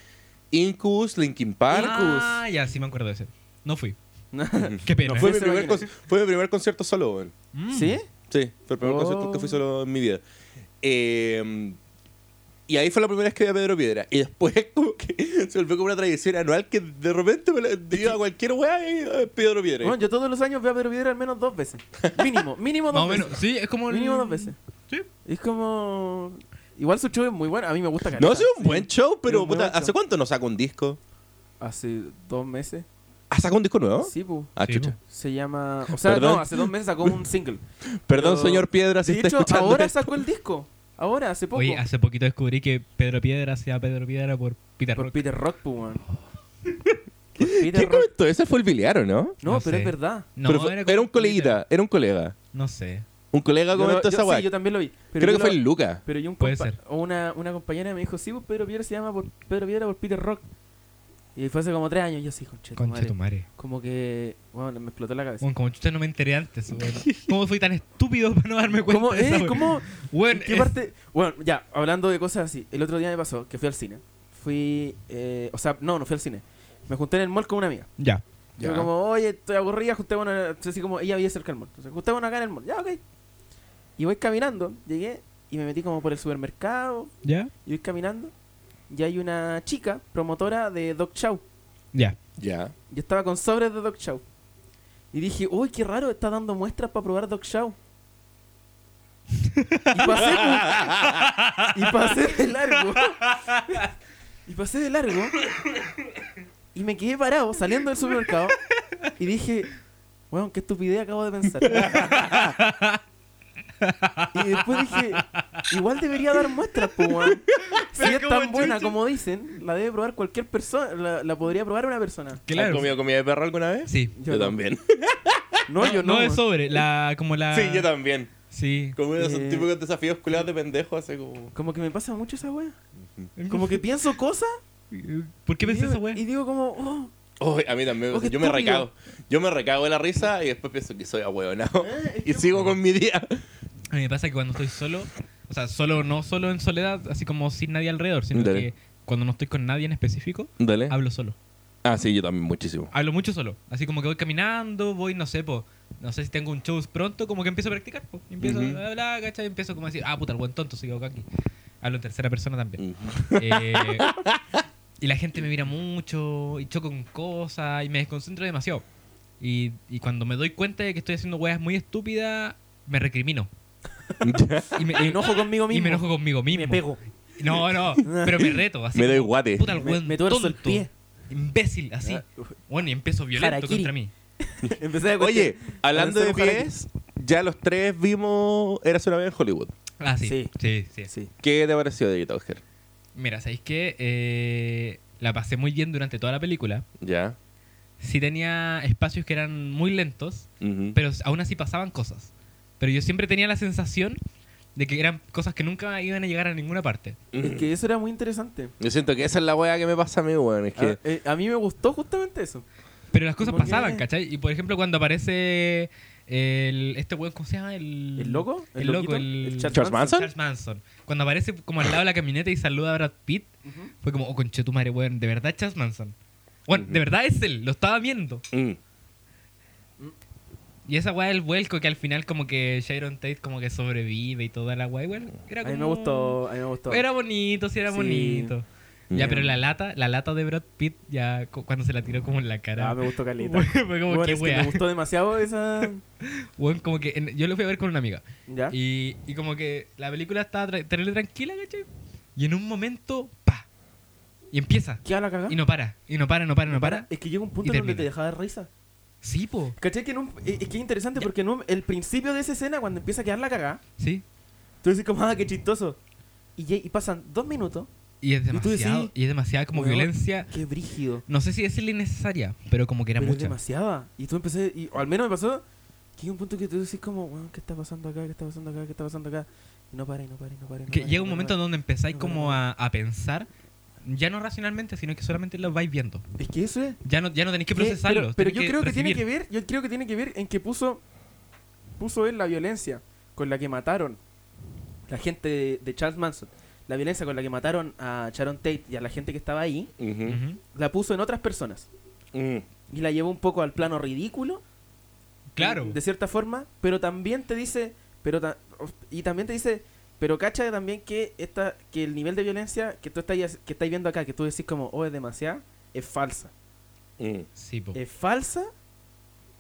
Speaker 4: Incus, Linkin Park.
Speaker 3: Ah, ya, sí me acuerdo de ese. No fui. Qué pena. ¿eh?
Speaker 1: No
Speaker 4: Fue, mi
Speaker 1: Ese
Speaker 4: primer
Speaker 1: Maquinaria.
Speaker 4: con- fue mi primer concierto solo, weón.
Speaker 3: Mm.
Speaker 1: ¿Sí?
Speaker 4: Sí, fue el primer
Speaker 1: Oh.
Speaker 4: concierto que fui solo en mi vida. Eh, y ahí fue la primera vez que vi a Pedro Piedra. Y después como que se volvió como una tradición anual que de repente me la digo a cualquier weá y eh, Pedro Piedra.
Speaker 1: Bueno, yo todos los años veo a Pedro Piedra al menos dos veces. Mínimo, mínimo
Speaker 3: Más
Speaker 1: dos
Speaker 3: o
Speaker 1: veces.
Speaker 3: menos. Sí, es como. el-
Speaker 1: Mínimo dos veces.
Speaker 3: Sí.
Speaker 1: Es como. Igual su show es muy bueno. A mí me gusta
Speaker 4: no,
Speaker 1: caleta.
Speaker 4: sí, un buen show, pero
Speaker 1: un buen
Speaker 4: puta,
Speaker 1: show.
Speaker 4: ¿hace cuánto no saca un disco?
Speaker 1: Hace dos meses.
Speaker 4: ¿Ha sacado un disco nuevo?
Speaker 1: Sí, pu.
Speaker 4: Ah,
Speaker 3: Sí,
Speaker 4: chucha.
Speaker 1: Se llama. O sea,
Speaker 4: Perdón.
Speaker 1: no, hace dos meses sacó un single.
Speaker 4: Perdón,
Speaker 1: Pero-
Speaker 4: señor Piedra, si
Speaker 1: De
Speaker 4: está
Speaker 1: hecho,
Speaker 4: escuchando.
Speaker 1: ahora
Speaker 4: esto.
Speaker 1: sacó el disco. Ahora, hace poco.
Speaker 3: Oye, hace poquito descubrí que Pedro Piedra hacía Pedro Piedra por Peter
Speaker 1: Por
Speaker 3: Rock.
Speaker 1: Peter Rock, pu, weón. Por Peter
Speaker 4: ¿Quién
Speaker 1: Rock.
Speaker 4: comentó? Ese fue el biliaro, ¿no?
Speaker 1: No,
Speaker 3: No
Speaker 1: pero
Speaker 3: sé.
Speaker 1: es verdad.
Speaker 3: No,
Speaker 4: Pero fue-
Speaker 3: como
Speaker 4: era un
Speaker 3: Peter.
Speaker 4: coleguita, era un colega.
Speaker 3: No sé.
Speaker 4: Un colega
Speaker 1: Yo lo-
Speaker 4: comentó
Speaker 1: yo-
Speaker 4: esa weá.
Speaker 1: Sí, yo también lo vi. Pero
Speaker 4: Creo
Speaker 1: yo
Speaker 4: que fue
Speaker 1: lo-
Speaker 4: el Luca.
Speaker 1: Pero yo un
Speaker 3: Puede
Speaker 1: compa-
Speaker 3: ser.
Speaker 1: o una, una compañera me dijo, sí, pues Pedro Piedra se llama por Pedro Piedra por Peter Rock. Y fue hace como tres años, yo sí, conche, tu
Speaker 3: Concha
Speaker 1: madre.
Speaker 3: tu madre.
Speaker 1: Como que, bueno, me explotó la cabeza.
Speaker 3: Bueno, como chucha no me enteré antes, weón. ¿Cómo fui tan estúpido para no darme cuenta
Speaker 1: ¿Cómo,
Speaker 3: de esa
Speaker 1: eh,
Speaker 3: weá?
Speaker 1: ¿Cómo?
Speaker 3: Weón,
Speaker 1: ¿En qué
Speaker 3: es-
Speaker 1: parte? Bueno, ya, hablando de cosas así, el otro día me pasó que fui al cine. Fui, eh, o sea, no, no fui al cine. Me junté en el mall con una amiga.
Speaker 3: Ya.
Speaker 1: Yo
Speaker 4: Ya.
Speaker 1: como, oye, estoy aburrida, juntémonos, en el-". Entonces, así como, ella vive cerca del mall. Entonces, juntémonos acá en el mall. Ya, ok. Y voy caminando, llegué y me metí como por el supermercado,
Speaker 3: ¿Ya?
Speaker 1: y voy caminando y hay una chica promotora de Dog Chow.
Speaker 3: Ya.
Speaker 4: Ya.
Speaker 1: Yo estaba con sobres de Dog Chow. Y dije, uy, qué raro, está dando muestras para probar Dog Chow. Y pasé, po. y pasé de largo. Y pasé de largo. Y me quedé parado saliendo del supermercado. Y dije, bueno, qué estupidez acabo de pensar. Y después dije, igual debería dar muestras, po, weón. Si
Speaker 3: Pero
Speaker 1: es
Speaker 3: como
Speaker 1: tan buena
Speaker 3: chucha.
Speaker 1: como dicen, la debe probar cualquier persona. La, la podría probar una persona.
Speaker 4: ¿Has
Speaker 3: Claro.
Speaker 4: comido comida de perro alguna vez?
Speaker 3: Sí.
Speaker 4: Yo,
Speaker 1: no.
Speaker 4: también.
Speaker 1: No, yo no.
Speaker 3: No es
Speaker 1: weón.
Speaker 3: sobre, la como la
Speaker 4: Sí,
Speaker 1: Ah.
Speaker 4: yo también.
Speaker 3: Sí.
Speaker 4: Como uno de esos
Speaker 1: Eh.
Speaker 4: típicos desafíos culiados de pendejo, hace como.
Speaker 1: Como que me pasa mucho esa wea. Como que pienso cosas.
Speaker 3: ¿Por qué
Speaker 1: y
Speaker 3: pensé
Speaker 1: digo-
Speaker 3: esa weá?
Speaker 1: Y digo como, oh,
Speaker 4: Uy, a mí también.
Speaker 1: Oh, qué
Speaker 4: yo me
Speaker 1: estúpido.
Speaker 4: recago. Yo me recago de la risa y después pienso que soy ahueonado.
Speaker 1: Eh, es
Speaker 4: y sigo con mi día.
Speaker 3: A mí me pasa que cuando estoy solo, o sea, solo no solo en soledad, así como sin nadie alrededor, sino
Speaker 4: Dale.
Speaker 3: que cuando no estoy con nadie en específico,
Speaker 1: ¿Eh?
Speaker 4: Dale.
Speaker 3: hablo solo.
Speaker 4: Ah, sí, yo también muchísimo.
Speaker 3: Hablo mucho solo. Así como que voy caminando, voy, no sé, po, no sé si tengo un show pronto, como que empiezo a practicar, po. Y Empiezo
Speaker 4: Ujú.
Speaker 3: a hablar, ¿cachai? Y Empiezo como a decir, ah, puta, el buen tonto se equivocó aquí. Hablo en tercera persona también.
Speaker 1: Mm.
Speaker 3: Eh, y la gente me mira mucho y choco con cosas y me desconcentro demasiado. Y, y cuando me doy cuenta de que estoy haciendo weas muy estúpidas, me recrimino. Y me,
Speaker 1: me enojo conmigo
Speaker 3: y
Speaker 1: mismo.
Speaker 3: me enojo conmigo
Speaker 1: y
Speaker 3: mismo.
Speaker 1: me pego.
Speaker 3: No, no, pero me reto. Así
Speaker 4: Me doy
Speaker 3: como,
Speaker 4: guate.
Speaker 3: Puta el
Speaker 1: Me-
Speaker 3: weón
Speaker 1: me tuerzo el
Speaker 3: tonto,
Speaker 1: pie.
Speaker 3: Imbécil, así.
Speaker 1: Ah, uf.
Speaker 3: Bueno, y empiezo violento
Speaker 1: Harakiri.
Speaker 3: contra mí.
Speaker 1: Empecé a
Speaker 4: Oye, hablando de
Speaker 1: Comenzar a enojar
Speaker 4: pies, ya los tres vimos Eras una vez en Hollywood.
Speaker 3: Ah, sí. Sí,
Speaker 1: Sí.
Speaker 3: sí.
Speaker 1: Sí.
Speaker 4: ¿Qué te pareció de Oscar?
Speaker 3: Mira, ¿sabéis qué? Eh, la pasé muy bien durante toda la película.
Speaker 4: Ya.
Speaker 3: Sí tenía espacios que eran muy lentos,
Speaker 4: Ujú.
Speaker 3: pero aún así pasaban cosas. Pero yo siempre tenía la sensación de que eran cosas que nunca iban a llegar a ninguna parte.
Speaker 1: Es que eso era muy interesante.
Speaker 4: Yo siento que esa es la weá que me pasa a mí, weón. Es que.
Speaker 1: A, eh, a mí me gustó justamente eso.
Speaker 3: Pero las cosas
Speaker 1: ¿Por qué?
Speaker 3: pasaban, ¿cachai? Y por ejemplo, cuando aparece el, este weón, ¿cómo se llama? El,
Speaker 1: ¿El loco?
Speaker 3: El,
Speaker 1: ¿El
Speaker 3: loco,
Speaker 1: loquito?
Speaker 3: el,
Speaker 1: ¿El Charles
Speaker 4: Charles Manson?
Speaker 3: Charles Manson. Cuando aparece como al lado de la camioneta y saluda a Brad Pitt,
Speaker 1: Ujú.
Speaker 3: fue como, oh, conche tu madre, weón, de verdad Charles Manson. Bueno,
Speaker 4: Ujú.
Speaker 3: de verdad es él, lo estaba viendo.
Speaker 4: Mm.
Speaker 3: Y esa weá del vuelco que al final como que Sharon Tate como que sobrevive y toda la weá, igual era
Speaker 1: A
Speaker 3: como...
Speaker 1: mí me gustó, a mí me gustó. Ah,
Speaker 3: Era bonito, sí era
Speaker 1: Sí.
Speaker 3: bonito. Ya, pero la lata, la lata de Brad Pitt, ya cu- cuando se la tiró como en la cara.
Speaker 1: Ah, me gustó Caleta.
Speaker 3: Weón, fue como,
Speaker 1: Bueno,
Speaker 3: qué
Speaker 1: es que me
Speaker 3: weá.
Speaker 1: gustó demasiado esa.
Speaker 3: Weón, como que en- yo lo fui a ver con una amiga.
Speaker 1: ¿Ya?
Speaker 3: Y, y como que la película estaba tra- terrible tranquila, ¿cachai? Y en un momento, pa. Y empieza.
Speaker 1: ¿Qué a la cagada?
Speaker 3: Y no para. Y no para, no para, no para.
Speaker 1: Es que llega un
Speaker 3: y
Speaker 1: punto en donde
Speaker 3: termina.
Speaker 1: te dejaba de risa.
Speaker 3: Sí, po.
Speaker 1: ¿Cachai? Que en un- es es que es interesante porque en un- el principio de esa escena, cuando empieza a quedar la cagada,
Speaker 3: Sí.
Speaker 1: tú dices como, ah, qué chistoso. Y, ya- y pasan dos minutos,
Speaker 3: Y es
Speaker 1: Y tú decís,
Speaker 3: demasiado. Y es demasiada como
Speaker 1: weón,
Speaker 3: violencia.
Speaker 1: qué brígido.
Speaker 3: No sé si decirle innecesaria, pero como que era
Speaker 1: pero es
Speaker 3: mucha.
Speaker 1: demasiada. Y tú empecé, y, o al menos me pasó, que hay un punto que tú decís como, weón, ¿qué está pasando acá? ¿Qué está pasando acá? ¿Qué está pasando acá? Y no para, y no para, y no para. y no
Speaker 3: Que
Speaker 1: para, y
Speaker 3: llega
Speaker 1: no
Speaker 3: un
Speaker 1: para,
Speaker 3: momento
Speaker 1: no
Speaker 3: donde empezáis
Speaker 1: No,
Speaker 3: como
Speaker 1: no.
Speaker 3: a, a pensar, ya no racionalmente, sino que solamente lo vais viendo.
Speaker 1: para. Es que eso es.
Speaker 3: Ya no, ya no tenéis que
Speaker 1: que-
Speaker 3: procesarlo.
Speaker 1: pero pero yo
Speaker 3: tenéis
Speaker 1: creo que tiene que
Speaker 3: recibir.
Speaker 1: ver, yo creo que tiene que ver en que puso, puso él la violencia con la que mataron la gente de, de Charles Manson. La violencia con la que mataron a Sharon Tate y a la gente que estaba ahí,
Speaker 4: Ujú.
Speaker 3: Ujú.
Speaker 1: la puso en otras personas.
Speaker 4: Mm.
Speaker 1: Y la llevó un poco al plano ridículo
Speaker 3: Claro.
Speaker 1: de cierta forma, pero también te dice, pero ta- y también te dice, pero cacha también que esta que el nivel de violencia que tú estás que estáis viendo acá, que tú decís como, "Oh, es demasiada", es falsa.
Speaker 4: Mm.
Speaker 3: Sí, po.
Speaker 1: Es falsa,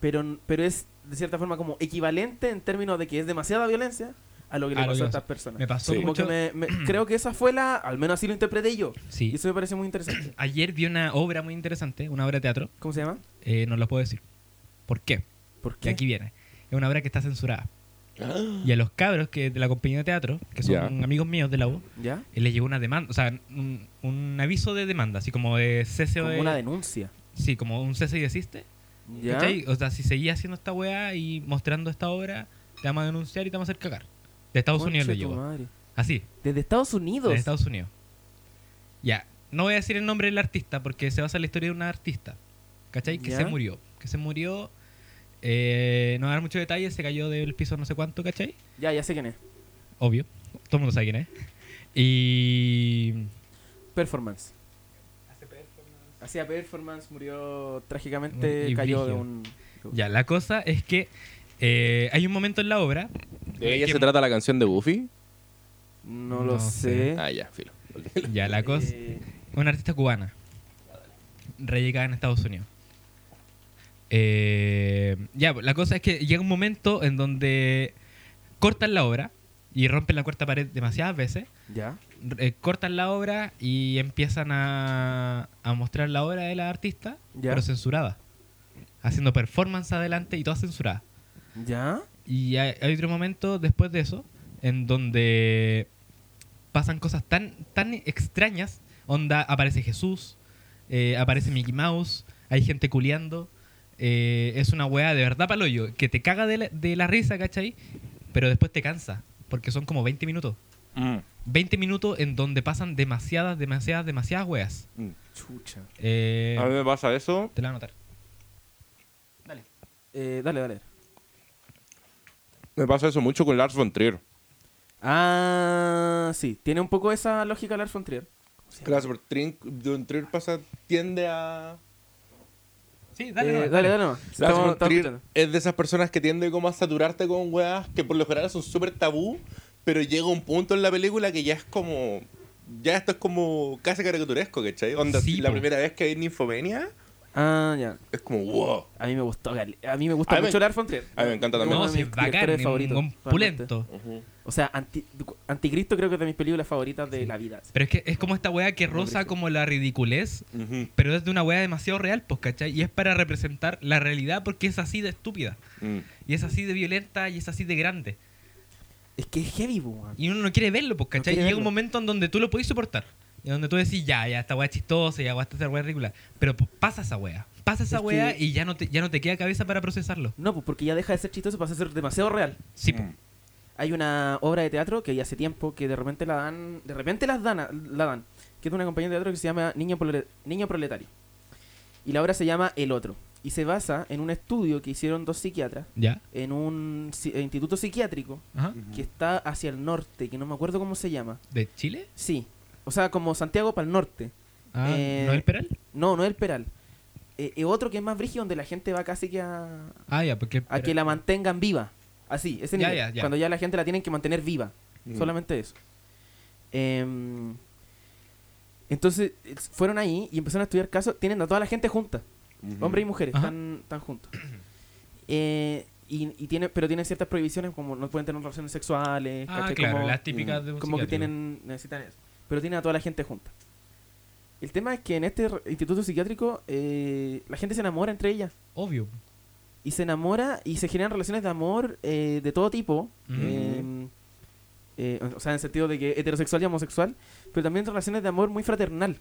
Speaker 1: pero n- pero es de cierta forma como equivalente en términos de que es demasiada violencia a lo que le
Speaker 3: A lo
Speaker 1: pasó
Speaker 3: que
Speaker 1: a
Speaker 3: pasó.
Speaker 1: estas personas.
Speaker 3: Me pasó
Speaker 4: Sí.
Speaker 1: Como que
Speaker 3: mucho.
Speaker 1: me- me- creo que esa fue la, al menos así lo interpreté yo.
Speaker 3: Sí.
Speaker 1: Y eso me parece muy interesante.
Speaker 3: Ayer vi una obra muy interesante, una obra de teatro.
Speaker 1: ¿Cómo se llama?
Speaker 3: Eh, no lo puedo decir. ¿Por qué?
Speaker 1: Porque
Speaker 3: Que aquí viene. Es una obra que está censurada.
Speaker 1: Ah.
Speaker 3: Y a los cabros que de la compañía de teatro, que son
Speaker 4: Ya.
Speaker 3: amigos míos de la U,
Speaker 1: ¿Ya?
Speaker 3: eh, les llegó una demanda, o sea, un, un aviso de demanda, así como de cese
Speaker 1: Como
Speaker 3: de-
Speaker 1: una denuncia.
Speaker 3: Sí, como un cese y desiste.
Speaker 1: ¿Ya?
Speaker 3: ¿Cachai? O sea, si seguía haciendo esta weá y mostrando esta obra, te vamos a denunciar y te vamos a hacer cagar. De Estados Unidos lo
Speaker 1: Conche tu
Speaker 3: llevo.
Speaker 1: madre.
Speaker 3: Así,
Speaker 1: Desde Estados Unidos.
Speaker 3: de Estados Unidos. Ya, no voy a decir el nombre del artista porque se basa en la historia de una artista. ¿Cachai? Que
Speaker 1: Ya.
Speaker 3: se murió. Que se murió. eh, no voy a dar muchos detalles, se cayó del piso no sé cuánto, ¿cachai?
Speaker 1: Ya, ya sé quién es.
Speaker 3: Obvio. Todo el mundo sabe quién es. Y.
Speaker 1: Performance. Hacía performance, murió trágicamente,
Speaker 3: Mm, Y
Speaker 1: cayó de
Speaker 3: brígido.
Speaker 1: un...
Speaker 3: Ya, la cosa es que eh, hay un momento en la obra.
Speaker 4: ¿De ella
Speaker 3: que-
Speaker 4: se trata la canción de Buffy?
Speaker 1: No lo
Speaker 3: No
Speaker 1: sé.
Speaker 3: sé.
Speaker 4: Ah, ya, filo.
Speaker 3: Ya, la cosa.
Speaker 1: Eh,
Speaker 3: Una artista cubana. Radicada en Estados Unidos. Eh, ya, la cosa es que llega un momento en donde cortan la obra y rompen la cuarta pared demasiadas veces.
Speaker 1: ya.
Speaker 3: eh, cortan la obra y empiezan a, a mostrar la obra de la artista,
Speaker 1: Ya.
Speaker 3: pero censurada. Haciendo performance adelante y toda censurada.
Speaker 1: Ya.
Speaker 3: Y hay, hay otro momento después de eso en donde pasan cosas tan, tan extrañas. Onda, aparece Jesús, eh, aparece Mickey Mouse, hay gente culeando. eh, es una weá de verdad paloyo, que te caga de la, de la risa, ¿cachai? Pero después te cansa, porque son como 20 minutos.
Speaker 4: Mm.
Speaker 3: 20 minutos en donde pasan demasiadas, demasiadas, demasiadas weas.
Speaker 1: Chucha.
Speaker 3: Eh,
Speaker 4: A mí me pasa eso.
Speaker 3: te la voy a anotar.
Speaker 1: Eh, dale, dale.
Speaker 4: Me pasa eso mucho con Lars von Trier.
Speaker 1: Ah, sí. Tiene un poco esa lógica Lars von Trier.
Speaker 4: Lars von Trier, von Trier pasa, tiende a...
Speaker 3: Sí, dale,
Speaker 1: Dale,
Speaker 3: nomás,
Speaker 1: dale, Eh, dale. nomás.
Speaker 4: Lars
Speaker 1: Estamos-
Speaker 4: von
Speaker 1: estamos
Speaker 4: Trier
Speaker 1: escuchando.
Speaker 4: es de esas personas que tiende como a saturarte con weas que por lo general son súper tabú, pero llega un punto en la película que ya es como... Ya esto es como casi caricaturesco, ¿cachai? Onda,
Speaker 3: Sí,
Speaker 4: si la
Speaker 3: po.
Speaker 4: primera vez que hay Ninfomania
Speaker 1: Ah, ya.
Speaker 4: es como wow.
Speaker 1: A mí me gustó. cal- A mí me gusta
Speaker 4: A mí me-
Speaker 1: mucho Lars von Trier.
Speaker 4: a mí me encanta también.
Speaker 1: Uno
Speaker 3: No,
Speaker 1: de
Speaker 3: si
Speaker 1: mis
Speaker 3: es bacán,
Speaker 1: directores
Speaker 3: es
Speaker 1: favoritos,
Speaker 3: un
Speaker 1: realmente.
Speaker 3: pulento.
Speaker 1: O sea, anti- Anticristo creo que es de mis películas favoritas de la vida.
Speaker 3: Pero es que es como esta wea que roza como la ridiculez,
Speaker 4: Ujú,
Speaker 3: pero es de una wea demasiado real, pues, ¿cachai? Y es para representar la realidad porque es así de estúpida,
Speaker 4: mm.
Speaker 3: y es así de violenta, y es así de grande.
Speaker 1: Es que es heavy, pues, weón.
Speaker 3: Y uno no quiere verlo, pues, ¿cachai?
Speaker 1: quiere
Speaker 3: y llega un
Speaker 1: verlo.
Speaker 3: momento en donde tú lo puedes soportar. Y donde tú decís, ya, ya, esta wea es chistosa, ya, esta wea es ridícula. Pero pues, pasa esa wea. Pasa esa
Speaker 1: Es que-
Speaker 3: wea y ya no, te, ya no te queda cabeza para procesarlo.
Speaker 1: No, pues porque ya deja de ser chistoso para ser demasiado real.
Speaker 3: Sí,
Speaker 1: Mm.
Speaker 3: pues.
Speaker 1: Hay una obra de teatro que ya hace tiempo que de repente la dan, de repente las dan, la dan, que es de una compañía de teatro que se llama Niño, Prole- Niño Proletario. Y la obra se llama El Otro. Y se basa en un estudio que hicieron dos psiquiatras
Speaker 3: ¿Ya?
Speaker 1: en un si- eh, instituto psiquiátrico
Speaker 3: Ajá.
Speaker 1: que está hacia el norte, que no me acuerdo cómo se llama.
Speaker 3: ¿De Chile?
Speaker 1: Sí, o sea, como Santiago para el norte.
Speaker 3: Ah,
Speaker 1: Eh,
Speaker 3: ¿No es el Peral?
Speaker 1: No, no es el Peral. Eh, eh, otro que es más brígido, donde la gente va casi que a,
Speaker 3: Ah, ya, porque.
Speaker 1: a que la mantengan viva. Así, ese
Speaker 3: Ya,
Speaker 1: nivel.
Speaker 3: ya, ya.
Speaker 1: Cuando ya la gente la tienen que mantener viva.
Speaker 4: Mm.
Speaker 1: Solamente eso. Em, entonces, es- fueron ahí y empezaron a estudiar casos. Tienen a toda la gente junta.
Speaker 4: Ujú.
Speaker 1: Hombres y mujeres,
Speaker 3: Ajá.
Speaker 1: están, están juntos. Eh, y, y tienen, pero tienen ciertas prohibiciones, como no pueden tener relaciones sexuales.
Speaker 3: Ah,
Speaker 1: ¿cachai?
Speaker 3: claro,
Speaker 1: Como-
Speaker 3: las típicas de un
Speaker 1: como que
Speaker 3: psiquiátrico.
Speaker 1: tienen necesitan eso pero tienen a toda la gente junta el tema es que en este re- instituto psiquiátrico eh, la gente se enamora entre ellas
Speaker 3: Obvio.
Speaker 1: y se enamora y se generan relaciones de amor eh, de todo tipo
Speaker 3: Ujú.
Speaker 1: eh, eh, o- o sea en el sentido de que heterosexual y homosexual pero también relaciones de amor muy fraternal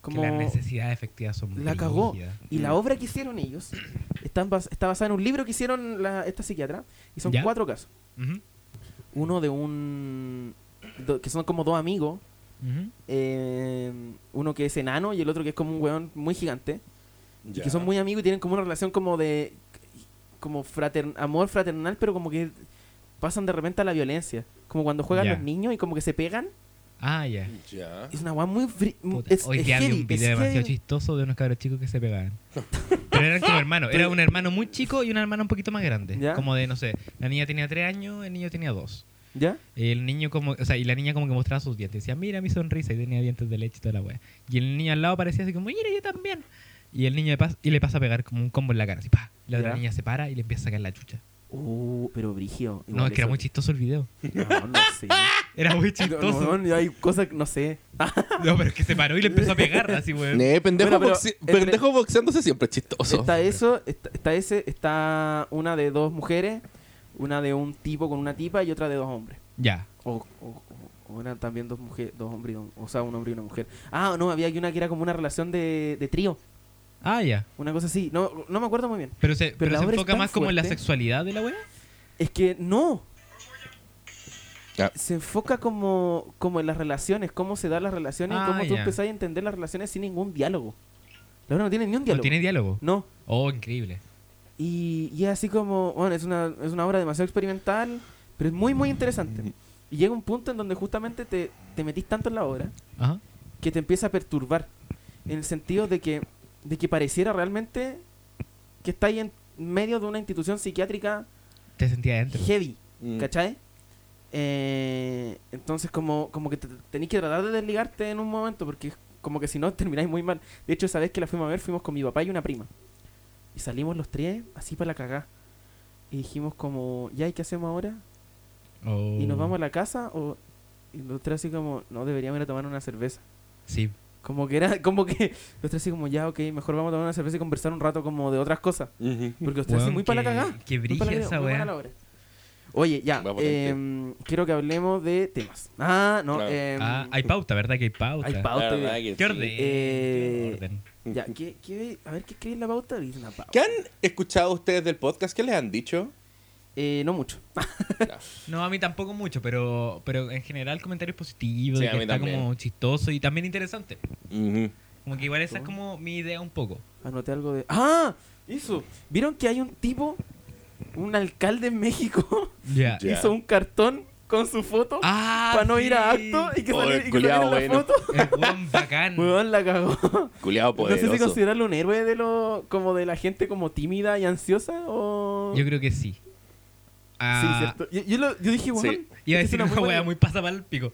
Speaker 1: como
Speaker 3: Que Mm. las necesidades efectivas son
Speaker 1: la cagó.
Speaker 3: brígidas.
Speaker 1: y la obra que hicieron ellos están bas- está basada en un libro que hicieron la, esta psiquiatra y son
Speaker 3: ¿Ya?
Speaker 1: cuatro casos
Speaker 3: Ujú,
Speaker 1: uno de un do- que son como dos amigos
Speaker 3: ujú.
Speaker 1: eh, uno que es enano y el otro que es como un weón muy gigante. Y que
Speaker 4: Ya.
Speaker 1: son muy amigos y tienen como una relación como de. como fratern- amor fraternal, pero como que pasan de repente a la violencia. Como cuando juegan
Speaker 3: Ya.
Speaker 1: los niños y como que se pegan.
Speaker 3: Ah, ya.
Speaker 4: Ya.
Speaker 1: Es una weá muy. fri- mu-
Speaker 3: Puta,
Speaker 1: Mm, es,
Speaker 3: Hoy
Speaker 1: es
Speaker 3: día vi
Speaker 1: heavy,
Speaker 3: un
Speaker 1: es
Speaker 3: video demasiado
Speaker 1: heavy.
Speaker 3: chistoso de unos cabros chicos que se pegaban. Pero eran como hermanos. Era un hermano muy chico y una hermana un poquito más grande.
Speaker 1: ¿Ya?
Speaker 3: Como de, no sé, la niña tenía 3 años, el niño tenía 2.
Speaker 1: ¿Ya?
Speaker 3: El niño como, o sea, y la niña como que mostraba sus dientes. Decía, mira mi sonrisa y tenía dientes de leche y toda la wea. Y el niño al lado parecía así como, mira, yo también. Y el niño le pasa, y le pasa a pegar como un combo en la cara. Así, pa. Y La
Speaker 1: Ya.
Speaker 3: otra niña se para y le empieza a sacar la chucha.
Speaker 1: Uh, pero brigio.
Speaker 3: No, es que era muy chistoso el video.
Speaker 1: No, no sé.
Speaker 3: Era muy
Speaker 1: No, no,
Speaker 3: chistoso.
Speaker 1: no, hay cosas, que no sé. Ah,
Speaker 3: No, pero es que se paró y le empezó a pegar así, weón.
Speaker 4: Ne, pendejo,
Speaker 1: Bueno, pero
Speaker 4: boxe-
Speaker 1: entre- Eh,
Speaker 4: pendejo boxeándose siempre es chistoso.
Speaker 1: Está eso, está, está ese, está una de dos mujeres, una de un tipo con una tipa y otra de dos hombres.
Speaker 3: Ya.
Speaker 1: O, o- o- o eran también dos mujeres, dos hombres, y un- o sea, un hombre y una mujer. Ah, no, había aquí una que era como una relación de, de trío,
Speaker 3: Ah, ya.
Speaker 1: una cosa así. No, no me acuerdo muy bien.
Speaker 3: Pero se,
Speaker 1: Pero
Speaker 3: pero
Speaker 1: la
Speaker 3: se
Speaker 1: obra es
Speaker 3: enfoca
Speaker 1: tan
Speaker 3: más como en la
Speaker 1: fuerte.
Speaker 3: sexualidad de la wea.
Speaker 1: Es que no.
Speaker 4: Ya.
Speaker 1: Se enfoca como, como en las relaciones, cómo se dan las relaciones
Speaker 3: Ah,
Speaker 1: y cómo tú
Speaker 3: ya.
Speaker 1: empezás a entender las relaciones sin ningún diálogo. La verdad no tiene ni un
Speaker 3: ¿No
Speaker 1: diálogo.
Speaker 3: tiene diálogo?
Speaker 1: No.
Speaker 3: Oh, increíble.
Speaker 1: Y, y es así como, bueno, es una, es una obra demasiado experimental, pero es muy, muy interesante. Y llega un punto en donde justamente te, te metís tanto en la obra
Speaker 3: Ajá.
Speaker 1: que te empieza a perturbar. En el sentido de que, de que pareciera realmente que estáis en medio de una institución psiquiátrica
Speaker 3: Te sentía adentro.
Speaker 1: heavy,
Speaker 4: Mm.
Speaker 1: ¿cachai? Eh, entonces como, como que te- te- tenéis que tratar de desligarte en un momento porque es como que si no termináis muy mal. De hecho, esa vez que la fuimos a ver fuimos con mi papá y una prima. Y salimos los tres así para la cagá. Y dijimos como, ya, ¿y qué hacemos ahora?
Speaker 3: Oh.
Speaker 1: ¿Y nos vamos a la casa? O... Y los tres así como, no, deberíamos ir a tomar una cerveza.
Speaker 3: Oh, Sí.
Speaker 1: Como que era, como que los tres así como, ya, ok, mejor vamos a tomar una cerveza y conversar un rato como de otras cosas.
Speaker 4: Ujú.
Speaker 1: Porque los tres
Speaker 3: Weón,
Speaker 1: así muy para la
Speaker 3: que-
Speaker 1: cagá.
Speaker 3: que
Speaker 1: muy pa' la
Speaker 3: brígida
Speaker 1: cagá,
Speaker 3: esa
Speaker 1: muy
Speaker 3: weá.
Speaker 1: pa' la obra. Oye, ya,
Speaker 4: Weá potente.
Speaker 1: em, quiero que hablemos de temas. Ah, no,
Speaker 4: Claro.
Speaker 1: em,
Speaker 3: Ah, hay pauta, ¿verdad? Que hay pauta.
Speaker 1: Hay pauta.
Speaker 4: La verdad que
Speaker 3: Qué
Speaker 4: sí.
Speaker 3: orden.
Speaker 1: Eh,
Speaker 3: Qué orden.
Speaker 1: ya, ¿qué- qué- a ver, ¿qué escribí en la pauta? Dice una pauta.
Speaker 4: ¿Qué han escuchado ustedes del podcast? ¿Qué les han dicho?
Speaker 1: Eh, no mucho.
Speaker 3: No, a mí tampoco mucho, pero, pero en general comentarios positivos,
Speaker 4: Sí,
Speaker 3: de
Speaker 4: a
Speaker 3: que
Speaker 4: mí
Speaker 3: está
Speaker 4: también.
Speaker 3: como chistoso y también interesante.
Speaker 4: Ujú.
Speaker 3: Como que igual esa es como mi idea un poco.
Speaker 1: Anoté algo de... ¡Ah! Eso. ¿Vieron que hay un tipo, un alcalde en México,
Speaker 3: Ya.
Speaker 4: Ya.
Speaker 1: hizo un cartón con su foto
Speaker 3: Ah,
Speaker 1: para no ir a
Speaker 3: sí.
Speaker 1: acto y que
Speaker 4: Oh,
Speaker 1: saliera
Speaker 4: el
Speaker 1: y que
Speaker 4: culiao
Speaker 1: saliera en la
Speaker 4: bueno.
Speaker 1: foto?
Speaker 3: El weón bacán.
Speaker 1: Weón, la cagó.
Speaker 4: Culeado poderoso.
Speaker 1: No sé si considerarlo un héroe de lo, como de la gente como tímida y ansiosa o...
Speaker 3: Yo creo que sí.
Speaker 1: Sí,
Speaker 3: Ah,
Speaker 1: cierto. Yo, yo lo- yo dije, weón.
Speaker 4: Sí.
Speaker 3: Iba a
Speaker 1: esta es
Speaker 3: decir una
Speaker 1: buena
Speaker 3: weá
Speaker 1: idea.
Speaker 3: muy pasa para el pico.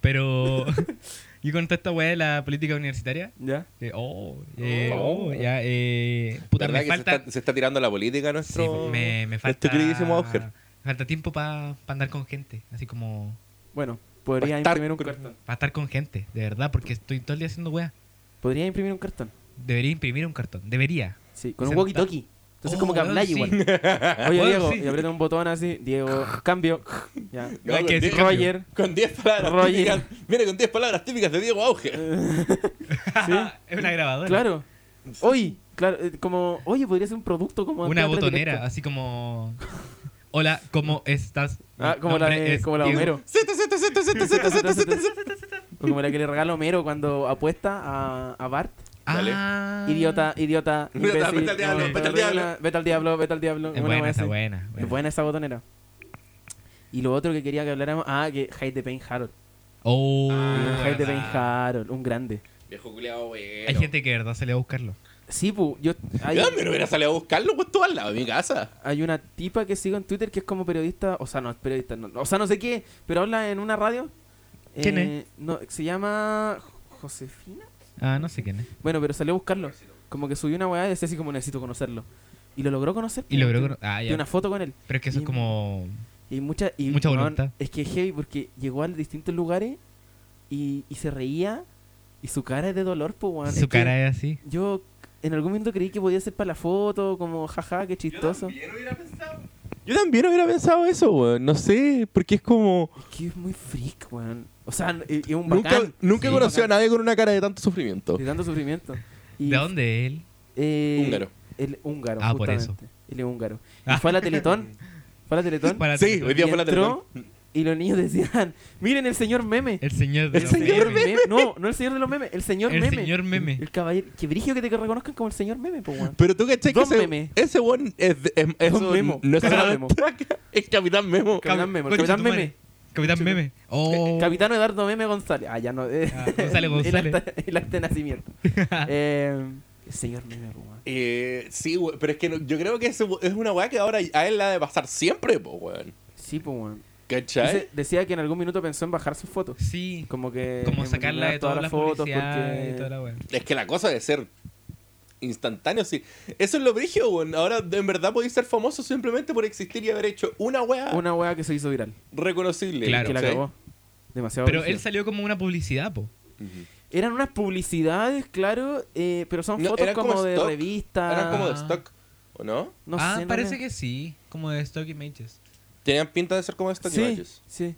Speaker 3: Pero. y con toda esta weá de la política universitaria.
Speaker 1: Ya.
Speaker 3: eh, oh, eh,
Speaker 4: Oh.
Speaker 3: oh, ya, eh, puta,
Speaker 4: ¿Verdad
Speaker 3: me
Speaker 4: que
Speaker 3: falta.
Speaker 4: se, está, se está tirando la política
Speaker 3: sí,
Speaker 4: nuestro,
Speaker 3: me,
Speaker 1: Este
Speaker 3: me falta.
Speaker 4: nuestro queridísimo Oscar?
Speaker 3: me falta tiempo para andar con gente. Así como.
Speaker 1: Bueno, podría
Speaker 4: Bastar-
Speaker 1: imprimir un cartón.
Speaker 3: Para estar con gente, de verdad, porque estoy todo el día haciendo weá.
Speaker 1: Podría imprimir un cartón.
Speaker 3: Debería imprimir un cartón. Debería.
Speaker 1: Sí, con un
Speaker 3: Sentar-
Speaker 1: walkie-talkie. Entonces
Speaker 3: Oh,
Speaker 1: como que
Speaker 3: weón,
Speaker 1: habláis
Speaker 3: sí.
Speaker 1: igual.
Speaker 3: Weón,
Speaker 1: Oye, Diego,
Speaker 3: sí.
Speaker 1: y aprieta un botón así. Diego, cambio. Ya.
Speaker 4: No,
Speaker 3: Hay
Speaker 4: con
Speaker 3: que decir
Speaker 4: diez-
Speaker 3: cambio.
Speaker 1: Roger.
Speaker 4: Con 10 palabras
Speaker 1: Roger.
Speaker 4: típicas. Mira, con 10 palabras típicas de Diego Auge.
Speaker 1: Sí.
Speaker 3: es una grabadora.
Speaker 1: Claro. Oye, claro, eh, como, oye, podría ser un producto como...
Speaker 3: Una
Speaker 1: teatro
Speaker 3: botonera,
Speaker 1: directo.
Speaker 3: así como. Hola, ¿cómo estás?
Speaker 1: Ah,
Speaker 3: Mi
Speaker 1: como la,
Speaker 3: nombre
Speaker 1: de-
Speaker 3: es
Speaker 1: como la de
Speaker 3: Diego.
Speaker 1: Homero.
Speaker 4: Zeta, zeta, zeta, zeta, zeta, zeta, zeta, zeta.
Speaker 1: O como la que le regala Homero cuando apuesta a, a Bart.
Speaker 3: Ah,
Speaker 1: Idiota, idiota,
Speaker 4: Idiota,
Speaker 1: imbécil,
Speaker 4: vete al diablo,
Speaker 1: no,
Speaker 4: vete al diablo.
Speaker 1: Vete al diablo, vete al diablo.
Speaker 3: Es
Speaker 1: Una
Speaker 3: buena,
Speaker 1: wea
Speaker 3: está
Speaker 1: así.
Speaker 3: buena.
Speaker 1: Es buena esa botonera. Y lo otro que quería que habláramos, ah, que Hyde the Pain Harold.
Speaker 3: Oh,
Speaker 1: Hyde the Pain
Speaker 3: verdad.
Speaker 1: Harold, un grande.
Speaker 4: Viejo culeado, bueno.
Speaker 3: Hay gente que de verdad sale a buscarlo.
Speaker 1: Sí, pu, yo hay,
Speaker 4: Ya, me lo hubiera salido a buscarlo, pues todo al lado de mi casa.
Speaker 1: hay una tipa que sigo en Twitter que es como periodista, o sea, no es periodista, no, o sea, no sé qué, pero habla en una radio.
Speaker 3: ¿Quién
Speaker 1: Eh, No, se llama Josefina.
Speaker 3: Ah, no sé quién es.
Speaker 1: Bueno, pero salió a buscarlo. Como que subió una weá y decía así como necesito conocerlo. Y lo logró conocer.
Speaker 3: Y
Speaker 1: pu,
Speaker 3: logró.
Speaker 1: tiene-
Speaker 3: cono- Ah,
Speaker 1: tiene
Speaker 3: ya.
Speaker 1: una foto con él.
Speaker 3: Pero es que eso es como.
Speaker 1: Y mucha, y,
Speaker 3: Mucha
Speaker 1: weón,
Speaker 3: voluntad.
Speaker 1: Es que es heavy porque llegó a distintos lugares y, y se reía y su cara es de dolor, pues, weón. Es
Speaker 3: Su
Speaker 1: que
Speaker 3: cara es así.
Speaker 1: Yo en algún momento creí que podía ser para la foto, como jaja, qué chistoso.
Speaker 4: Yo también hubiera pensado eso, weón. No sé, porque es como.
Speaker 1: Es que es muy freak, weón. O sea, n- es es un
Speaker 4: Nunca,
Speaker 1: bacán.
Speaker 4: nunca
Speaker 1: Sí,
Speaker 4: he conocido
Speaker 1: bacán.
Speaker 4: a nadie con una cara de tanto sufrimiento.
Speaker 1: De tanto sufrimiento. Y-
Speaker 3: ¿De dónde él?
Speaker 1: eh,
Speaker 4: Húngaro.
Speaker 1: El húngaro,
Speaker 3: Ah, por eso.
Speaker 1: justamente. Él es húngaro. Y
Speaker 3: Ah.
Speaker 1: fue a la Teletón. Fue a la Teletón.
Speaker 3: Para
Speaker 4: Sí, hoy
Speaker 1: y
Speaker 4: día fue la
Speaker 1: entró, y los niños decían, miren el señor meme.
Speaker 3: El señor. de
Speaker 1: El
Speaker 3: los
Speaker 1: señor
Speaker 3: memes.
Speaker 1: meme. No, no el señor de los memes, el señor
Speaker 3: El
Speaker 1: meme.
Speaker 3: señor meme.
Speaker 1: El caballero. Que brigio que te reconozcan como el señor meme, pues, weón.
Speaker 4: Pero tú cachai que
Speaker 1: Don
Speaker 4: ese,
Speaker 1: Meme.
Speaker 4: ese weón es, de- es, es
Speaker 1: Don
Speaker 4: un-
Speaker 1: Memo.
Speaker 4: No es
Speaker 1: Capitán
Speaker 4: solamente- Es Capitán Memo.
Speaker 1: Capitán Meme, el
Speaker 3: Concha
Speaker 1: Capitán
Speaker 3: tu
Speaker 1: Meme.
Speaker 3: madre. Capitán Meme. Oh.
Speaker 1: Capitán Eduardo Meme González. Ah, ya no. eh.
Speaker 3: Ah, González,
Speaker 1: El
Speaker 3: González. Ah.
Speaker 1: acta- El acta de nacimiento. Eh, el señor meme, pues, weón.
Speaker 4: Eh, sí, weón, pero es que no- yo creo que ese we- es una weá que ahora a él la ha de pasar siempre, po, weón.
Speaker 1: Sí, pues, weón.
Speaker 4: ¿Cachai?
Speaker 1: Dice- decía que en algún minuto pensó en bajar sus fotos.
Speaker 3: Sí.
Speaker 1: Como que.
Speaker 3: Como
Speaker 1: eliminar
Speaker 3: sacarla de todas las fotos. Y toda la wea.
Speaker 4: Es que la cosa de ser instantáneo, sí. Eso es lo brígido, weón. Ahora en verdad podéis ser famoso simplemente por existir y haber hecho una weá
Speaker 1: Una weá que se hizo viral.
Speaker 4: reconocible.
Speaker 3: Claro.
Speaker 1: que la
Speaker 4: ¿cachai?
Speaker 1: acabó. Demasiado.
Speaker 3: Pero
Speaker 1: brígido.
Speaker 3: él salió como una publicidad, po.
Speaker 4: Ujú.
Speaker 1: Eran unas publicidades, claro, eh, pero son
Speaker 4: No,
Speaker 1: fotos
Speaker 4: eran
Speaker 1: como,
Speaker 4: como
Speaker 1: de
Speaker 4: stock.
Speaker 1: revistas.
Speaker 4: Eran como de stock, ¿o no?
Speaker 1: No
Speaker 3: ah,
Speaker 1: sé, no
Speaker 3: parece
Speaker 1: era-
Speaker 3: que sí. Como de Stock Images.
Speaker 4: Tenían pinta de ser como de stock
Speaker 1: sí,
Speaker 4: images.
Speaker 1: Sí,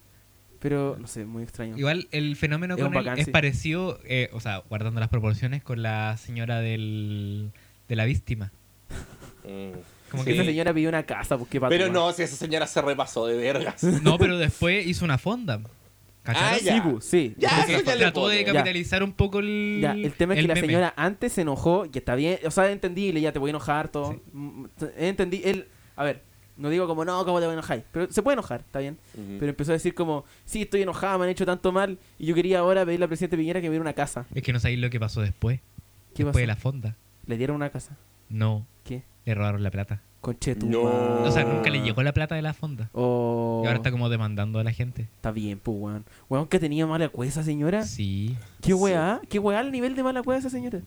Speaker 1: pero no sé, muy extraño.
Speaker 3: Igual el fenómeno
Speaker 1: Es
Speaker 3: con
Speaker 1: un
Speaker 3: él
Speaker 1: bacán,
Speaker 3: es
Speaker 1: sí.
Speaker 3: parecido, eh, o sea, guardando las proporciones con la señora del, de la víctima.
Speaker 4: Mm.
Speaker 3: Como
Speaker 1: Esa
Speaker 3: que,
Speaker 1: señora pidió una casa, pues, porque para
Speaker 4: Pero
Speaker 1: tu-
Speaker 4: no, si esa señora se repasó de vergas.
Speaker 3: no, pero después hizo una fonda.
Speaker 4: Ah,
Speaker 3: ¿Cachai?
Speaker 1: Sí, bu, sí.
Speaker 4: Ya,
Speaker 1: Entonces,
Speaker 4: eso ya le
Speaker 3: Trató de
Speaker 4: pone.
Speaker 3: capitalizar un poco el.
Speaker 1: Ya, el tema es que la
Speaker 3: meme.
Speaker 1: señora antes se enojó, y está bien, o sea, es entendible, ya te voy a enojar todo.
Speaker 3: Sí.
Speaker 1: Mm, t- Entendí, él, a ver, no digo como, no, ¿cómo te voy a enojar? Pero se puede enojar, está bien.
Speaker 4: Ujú.
Speaker 1: Pero empezó a decir como, sí, estoy enojada, me han hecho tanto mal, y yo quería ahora pedirle al presidente Piñera que me diera una casa.
Speaker 3: Es que no sabéis lo que pasó después.
Speaker 1: ¿Qué pasó?
Speaker 3: Después de la fonda.
Speaker 1: Le dieron una casa.
Speaker 3: No,
Speaker 1: ¿Qué?
Speaker 3: le robaron la plata.
Speaker 1: Conchetu.
Speaker 4: No.
Speaker 3: O sea, nunca le llegó la plata de la fonda.
Speaker 1: Oh,
Speaker 3: Y ahora está como demandando a la gente.
Speaker 1: está bien, pues, weón. Weón, que tenía mala cueva esa señora.
Speaker 3: Sí.
Speaker 1: Qué weá, qué weá el nivel de mala cueva esa señora.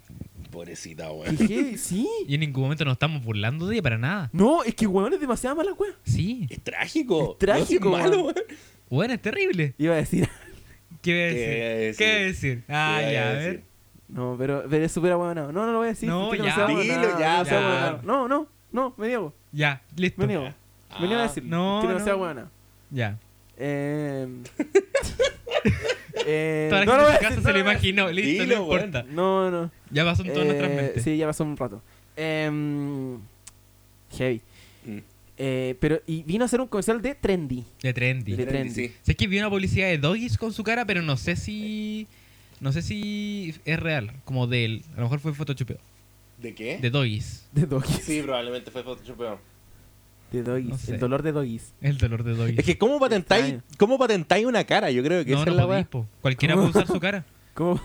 Speaker 4: Pobrecita,
Speaker 1: Qué
Speaker 4: weón.
Speaker 1: heavy, sí.
Speaker 3: Y en ningún momento nos estamos burlando de ella para nada.
Speaker 1: No, es que weón es demasiada mala cueva.
Speaker 3: Sí.
Speaker 4: Es trágico.
Speaker 1: Es trágico,
Speaker 4: No, si es malo,
Speaker 1: weón.
Speaker 4: weón.
Speaker 3: Bueno, es terrible.
Speaker 1: Iba a decir.
Speaker 3: ¿Qué voy a
Speaker 4: ¿Qué voy a decir?
Speaker 3: decir? ¿Qué voy a decir? Ah,
Speaker 4: Te voy
Speaker 3: ya, a
Speaker 4: decir.
Speaker 3: ver.
Speaker 1: No, pero, pero es súper ahueonado. No, no lo voy a decir.
Speaker 3: No,
Speaker 1: porque
Speaker 3: ya.
Speaker 1: sea ahueonado,
Speaker 4: Dilo, ya,
Speaker 1: no sea
Speaker 3: ya.
Speaker 1: ahueonado. No, no, no, me niego.
Speaker 3: Ya, listo.
Speaker 1: Me niego.
Speaker 4: Ah.
Speaker 1: Me niego a decirlo.
Speaker 3: No,
Speaker 1: que no,
Speaker 3: no.
Speaker 1: sea ahueonado.
Speaker 3: Ya.
Speaker 1: Eh, eh,
Speaker 3: Toda la
Speaker 1: no lo
Speaker 3: gente
Speaker 1: voy
Speaker 3: en su
Speaker 1: a
Speaker 3: casa se
Speaker 1: decir,
Speaker 3: lo
Speaker 1: no lo voy a decir.
Speaker 3: imaginó. Listo,
Speaker 4: Dilo,
Speaker 3: no
Speaker 4: weón.
Speaker 3: importa.
Speaker 1: No, no.
Speaker 3: Ya pasó en todas nuestras
Speaker 1: Eh,
Speaker 3: mentes.
Speaker 1: Sí, ya pasó un rato. Em, heavy.
Speaker 4: Mm.
Speaker 1: Eh, pero, y vino a hacer un comercial de Trendy.
Speaker 3: De trendy.
Speaker 1: De- Trendy.
Speaker 4: Sí.
Speaker 3: Sé que vi una publicidad de Doggies con su cara, pero no sé si. No sé si es real, como de él. A lo mejor fue Photoshopeo.
Speaker 4: ¿De qué?
Speaker 3: De Doggies.
Speaker 1: De Doggies.
Speaker 4: Sí, probablemente fue Photoshop.
Speaker 1: De Doggies.
Speaker 3: No sé.
Speaker 1: El dolor de Doggies.
Speaker 3: El dolor de Doggies.
Speaker 4: Es que ¿cómo patentáis,
Speaker 1: Extraño.
Speaker 4: cómo patentáis una cara? Yo creo que
Speaker 3: no,
Speaker 4: esa
Speaker 3: no
Speaker 4: es la
Speaker 3: podéis,
Speaker 4: weá.
Speaker 3: po. Cualquiera puede usar su cara.
Speaker 1: ¿Cómo?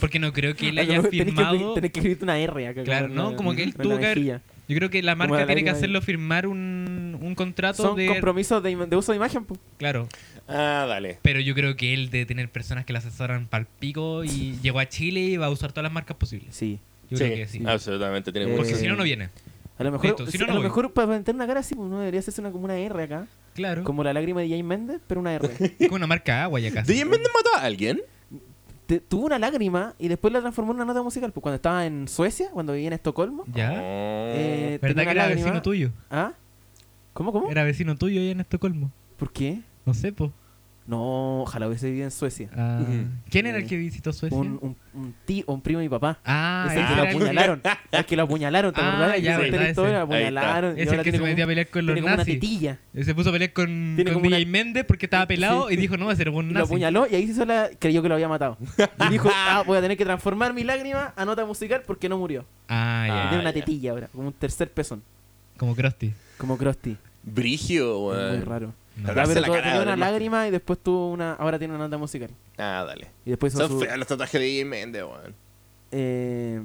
Speaker 3: Porque no creo que él
Speaker 1: Ah,
Speaker 3: haya
Speaker 1: como- tenés que-
Speaker 3: firmado.
Speaker 1: Tenés que escribirte una R acá.
Speaker 3: Claro,
Speaker 1: con
Speaker 3: no,
Speaker 1: una-
Speaker 3: como que él
Speaker 1: con
Speaker 3: tuvo
Speaker 1: una
Speaker 3: que haber-
Speaker 1: mejilla.
Speaker 3: Yo creo que la
Speaker 1: Como
Speaker 3: marca
Speaker 1: la
Speaker 3: tiene que
Speaker 1: lágrima de-
Speaker 3: hacerlo firmar un, un contrato
Speaker 1: Son
Speaker 3: de.
Speaker 1: compromisos de, im- de uso de imagen, po.
Speaker 3: Claro.
Speaker 4: Ah, dale.
Speaker 3: Pero yo creo que él debe tener personas que la asesoran pal pico y llegó a Chile y va a usar todas las marcas posibles.
Speaker 1: Sí.
Speaker 3: Yo
Speaker 4: sí,
Speaker 3: creo que sí.
Speaker 4: absolutamente. Tiene
Speaker 1: Eh,
Speaker 4: mucho
Speaker 3: Porque si
Speaker 4: sentido.
Speaker 3: no, no viene.
Speaker 1: A lo mejor,
Speaker 3: Listo, si no,
Speaker 1: a
Speaker 3: no
Speaker 1: lo
Speaker 3: voy.
Speaker 1: mejor para meter una cara así, pues, no debería hacerse una, como una R acá.
Speaker 3: Claro.
Speaker 1: Como la lágrima de Jane Méndez, pero una R.
Speaker 3: Es como una marca agua ya casi.
Speaker 4: ¿DJ Mendes mató a alguien?
Speaker 1: Te- tuvo una lágrima y después la transformó en una nota musical. Pues cuando estaba en Suecia, cuando vivía en Estocolmo.
Speaker 3: ¿Ya?
Speaker 4: Oh.
Speaker 1: ¿Ah? eh, tenía
Speaker 3: Mm. ¿Verdad
Speaker 1: una
Speaker 3: que era
Speaker 1: lágrima-
Speaker 3: vecino tuyo?
Speaker 1: ¿Ah? ¿Cómo, cómo?
Speaker 3: Era vecino tuyo allá en Estocolmo.
Speaker 1: ¿Por qué?
Speaker 3: No sé, po.
Speaker 1: No, ojalá hubiese vivido en Suecia.
Speaker 3: Ah,
Speaker 4: Ujú.
Speaker 3: ¿Quién era el que visitó Suecia?
Speaker 1: Un, un, un tío, un primo de mi papá.
Speaker 3: Ah,
Speaker 1: es el
Speaker 3: ese
Speaker 1: que lo
Speaker 3: era el-
Speaker 1: apuñalaron. el que lo apuñalaron, ¿te
Speaker 3: Ah,
Speaker 1: acordás?
Speaker 3: ya,
Speaker 1: Que se
Speaker 3: verdad,
Speaker 1: enteró,
Speaker 3: ese.
Speaker 1: lo apuñalaron. y
Speaker 3: Es el
Speaker 1: ahora
Speaker 3: que
Speaker 1: tiene
Speaker 3: se
Speaker 1: como-
Speaker 3: metió a pelear con los
Speaker 1: tiene como una
Speaker 3: nazis.
Speaker 1: tetilla.
Speaker 3: Se puso a pelear con,
Speaker 1: Tiene
Speaker 3: con
Speaker 1: como una-
Speaker 3: DJ Méndez porque estaba pelado
Speaker 1: Sí.
Speaker 3: y dijo, no, ese era un
Speaker 1: Y lo
Speaker 3: nazi.
Speaker 1: apuñaló y ahí se hizo la... creyó que lo había matado. Y dijo, ah, voy a tener que transformar mi lágrima a nota musical porque no murió.
Speaker 3: Ah, ya.
Speaker 1: Y
Speaker 4: Ah,
Speaker 1: tiene una
Speaker 4: ya.
Speaker 1: tetilla ahora, como un tercer pezón.
Speaker 3: Como Krusty.
Speaker 1: Como Krusty.
Speaker 4: Brigio,
Speaker 1: Es Muy
Speaker 4: weón.
Speaker 1: raro.
Speaker 3: No.
Speaker 1: Ya,
Speaker 4: Pero hace
Speaker 1: pero
Speaker 4: la
Speaker 1: todo-
Speaker 4: cara
Speaker 1: tenía
Speaker 4: de
Speaker 1: una
Speaker 4: Elon Musk.
Speaker 1: lágrima y después tuvo una... Ahora tiene una nota musical.
Speaker 4: Ah, dale.
Speaker 1: Y después hizo
Speaker 4: Son
Speaker 1: su...
Speaker 4: feos los tatuajes de DJ Mendes, weón.
Speaker 1: eh,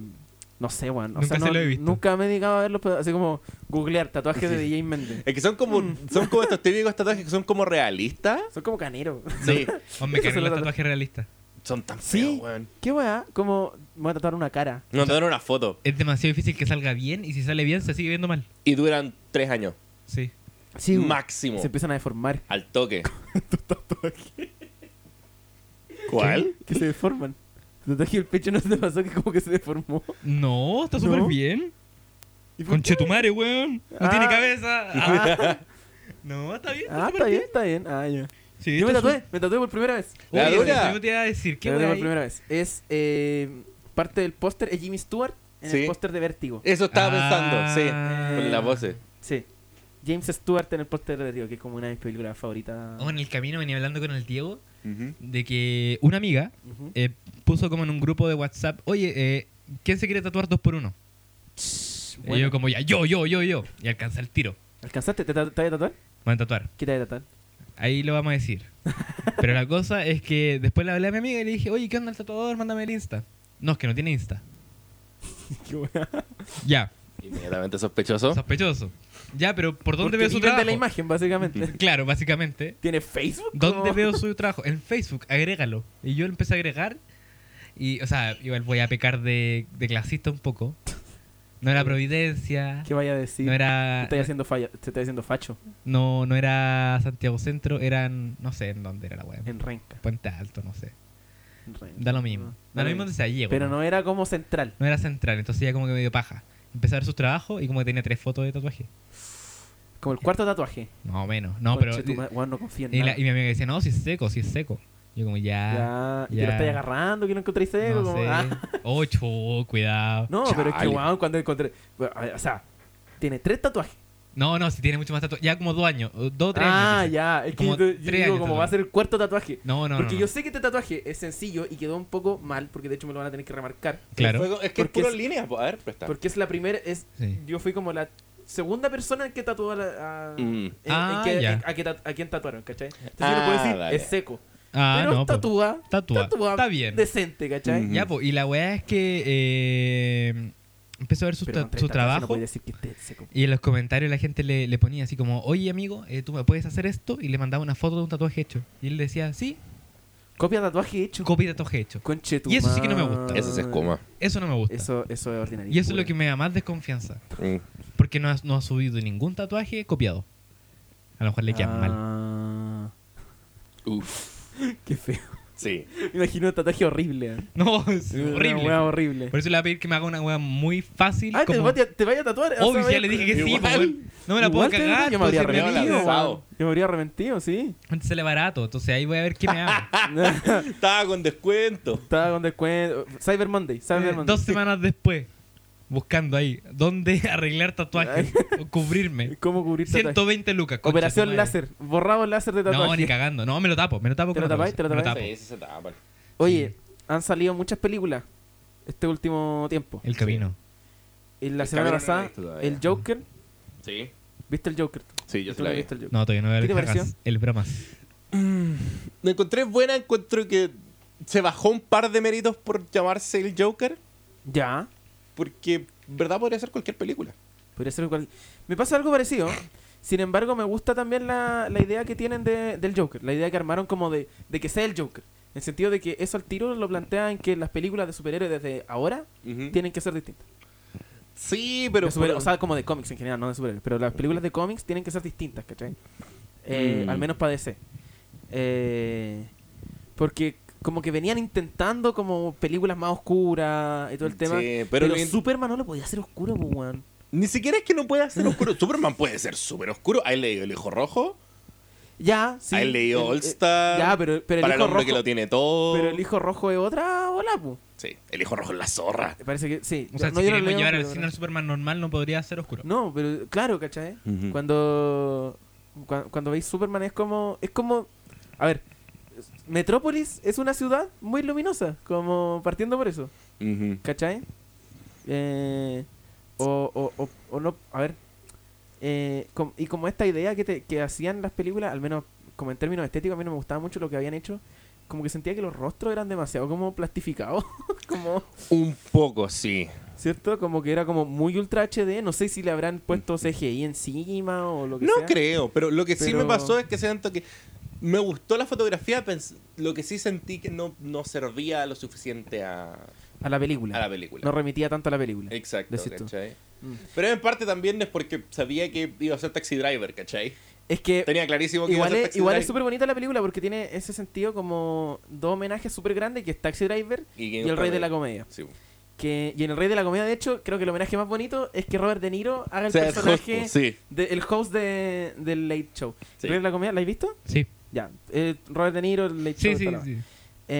Speaker 1: No sé, weón. O
Speaker 3: Nunca
Speaker 1: sea,
Speaker 3: se
Speaker 1: no-
Speaker 3: lo he visto.
Speaker 1: Nunca me he dedicado a verlos, pero así como googlear tatuajes de DJ Mendes.
Speaker 4: Es que son como,
Speaker 1: Mm.
Speaker 4: son como estos típicos tatuajes que son como realistas.
Speaker 1: Son como caneros.
Speaker 4: Sí.
Speaker 3: O me
Speaker 1: Eso se
Speaker 3: caen los
Speaker 1: lo-
Speaker 3: tatuajes realistas.
Speaker 4: Son tan feos,
Speaker 1: Sí.
Speaker 4: weón.
Speaker 1: ¿Qué weá? Como... me Voy a tatuar una cara.
Speaker 4: Nos dan una foto
Speaker 3: Es demasiado difícil que salga bien y si sale bien se sigue viendo mal.
Speaker 4: y duran tres años.
Speaker 3: Sí.
Speaker 1: Sí, weón.
Speaker 4: Máximo.
Speaker 1: Uh, Se empiezan a deformar.
Speaker 4: Al toque. ¿Cuál?
Speaker 1: Que se deforman. Tu Tatuaje el pecho no se te pasó que como que se deformó.
Speaker 3: No, está súper
Speaker 1: No.
Speaker 3: bien.
Speaker 1: ¿Y por
Speaker 3: Con Chetumare, weón. No
Speaker 1: Ah.
Speaker 3: tiene cabeza. Ah. No, está bien.
Speaker 1: Ah,
Speaker 3: súper
Speaker 1: está bien, está bien. Ah, ya.
Speaker 3: Sí,
Speaker 1: Yo me
Speaker 3: está
Speaker 1: tatué, me tatué por primera vez.
Speaker 3: su-
Speaker 4: La
Speaker 3: Oye,
Speaker 4: dura.
Speaker 3: Yo te iba a decir, ¿qué
Speaker 1: me tatué
Speaker 3: weón?
Speaker 1: por primera vez. Es eh, parte del póster, es Jimmy Stewart en el
Speaker 4: Sí.
Speaker 1: póster de Vértigo.
Speaker 4: Eso estaba
Speaker 3: Ah.
Speaker 4: pensando, sí. Con las voces.
Speaker 1: Sí. James Stewart en el póster de Vértigo, que es como una de mis películas favoritas.
Speaker 3: Oh, en el camino venía hablando con el Diego de que una amiga
Speaker 1: Ujú.
Speaker 3: eh, puso como en un grupo de WhatsApp, oye, eh, ¿quién se quiere tatuar dos por uno? Y
Speaker 1: Bueno,
Speaker 3: yo como ya, yo, yo, yo, yo. Y alcanza el tiro.
Speaker 1: ¿Alcanzaste? ¿Te, ta- te vas a tatuar?
Speaker 3: Van a tatuar.
Speaker 1: ¿Qué te vas a tatuar?
Speaker 3: Ahí lo vamos a decir. Pero la cosa es que después le hablé a mi amiga y le dije, oye, ¿qué onda el tatuador? Mándame el Insta. No, es que no tiene Insta.
Speaker 1: Qué buena.
Speaker 3: Ya,
Speaker 4: Inmediatamente sospechoso.
Speaker 3: sospechoso. Ya, pero ¿por dónde
Speaker 1: Porque
Speaker 3: veo su
Speaker 1: viven
Speaker 3: trabajo?
Speaker 1: de la imagen, básicamente.
Speaker 3: Claro, básicamente.
Speaker 1: ¿Tiene Facebook?
Speaker 3: ¿Dónde
Speaker 1: Como-
Speaker 3: veo su trabajo? En Facebook, agrégalo. Y yo lo empecé a agregar. Y, o sea, igual voy a pecar de, de clasista un poco. No era Providencia.
Speaker 1: ¿Qué vaya a decir?
Speaker 3: No
Speaker 1: Te
Speaker 3: era.
Speaker 1: estoy haciendo falla, te estoy haciendo facho
Speaker 3: No, no era Santiago Centro, eran. No sé en dónde era la web.
Speaker 1: en renca.
Speaker 3: Puente Alto, no sé.
Speaker 1: en renca.
Speaker 3: Da lo mismo. Da lo mismo donde sea, llego.
Speaker 1: Pero no era como central.
Speaker 3: No era central, entonces ya como que me dio paja. Empecé a ver sus trabajos y como que tenía tres fotos de tatuaje.
Speaker 1: Como el cuarto tatuaje.
Speaker 3: No, menos. No, pero.
Speaker 1: Conche tu ma- weón, no confío en
Speaker 3: Y, la-
Speaker 1: nada.
Speaker 3: y mi amiga decía, no, si es seco, si es seco. Yo como, ya.
Speaker 1: Ya, y
Speaker 3: ya.
Speaker 1: que lo estáis agarrando, que lo encontréis seco.
Speaker 3: no
Speaker 1: como,
Speaker 3: sé.
Speaker 1: ah.
Speaker 3: Ocho, cuidado.
Speaker 1: No, pero es que
Speaker 4: Chale.
Speaker 1: weón, cuando encontré. bueno, a ver, o sea, tiene tres tatuajes.
Speaker 3: No, no, si tiene mucho más tatuaje. Ya como dos años, o dos o tres años.
Speaker 1: Ah,
Speaker 3: dice.
Speaker 1: ya. Es que
Speaker 3: Como
Speaker 1: yo, yo
Speaker 3: tres
Speaker 1: digo,
Speaker 3: años
Speaker 1: como
Speaker 3: tatuado.
Speaker 1: va a ser el cuarto tatuaje.
Speaker 3: No, no,
Speaker 1: porque
Speaker 3: no,
Speaker 1: yo
Speaker 3: no.
Speaker 1: sé que este tatuaje es sencillo y quedó un poco mal, porque de hecho me lo van a tener que remarcar.
Speaker 3: Claro.
Speaker 4: Fue- Es que es
Speaker 1: Porque
Speaker 4: puro
Speaker 1: es-
Speaker 4: líneas, po. a ver, presta.
Speaker 1: Porque es la primera, es,
Speaker 3: Sí.
Speaker 1: yo fui como la segunda persona que tatuó a, la- a-
Speaker 4: Mm.
Speaker 1: en- en
Speaker 3: Ah,
Speaker 1: que-
Speaker 3: ya.
Speaker 1: en- a, que tat- a quien tatuaron, ¿cachai? Entonces
Speaker 4: Ah,
Speaker 1: yo no puedo decir,
Speaker 4: dale.
Speaker 1: es seco.
Speaker 3: Ah,
Speaker 1: pero
Speaker 3: no. po.
Speaker 1: tatúa,
Speaker 3: Tatúa.
Speaker 1: tatúa
Speaker 3: Está bien.
Speaker 1: decente, ¿cachai?
Speaker 4: Mm.
Speaker 3: Ya, pues, y la weá es que eh, empezó a ver su,
Speaker 1: Pero
Speaker 3: ta-
Speaker 1: con tres
Speaker 3: su
Speaker 1: tatuajes No
Speaker 3: trabajo
Speaker 1: puedes decir que esté seco.
Speaker 3: y en los comentarios la gente le, le ponía así como, oye amigo, eh, tú me puedes hacer esto y le mandaba una foto de un tatuaje hecho. Y él decía, sí,
Speaker 1: Copia tatuaje hecho.
Speaker 3: copia tatuaje hecho.
Speaker 1: Conche tu
Speaker 3: Y eso sí que no me gusta.
Speaker 4: Eso se escuma.
Speaker 3: Eso no me gusta.
Speaker 1: Eso, eso es ordinario.
Speaker 3: y eso es lo que me da más desconfianza.
Speaker 4: Mm.
Speaker 3: Porque no ha, no ha subido ningún tatuaje copiado. A lo mejor le
Speaker 1: Ah.
Speaker 3: queda mal.
Speaker 1: mal.
Speaker 4: Uf.
Speaker 1: Ah, Qué feo.
Speaker 4: Sí.
Speaker 1: Me imagino un tatuaje horrible. ¿eh?
Speaker 3: No, es horrible.
Speaker 1: Una wea horrible.
Speaker 3: Por eso le voy a pedir que me haga una weá muy fácil.
Speaker 1: Ah, te,
Speaker 3: como-
Speaker 1: vaya, te vaya a tatuar. o
Speaker 3: Obvio,
Speaker 1: sea,
Speaker 3: si ya le dije que sí,
Speaker 4: Igual.
Speaker 3: po, weón. No me la puedo
Speaker 1: Igual te-
Speaker 3: cagar.
Speaker 1: Yo me habría
Speaker 3: po, si es mi
Speaker 4: arreglado la
Speaker 1: arrepentido.
Speaker 3: amigo.
Speaker 4: verdad.
Speaker 1: weón. Yo me habría arrepentido, sí.
Speaker 3: Antes sale barato, entonces ahí voy a ver qué me hago.
Speaker 4: Estaba con descuento.
Speaker 1: Estaba con descuento. Cyber Monday. Cyber
Speaker 3: Eh,
Speaker 1: Monday.
Speaker 3: Dos semanas después, buscando ahí dónde arreglar tatuajes o cubrirme.
Speaker 1: ¿Cómo cubrir tatuaje?
Speaker 3: 120 lucas. concha tu
Speaker 1: Operación
Speaker 3: madre.
Speaker 1: láser. Borrado láser de tatuaje.
Speaker 3: No, ni cagando. No, me lo tapo, me lo tapo.
Speaker 1: ¿Te
Speaker 3: con
Speaker 1: lo
Speaker 3: otra
Speaker 1: tapáis?
Speaker 3: cosa,
Speaker 1: ¿Te lo
Speaker 3: me
Speaker 1: tapáis?
Speaker 3: tapo.
Speaker 4: Sí, sí se tapa.
Speaker 1: Oye, han salido muchas películas este último tiempo.
Speaker 3: El camino.
Speaker 1: En la
Speaker 4: El Camino no lo
Speaker 1: semana
Speaker 4: he
Speaker 1: pasada,
Speaker 4: visto todavía.
Speaker 1: el Joker.
Speaker 4: Sí.
Speaker 1: ¿Viste el Joker?
Speaker 4: Sí, yo
Speaker 1: Tú
Speaker 4: se la
Speaker 1: no
Speaker 4: vi.
Speaker 1: viste el Joker.
Speaker 3: No, todavía no veo
Speaker 1: ¿Qué te
Speaker 3: el Bramas.
Speaker 1: pareció?
Speaker 3: El Bramas.
Speaker 4: La encontré buena, encuentro que se bajó un par de méritos por llamarse el Joker,
Speaker 1: Ya.
Speaker 4: porque en verdad podría ser cualquier película.
Speaker 1: Podría ser cual- Me pasa algo parecido. Sin embargo, me gusta también la, la idea que tienen de- del Joker. La idea que armaron como de, de que sea el Joker. En el sentido de que eso al tiro lo plantean que las películas de superhéroes desde ahora tienen que ser distintas.
Speaker 4: Sí, pero...
Speaker 1: De super- o sea, como de cómics en general, no de superhéroes. Pero las películas de cómics tienen que ser distintas, ¿cachai? Eh,
Speaker 4: Mm.
Speaker 1: Al menos para DC. Eh, porque como que venían intentando como películas más oscuras y todo el tema.
Speaker 4: Sí, pero
Speaker 1: pero
Speaker 4: lo in-
Speaker 1: Superman no lo podía hacer oscuro, pues, weón.
Speaker 4: Ni siquiera es que no pueda ser oscuro. Superman puede ser súper oscuro. ¿Has leído El Hijo Rojo?
Speaker 1: Ya, sí.
Speaker 4: ¿Has leído
Speaker 1: el-
Speaker 4: All
Speaker 1: eh,
Speaker 4: Star?
Speaker 1: Ya, pero, pero el
Speaker 4: Para el
Speaker 1: hijo
Speaker 4: hombre
Speaker 1: rojo.
Speaker 4: que lo tiene todo.
Speaker 1: Pero el hijo rojo es otra ola, pu.
Speaker 4: Sí, El Hijo Rojo es la zorra.
Speaker 1: Me parece que sí.
Speaker 3: O sea,
Speaker 1: No,
Speaker 3: si
Speaker 1: yo no
Speaker 3: queremos
Speaker 1: leo,
Speaker 3: llevar al
Speaker 1: pero-
Speaker 3: cine al Superman normal, no podría ser oscuro.
Speaker 1: No, pero claro, ¿cachai?
Speaker 4: Ujú.
Speaker 1: Cuando cua- cuando veis Superman es como es como a ver, es- Metrópolis es una ciudad muy luminosa, como partiendo por eso,
Speaker 4: Ujú.
Speaker 1: ¿cachai? Eh, o, o, o, o no, a ver. eh, com- y como esta idea que, te, que hacían las películas, al menos como en términos estéticos, a mí no me gustaba mucho lo que habían hecho. Como que sentía que los rostros eran demasiado como plastificados. como
Speaker 4: Un poco, sí.
Speaker 1: ¿Cierto? Como que era como muy ultra HD. No sé si le habrán puesto CGI encima o lo que
Speaker 4: No
Speaker 1: sea.
Speaker 4: creo, pero lo que sí me
Speaker 1: Pero-
Speaker 4: pasó es que siento que me gustó la fotografía, pens- lo que sí sentí que no, no servía lo suficiente a,
Speaker 1: A la película.
Speaker 4: a la película. Eh,
Speaker 1: No remitía tanto a la película.
Speaker 4: Exacto,
Speaker 1: decís tú.
Speaker 4: ¿cachai?
Speaker 1: Mm.
Speaker 4: Pero en parte también es porque sabía que iba a ser Taxi Driver, ¿cachai?
Speaker 1: Es que
Speaker 4: Tenía clarísimo que
Speaker 1: Eh, igual
Speaker 4: iba a ser
Speaker 1: es
Speaker 4: Taxi
Speaker 1: igual es
Speaker 4: Driver.
Speaker 1: súper bonita la película porque tiene ese sentido como dos homenajes súper grandes que es Taxi Driver y, El Rey de la Comedia.
Speaker 4: Sí.
Speaker 1: Que, y en El Rey de la Comedia, de hecho, creo que el homenaje más bonito es que Robert De Niro haga el
Speaker 4: O sea, es host,
Speaker 1: personaje,
Speaker 4: pues, sí.
Speaker 1: de- el host de- del Late Show.
Speaker 4: Sí.
Speaker 1: ¿El Rey de la Comedia? ¿La has visto?
Speaker 3: Sí,
Speaker 1: Ya. Eh, Robert De Niro, el Late
Speaker 3: sí,
Speaker 1: Show.
Speaker 3: sí.
Speaker 1: toda la-
Speaker 3: sí.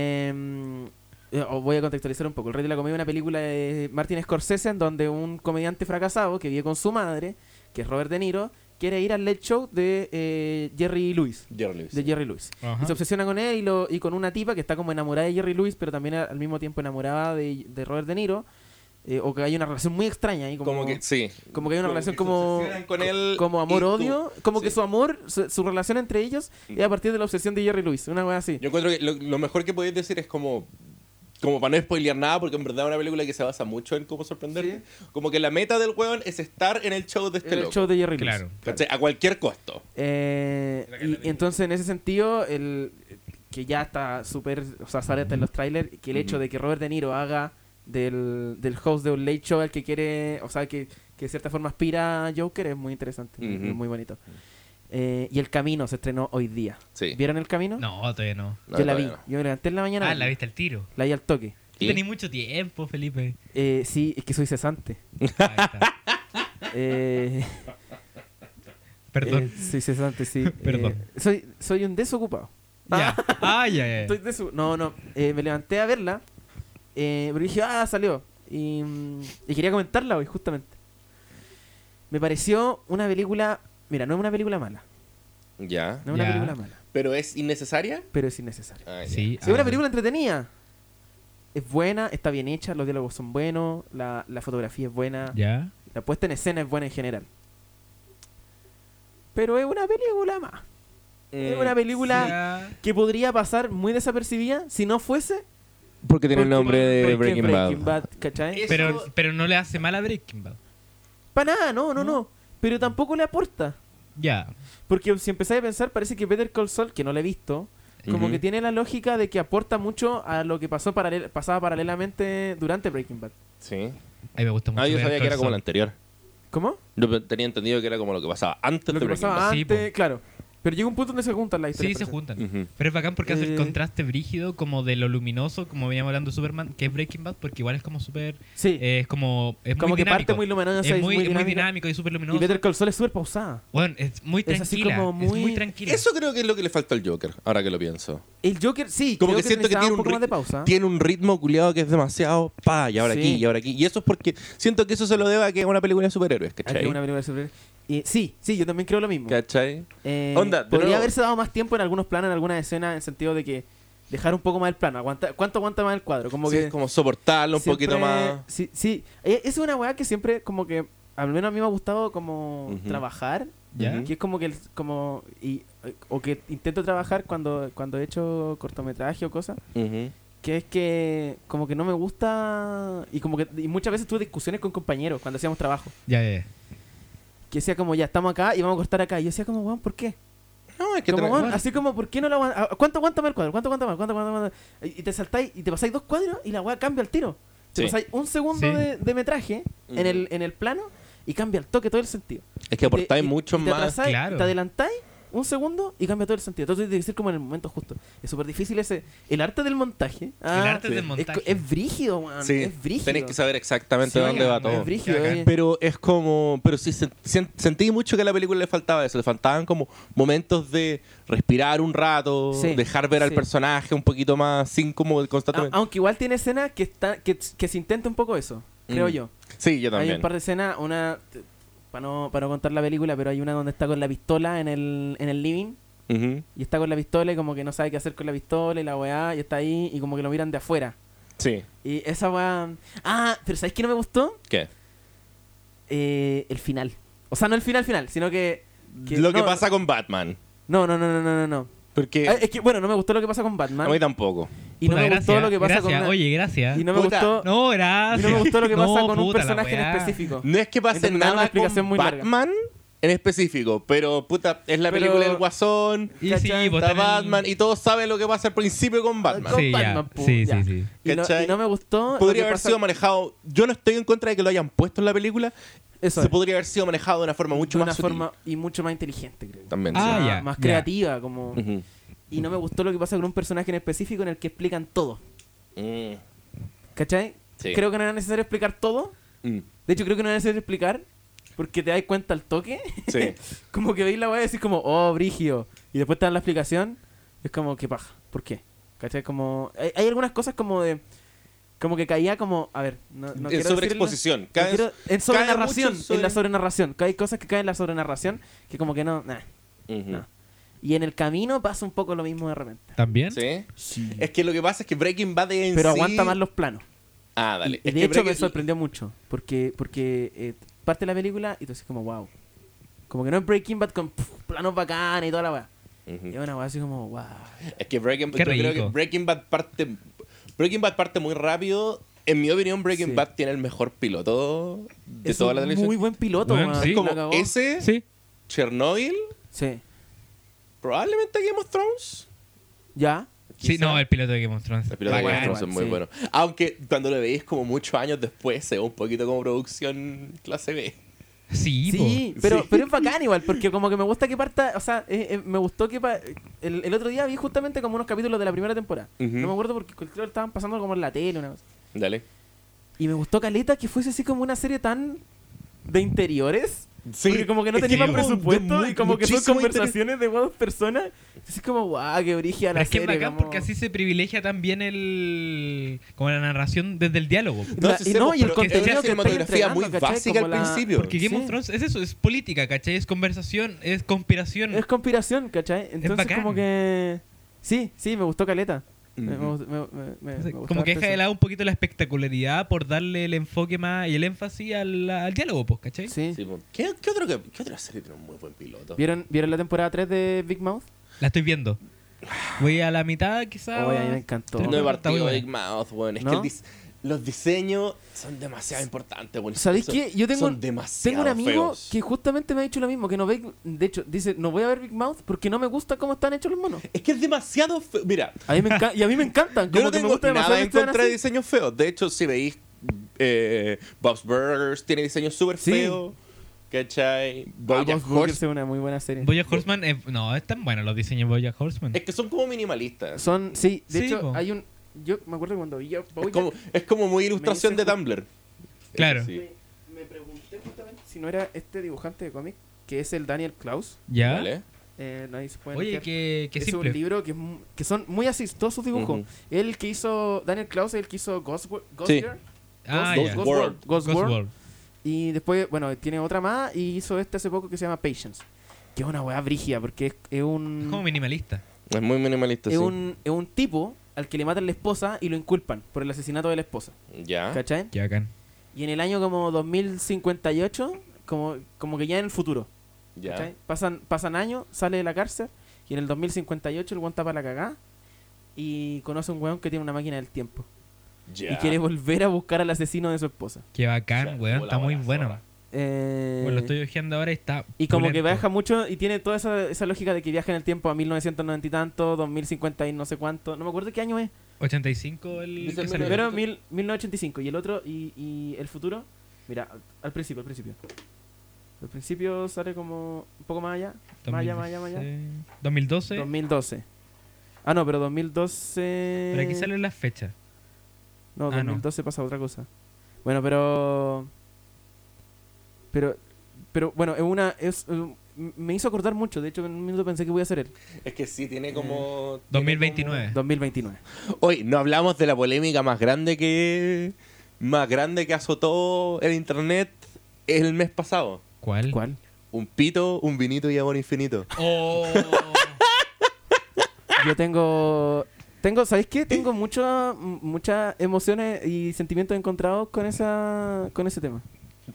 Speaker 1: Eh, eh, os voy a contextualizar un poco. El Rey de la Comedia es una película de Martin Scorsese en donde un comediante fracasado que vive con su madre, que es Robert De Niro, quiere ir al late show de eh, Jerry Lewis.
Speaker 4: Jerry Lewis.
Speaker 1: De Jerry Lewis.
Speaker 3: Ajá.
Speaker 1: Y se obsesiona con él y, lo, y con una tipa que está como enamorada de Jerry Lewis, pero también al mismo tiempo enamorada de, de Robert De Niro. eh, o que hay una relación muy extraña ahí. Como,
Speaker 4: Como que, sí.
Speaker 1: como que hay una
Speaker 4: como
Speaker 1: relación
Speaker 4: que se
Speaker 1: como
Speaker 4: obsesionan con él
Speaker 1: como
Speaker 4: y
Speaker 1: amor-odio,
Speaker 4: tú.
Speaker 1: como que
Speaker 4: Sí.
Speaker 1: su amor, su, su relación entre ellos es a partir de la obsesión de Jerry Lewis, una cosa así.
Speaker 4: Yo encuentro que lo, lo mejor que podéis decir es como. Como para no spoilear nada, porque en verdad es una película que se basa mucho en cómo sorprenderte. Como que la meta del weón es estar en el show de este
Speaker 1: el
Speaker 4: loco.
Speaker 1: show de Jerry Lewis.
Speaker 3: Claro.
Speaker 4: ¿Cachai? A cualquier costo.
Speaker 1: Eh, y entonces en ese sentido, el que ya está súper, o sea, sale hasta en los trailers, que el hecho de que Robert De Niro haga del, del host de un late show al que quiere, o sea, que, que de cierta forma aspira a Joker es muy interesante, es
Speaker 4: Ujú.
Speaker 1: muy bonito. Eh, y El Camino se estrenó hoy día.
Speaker 4: Sí.
Speaker 1: ¿Vieron El Camino?
Speaker 3: No, todavía no.
Speaker 4: No,
Speaker 1: Yo la vi,
Speaker 4: todavía no.
Speaker 1: yo me levanté en la mañana.
Speaker 3: Ah, la viste al tiro.
Speaker 1: La vi al toque.
Speaker 4: ¿Y?
Speaker 3: Tenés mucho tiempo, Felipe.
Speaker 1: Eh, sí, es que soy cesante.
Speaker 3: Ahí está.
Speaker 1: Eh,
Speaker 3: Perdón.
Speaker 1: eh, soy cesante, sí.
Speaker 3: Perdón.
Speaker 1: Eh, soy, soy un desocupado.
Speaker 3: Ya. Ah, ya, ya.
Speaker 1: Estoy de su- No, no. eh, me levanté a verla. Eh, porque dije, ah, salió. Y, mm, y quería comentarla hoy, justamente. Me pareció una película. Mira, no es una película mala.
Speaker 4: Ya.
Speaker 1: No es una
Speaker 3: Ya.
Speaker 1: película mala.
Speaker 4: ¿Pero es innecesaria?
Speaker 1: Pero es innecesaria.
Speaker 4: Ah, ya.
Speaker 3: Sí,
Speaker 1: Si es una
Speaker 3: ah,
Speaker 1: película entretenida. Es buena, está bien hecha, los diálogos son buenos, la, la fotografía es buena,
Speaker 3: Ya.
Speaker 1: la puesta en escena es buena en general. Pero es una película más. Es
Speaker 3: Eh,
Speaker 4: Mm,
Speaker 1: una película
Speaker 3: Ya.
Speaker 1: que podría pasar muy desapercibida si no fuese
Speaker 4: Porque tiene el
Speaker 1: porque-
Speaker 4: nombre de
Speaker 1: porque
Speaker 4: Breaking, Bad.
Speaker 1: ¿cachai?
Speaker 4: Es-
Speaker 3: Pero,
Speaker 4: Eso-
Speaker 3: pero no le hace mal a Breaking Bad.
Speaker 1: Para nada, no, no, no. Pero tampoco le aporta.
Speaker 3: Ya.
Speaker 1: Porque si empezáis a pensar, parece que Better Call Saul, que no lo he visto, como
Speaker 4: Ujú.
Speaker 1: que tiene la lógica de que aporta mucho a lo que pasó paralel- pasaba paralelamente durante Breaking Bad.
Speaker 4: Sí.
Speaker 3: A mí me gusta mucho.
Speaker 4: Ah, yo
Speaker 3: ver
Speaker 4: sabía que era como la
Speaker 3: Call
Speaker 4: anterior.
Speaker 1: ¿Cómo?
Speaker 4: Yo pe- tenía entendido que era como lo que pasaba antes
Speaker 1: Lo
Speaker 4: de
Speaker 1: que
Speaker 4: Breaking
Speaker 1: pasaba
Speaker 4: Bad.
Speaker 3: Sí,
Speaker 1: antes,
Speaker 3: po.
Speaker 1: claro. Pero llega un punto donde se juntan las
Speaker 3: Saul. Sí,
Speaker 1: historias.
Speaker 3: se
Speaker 1: parece.
Speaker 3: juntan.
Speaker 4: Ujú.
Speaker 3: Pero es bacán porque hace el
Speaker 1: Eh.
Speaker 3: contraste brígido como de lo luminoso, como veníamos hablando de Superman, que es Breaking Bad, porque igual es como súper...
Speaker 1: Sí.
Speaker 3: eh, es como... Es
Speaker 1: como
Speaker 3: muy
Speaker 1: que
Speaker 3: dinámico.
Speaker 1: parte muy luminosa
Speaker 3: es,
Speaker 1: y
Speaker 3: muy, es muy
Speaker 1: dinámica.
Speaker 3: dinámico y súper luminoso.
Speaker 1: Y Better Call Saul es súper pausada.
Speaker 3: Bueno, es muy
Speaker 1: Es así
Speaker 3: tranquila. Es,
Speaker 1: como
Speaker 3: muy...
Speaker 1: muy-
Speaker 3: tranquila.
Speaker 4: Eso creo que es lo que le falta al Joker, ahora que lo pienso.
Speaker 1: El Joker, sí,
Speaker 4: Como
Speaker 1: creo
Speaker 4: que siento que
Speaker 1: necesitaba
Speaker 4: tiene
Speaker 1: un
Speaker 4: un,
Speaker 1: poco más de
Speaker 4: rit-
Speaker 1: pausa.
Speaker 4: tiene un ritmo culiado que es demasiado pa, y ahora
Speaker 1: Sí.
Speaker 4: aquí, y ahora aquí. Y eso es porque siento que eso se lo deba a que es una película de superhéroes,
Speaker 1: Aquí
Speaker 4: ¿cachai?
Speaker 1: hay una película de superhéroes. Y sí, sí, yo también creo lo mismo.
Speaker 4: ¿Cachai?
Speaker 1: Eh,
Speaker 4: Onda, de
Speaker 1: podría
Speaker 4: nuevo.
Speaker 1: haberse dado más tiempo en algunos planos, en algunas escenas, en el sentido de que dejar un poco más el plano. Aguanta, ¿Cuánto aguanta más el cuadro? Como
Speaker 4: Como
Speaker 1: que
Speaker 4: como soportarlo un
Speaker 1: siempre-
Speaker 4: poquito más.
Speaker 1: Sí, sí. Eh, Es una weá que siempre, como que, al menos a mí me ha gustado como
Speaker 4: Ujú.
Speaker 1: trabajar.
Speaker 3: ¿Ya?
Speaker 1: Que es como que, el- como, y, eh, o que intento trabajar cuando, cuando he hecho cortometraje o cosas.
Speaker 4: Ujú.
Speaker 1: Que es que, como que no me gusta. Y como que y muchas veces tuve discusiones con compañeros cuando hacíamos trabajo.
Speaker 3: Ya, ya, ya.
Speaker 1: Que decía, como, ya estamos acá y vamos a cortar acá. Y yo decía, como, weón, ¿por qué?
Speaker 4: No, es que
Speaker 1: Como,
Speaker 4: tra-
Speaker 1: weón, así como, ¿por qué no la aguanta? ah, ¿Cuánto aguanta más el cuadro? ¿Cuánto aguanta más? ¿Cuánto aguanta más? Y y te saltáis y te pasáis dos cuadros y la weá cambia al tiro. Te
Speaker 4: Sí.
Speaker 1: pasáis un segundo
Speaker 3: Sí.
Speaker 1: de, de metraje
Speaker 4: Ujú.
Speaker 1: en, el, en el plano y cambia el toque todo el sentido.
Speaker 4: es que aportáis
Speaker 1: Te- y-
Speaker 4: mucho
Speaker 1: y te
Speaker 4: más.
Speaker 1: atrasáis,
Speaker 3: Claro.
Speaker 1: Te adelantáis un segundo y cambia todo el sentido. Entonces tiene que ser como en el momento justo. Es súper difícil ese. El arte del montaje. Ah,
Speaker 3: arte del
Speaker 1: es-
Speaker 3: montaje.
Speaker 1: Es, brígido, weón.
Speaker 4: Sí,
Speaker 1: es brígido.
Speaker 4: tenéis que saber exactamente
Speaker 1: Sí,
Speaker 4: dónde va
Speaker 1: es
Speaker 4: todo.
Speaker 1: brígido,
Speaker 3: Qué
Speaker 1: eh.
Speaker 3: bacán.
Speaker 4: Pero es como. Pero sí, sen- sen- sentí mucho que a la película le faltaba eso. Le faltaban como momentos de respirar un rato,
Speaker 1: Sí,
Speaker 4: dejar ver al
Speaker 1: sí. Ah,
Speaker 4: personaje un poquito más, sin como
Speaker 1: A-
Speaker 4: constantemente.
Speaker 1: aunque igual tiene escenas que, está, que, que se intenta un poco eso, creo
Speaker 4: Mm.
Speaker 1: yo.
Speaker 4: sí, yo
Speaker 1: ah. Hay
Speaker 4: también.
Speaker 1: un par de escenas, una. Para no, pa no contar la película, pero hay una donde está con la pistola en el, en el living.
Speaker 4: Ujú.
Speaker 1: Y está con la pistola y como que no sabe qué hacer con la pistola y la weá. Y está ahí y como que lo miran de afuera.
Speaker 4: Sí,
Speaker 1: Y esa weá. Ah, pero ¿sabes qué no me gustó?
Speaker 4: ¿qué?
Speaker 1: Eh, el final. O sea, no el final final, sino que.
Speaker 4: Lo que
Speaker 1: no,
Speaker 4: pasa con Batman.
Speaker 1: No, no, no, no, no, no. no.
Speaker 4: Porque
Speaker 1: Ah, es que, bueno, no me gustó lo que pasa
Speaker 4: a
Speaker 1: con
Speaker 4: mí
Speaker 1: Batman.
Speaker 4: tampoco.
Speaker 1: Y no
Speaker 3: Puta,
Speaker 1: me
Speaker 3: gracias,
Speaker 1: gustó lo que pasa
Speaker 3: gracias.
Speaker 1: con.
Speaker 3: Oye, gracias.
Speaker 1: y no me
Speaker 4: Puta,
Speaker 1: gustó.
Speaker 3: No,
Speaker 1: y
Speaker 3: gracias.
Speaker 1: no me gustó lo que pasa
Speaker 3: No,
Speaker 1: con un
Speaker 3: puta la
Speaker 1: personaje en
Speaker 3: weá.
Speaker 1: específico.
Speaker 4: No es que pase
Speaker 1: Entendamos una
Speaker 4: nada
Speaker 1: explicación
Speaker 4: con
Speaker 1: muy larga.
Speaker 4: Batman en específico, pero puta, es la
Speaker 1: Pero-
Speaker 4: película del Guasón,
Speaker 3: Y
Speaker 1: ¿Cachai?
Speaker 3: sí,
Speaker 1: Está
Speaker 3: pues,
Speaker 4: está
Speaker 3: están en-
Speaker 4: Batman y todos saben lo que pasa al principio con Batman.
Speaker 1: con
Speaker 3: Sí, ya.
Speaker 1: Batman, po,
Speaker 3: Sí, sí,
Speaker 1: ya.
Speaker 3: sí.
Speaker 1: Y no,
Speaker 4: ¿Cachai?
Speaker 1: y no me gustó. Ah, lo que
Speaker 4: Podría haber
Speaker 1: pasa-
Speaker 4: sido manejado. Yo no estoy en contra de que lo hayan puesto en la película.
Speaker 1: Eso
Speaker 4: Se
Speaker 1: es.
Speaker 4: podría haber sido manejado de una forma mucho
Speaker 1: de
Speaker 4: más
Speaker 1: una
Speaker 4: sutil.
Speaker 1: forma y mucho más inteligente, creo.
Speaker 4: También.
Speaker 3: Ah,
Speaker 1: Más-
Speaker 3: ya,
Speaker 1: más
Speaker 3: ya.
Speaker 1: creativa, como.
Speaker 4: sí. Ujú.
Speaker 1: Y no me gustó lo que pasa con un personaje en específico en el que explican todo.
Speaker 4: Mm,
Speaker 1: ¿Cachai?
Speaker 4: Sí.
Speaker 1: Creo que no era necesario explicar todo.
Speaker 4: mm,
Speaker 1: De hecho, creo que no era necesario explicar porque te das cuenta al toque.
Speaker 4: Sí.
Speaker 1: como que veis la weá y decís como, oh, brigio. Y después te dan la explicación. Es como, qué paja. ¿Por qué? ¿Cachai? Como. Hay, hay algunas cosas como de. Como que caía como. A ver, no, no
Speaker 4: en
Speaker 1: quiero decirlo.
Speaker 4: sobreexposición.
Speaker 1: No
Speaker 4: Cada-
Speaker 1: quiero- en
Speaker 4: cae
Speaker 1: sobrenarración,
Speaker 4: mucho sobre-
Speaker 1: en la sobrenarración. Que hay cosas que caen en la sobrenarración que como que no, nah,
Speaker 4: Ujú.
Speaker 1: no. Y en el camino pasa un poco lo mismo de repente.
Speaker 3: ¿También?
Speaker 4: ¿Sí? Es que lo que pasa es que Breaking Bad es en
Speaker 1: Pero
Speaker 4: sí-
Speaker 1: aguanta más los planos.
Speaker 4: Ah, dale.
Speaker 1: Y- y
Speaker 4: Es
Speaker 1: de
Speaker 4: que
Speaker 1: hecho me
Speaker 4: Breaking-
Speaker 1: sorprendió mucho. Porque, porque eh, parte la película y tú así como, wow. Como que no es Breaking Bad con puf, planos bacanes y toda la weá.
Speaker 4: Ujú.
Speaker 1: Y es una weá así como, wow.
Speaker 4: Es que Breaking,
Speaker 3: Qué
Speaker 4: yo creo
Speaker 3: rico.
Speaker 4: que Breaking Bad parte Breaking Bad parte muy rápido. En mi opinión, Breaking
Speaker 1: Sí.
Speaker 4: Bad tiene el mejor piloto de
Speaker 1: Es
Speaker 4: toda
Speaker 1: un
Speaker 4: la televisión.
Speaker 1: muy buen piloto,
Speaker 3: Bueno,
Speaker 1: weón.
Speaker 3: sí.
Speaker 1: La
Speaker 4: Como
Speaker 1: cagó.
Speaker 4: ese,
Speaker 3: Sí.
Speaker 4: Chernobyl,
Speaker 1: Sí.
Speaker 4: probablemente Game of Thrones.
Speaker 1: ¿Ya?
Speaker 3: Sí,
Speaker 4: Quizá.
Speaker 3: no, el piloto de Game of Thrones.
Speaker 4: El piloto de Game of
Speaker 3: Bacán.
Speaker 4: Thrones es muy
Speaker 1: sí.
Speaker 4: bueno. Aunque cuando lo veis como muchos años después, se ve un poquito como producción clase B.
Speaker 3: Sí,
Speaker 1: Sí,
Speaker 4: po.
Speaker 1: pero,
Speaker 4: Sí.
Speaker 1: pero es bacán igual, porque como que me gusta que parta, o sea, eh, eh, me gustó que pa- el, el otro día vi justamente como unos capítulos de la primera temporada.
Speaker 4: Ujú.
Speaker 1: No me acuerdo porque creo que lo estaban pasando como en la tele una cosa.
Speaker 4: Dale.
Speaker 1: Y me gustó Caleta que fuese así como una serie tan de interiores.
Speaker 3: po.
Speaker 4: Sí,
Speaker 1: Porque como que no
Speaker 4: es
Speaker 1: tenía más
Speaker 3: como
Speaker 1: presupuesto
Speaker 4: muy-
Speaker 1: y como que son
Speaker 4: muchísimo
Speaker 1: conversaciones de dos personas. Así como, guau, qué brígida
Speaker 3: Pero
Speaker 1: la
Speaker 3: es que es
Speaker 1: serie.
Speaker 3: bacán
Speaker 1: como-
Speaker 3: porque así se privilegia también el. como la narración desde el diálogo.
Speaker 4: No,
Speaker 1: La-
Speaker 4: sí
Speaker 1: y
Speaker 4: sé,
Speaker 1: no,
Speaker 4: pues,
Speaker 1: y el
Speaker 4: pero
Speaker 1: contenido
Speaker 4: es una
Speaker 1: que estáis
Speaker 4: cinematografía muy
Speaker 1: entregando, ¿cachai?
Speaker 4: básica al
Speaker 1: Como la-
Speaker 4: principio.
Speaker 3: Porque Game of
Speaker 1: Sí.
Speaker 3: Thrones es eso, es política, ¿cachai? Es conversación, es conspiración.
Speaker 1: Es conspiración, ¿cachai? Entonces
Speaker 3: bacán.
Speaker 1: como que... Sí, sí, me gustó Caleta. Me- me
Speaker 4: Ujú.
Speaker 1: gust- me- me- me-
Speaker 3: O
Speaker 1: me
Speaker 3: sea,
Speaker 1: gustó
Speaker 3: como que
Speaker 1: harto
Speaker 3: deja de
Speaker 1: eso.
Speaker 3: lado un poquito la espectacularidad por darle el enfoque más y el énfasis al, al diálogo, pues, ¿cachai?
Speaker 1: Sí.
Speaker 4: Sí, pues. ¿Qué, qué otro, que- qué otra serie tiene un muy buen piloto?
Speaker 1: ¿Vieron, ¿Vieron la temporada 3 de Big Mouth?
Speaker 3: La estoy viendo. Voy a la mitad,
Speaker 1: Oye,
Speaker 3: quizás.
Speaker 1: a mí me encantó.
Speaker 3: Pero
Speaker 4: No he
Speaker 3: está
Speaker 4: partido
Speaker 3: muy
Speaker 4: eh.
Speaker 3: buena.
Speaker 4: Big Mouth, weón. Es
Speaker 1: ¿No?
Speaker 4: que el dis- los diseños son demasiado importantes, weón.
Speaker 1: ¿Sabéis
Speaker 4: Son-
Speaker 1: qué? Yo tengo,
Speaker 4: son demasiado
Speaker 1: tengo un amigo
Speaker 4: feos.
Speaker 1: que justamente me ha dicho lo mismo, que no ve, de hecho, dice, no voy a ver Big Mouth porque no me gusta cómo están hechos los monos.
Speaker 4: Es que es demasiado feo. Mira,
Speaker 1: A mí me encan- y a mí me encantan, como
Speaker 4: yo no
Speaker 1: que me
Speaker 4: tengo
Speaker 1: gusta demasiado
Speaker 4: nada en
Speaker 1: que sean
Speaker 4: contra de
Speaker 1: así.
Speaker 4: diseños feos. De hecho, si veis, eh, Bob's Burgers tiene diseños súper
Speaker 1: Sí.
Speaker 4: feos. ¿Cachai?
Speaker 1: Ah,
Speaker 4: Bojack
Speaker 1: Bob Burgers
Speaker 4: Horse-
Speaker 1: es una muy buena serie.
Speaker 3: Boya Horseman, es- no, están buenos los diseños de Boya Horseman.
Speaker 4: Es que son como minimalistas.
Speaker 1: Son, sí, de
Speaker 3: Sí,
Speaker 1: hecho,
Speaker 3: po.
Speaker 1: hay un... Yo me acuerdo cuando vi a
Speaker 4: es,
Speaker 1: Bojack,
Speaker 4: como, es como muy ilustración
Speaker 1: hice
Speaker 4: de
Speaker 1: ju-
Speaker 4: Tumblr.
Speaker 3: Claro.
Speaker 4: Sí.
Speaker 1: me, me pregunté justamente si no era este dibujante de cómic, que es el Daniel Klaus.
Speaker 3: ¿Ya?
Speaker 4: ¿Vale?
Speaker 1: Eh, nadie se puede
Speaker 3: Oye,
Speaker 1: meter.
Speaker 3: qué, qué
Speaker 1: es
Speaker 3: simple.
Speaker 1: un libro que, es mu- que son muy así, todos sus dibujos.
Speaker 4: Ujú.
Speaker 1: El que hizo, Daniel Klaus es el que hizo Ghost, Wo- Ghost
Speaker 4: Sí.
Speaker 1: Girl.
Speaker 3: Ah,
Speaker 4: Ghost-
Speaker 3: ya.
Speaker 4: Ghost World.
Speaker 3: Ghost
Speaker 1: Ghost World.
Speaker 3: World.
Speaker 1: Y después, bueno, tiene otra más y hizo este hace poco que se llama Patience. Que es una weá brígida porque es, es
Speaker 3: Es como
Speaker 1: un,
Speaker 3: minimalista.
Speaker 4: Es muy minimalista,
Speaker 1: es,
Speaker 4: sí.
Speaker 1: un, es un tipo al que le matan la esposa y lo inculpan por el asesinato de la esposa.
Speaker 4: Ya.
Speaker 1: ¿Cachai?
Speaker 3: Qué bacán.
Speaker 1: Y en el año como 2058, como, como que ya en el futuro.
Speaker 4: Ya.
Speaker 1: ¿cachai? Pasan, pasan años, sale de la cárcel y en el 2058 el guan para la cagá y conoce a un weón que tiene una máquina del tiempo.
Speaker 4: Ya.
Speaker 1: Y quiere volver a buscar al asesino de su esposa.
Speaker 3: Qué bacán,
Speaker 4: Ya,
Speaker 3: weón.
Speaker 4: como la
Speaker 3: Está muy
Speaker 4: buena
Speaker 3: bueno.
Speaker 4: zorra.
Speaker 1: Eh,
Speaker 3: Bueno, lo estoy hojeando ahora y está.
Speaker 1: Y como que
Speaker 3: pulento.
Speaker 1: viaja mucho y tiene toda esa, esa lógica de que viaja en el tiempo a 1990 y tanto, 2050 y no sé cuánto. No me acuerdo qué año es.
Speaker 3: 85 el.
Speaker 4: Dice
Speaker 3: que
Speaker 4: el
Speaker 1: El
Speaker 3: salió.
Speaker 1: primero mil- 1985 y el otro y, y el futuro. Mira, al, al principio, al principio. Al principio sale como un poco más allá. Más allá, más allá, más allá.
Speaker 3: 2016, 2012.
Speaker 1: 2012. Ah, no, pero 2012...
Speaker 3: Pero aquí salen las fechas.
Speaker 1: No,
Speaker 3: Ah, no.
Speaker 1: 2012 pasa otra cosa. Bueno, pero. Pero. Pero bueno, es una. Es, eh, m- me hizo acordar mucho. De hecho, en un minuto pensé que voy a hacer él.
Speaker 4: Es que sí, tiene
Speaker 1: Mm.
Speaker 4: como... tiene
Speaker 3: 2029.
Speaker 1: 2029.
Speaker 4: Hoy no hablamos de la polémica más grande que más grande que azotó el internet el mes pasado.
Speaker 3: ¿Cuál?
Speaker 1: ¿Cuál?
Speaker 4: Un pito, un vinito y amor infinito.
Speaker 3: Oh.
Speaker 1: Yo tengo. Tengo, ¿sabéis qué? Tengo mucha- m- muchas emociones y sentimientos encontrados con esa con ese tema.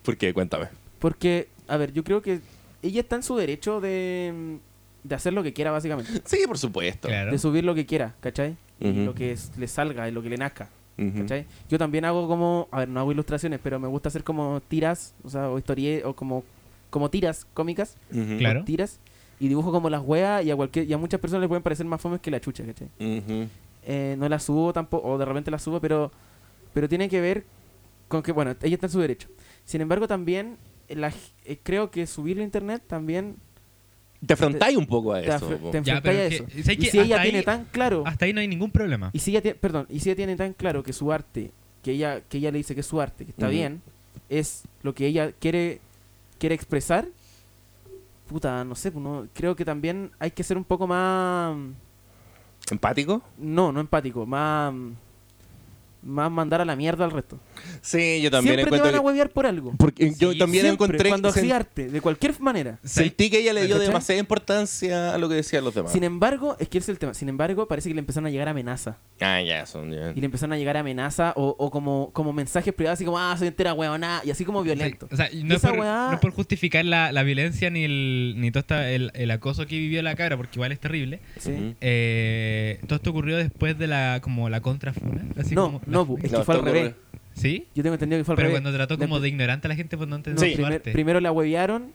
Speaker 4: ¿Por qué? Cuéntame.
Speaker 1: Porque, a ver, yo creo que ella está en su derecho de, de hacer lo que quiera, básicamente.
Speaker 4: Sí, por supuesto.
Speaker 3: claro.
Speaker 1: De subir lo que quiera, ¿cachai? Y
Speaker 4: Ujú.
Speaker 1: lo que es- le salga y lo que le nazca.
Speaker 4: Ujú.
Speaker 1: ¿cachai? Yo también hago como, a ver, no hago ilustraciones, pero me gusta hacer como tiras, o sea, o historie, o como, como tiras cómicas,
Speaker 4: Ujú.
Speaker 3: Claro.
Speaker 1: tiras, y dibujo como las weas, y a cualquier, y a muchas personas les pueden parecer más fomes que la chucha, ¿cachai?
Speaker 4: Ujú.
Speaker 1: Eh, no las subo tampoco, o de repente las subo, pero, pero tiene que ver con que, bueno, ella está en su derecho. Sin embargo, también, eh, la g- eh, creo que subirlo a internet también
Speaker 4: Te afrontáis un poco a
Speaker 1: te,
Speaker 4: eso.
Speaker 1: afro-
Speaker 4: po.
Speaker 1: te
Speaker 3: Ya,
Speaker 1: enfrentáis
Speaker 3: pero
Speaker 1: a
Speaker 3: que-
Speaker 1: eso.
Speaker 3: ¿sabes
Speaker 1: Y
Speaker 3: qué?
Speaker 1: si ella
Speaker 3: Hasta
Speaker 1: tiene
Speaker 3: ahí-
Speaker 1: tan claro...
Speaker 3: Hasta ahí no hay ningún problema.
Speaker 1: Y si ella tiene, perdón, y si ella tiene tan claro que su arte, que ella, que ella le dice que es su arte, que está
Speaker 4: Ujú.
Speaker 1: bien, es lo que ella quiere, quiere expresar, puta, no sé, pues, no- creo que también hay que ser un poco más,
Speaker 4: ¿Empático?
Speaker 1: no, no empático, más, más mandar a la mierda al resto.
Speaker 4: Sí, yo también
Speaker 1: Siempre te
Speaker 4: encuentro
Speaker 1: van a
Speaker 4: que-
Speaker 1: huevear por algo.
Speaker 4: porque yo
Speaker 3: Sí,
Speaker 4: también
Speaker 1: Siempre,
Speaker 4: encontré
Speaker 1: cuando
Speaker 4: sen-
Speaker 1: haces arte, de cualquier manera.
Speaker 4: sentí que ella le dio
Speaker 1: ¿Cachai?
Speaker 4: demasiada importancia a lo que decían los demás.
Speaker 1: Sin em- embargo, es que ese es el tema. Sin embargo, parece que le empezaron a llegar amenazas.
Speaker 4: Ah, ya, son ya.
Speaker 1: Y le empezaron a llegar amenazas o, o como, como mensajes privados, así como, ah, soy entera huevona, y así como violento.
Speaker 3: O sea, y no, es
Speaker 1: Esa
Speaker 3: por,
Speaker 1: weá-
Speaker 3: no es por justificar la, la violencia ni el ni todo esta- el, el acoso que vivió la cabra, porque igual es terrible.
Speaker 1: Sí.
Speaker 4: Ujú.
Speaker 3: Eh, todo esto ocurrió después de la como la contrafuna. Así
Speaker 1: no,
Speaker 3: como,
Speaker 1: no, bu, es que
Speaker 4: No,
Speaker 1: fue al
Speaker 4: todo
Speaker 1: revés.
Speaker 3: ¿Sí?
Speaker 1: Yo tengo entendido que fue al
Speaker 3: Pero
Speaker 1: revés.
Speaker 3: cuando trató
Speaker 1: Le
Speaker 3: como
Speaker 1: empe-
Speaker 3: de ignorante a la gente por no
Speaker 1: no,
Speaker 3: entender su
Speaker 1: primer-
Speaker 3: arte.
Speaker 1: primero la huevearon,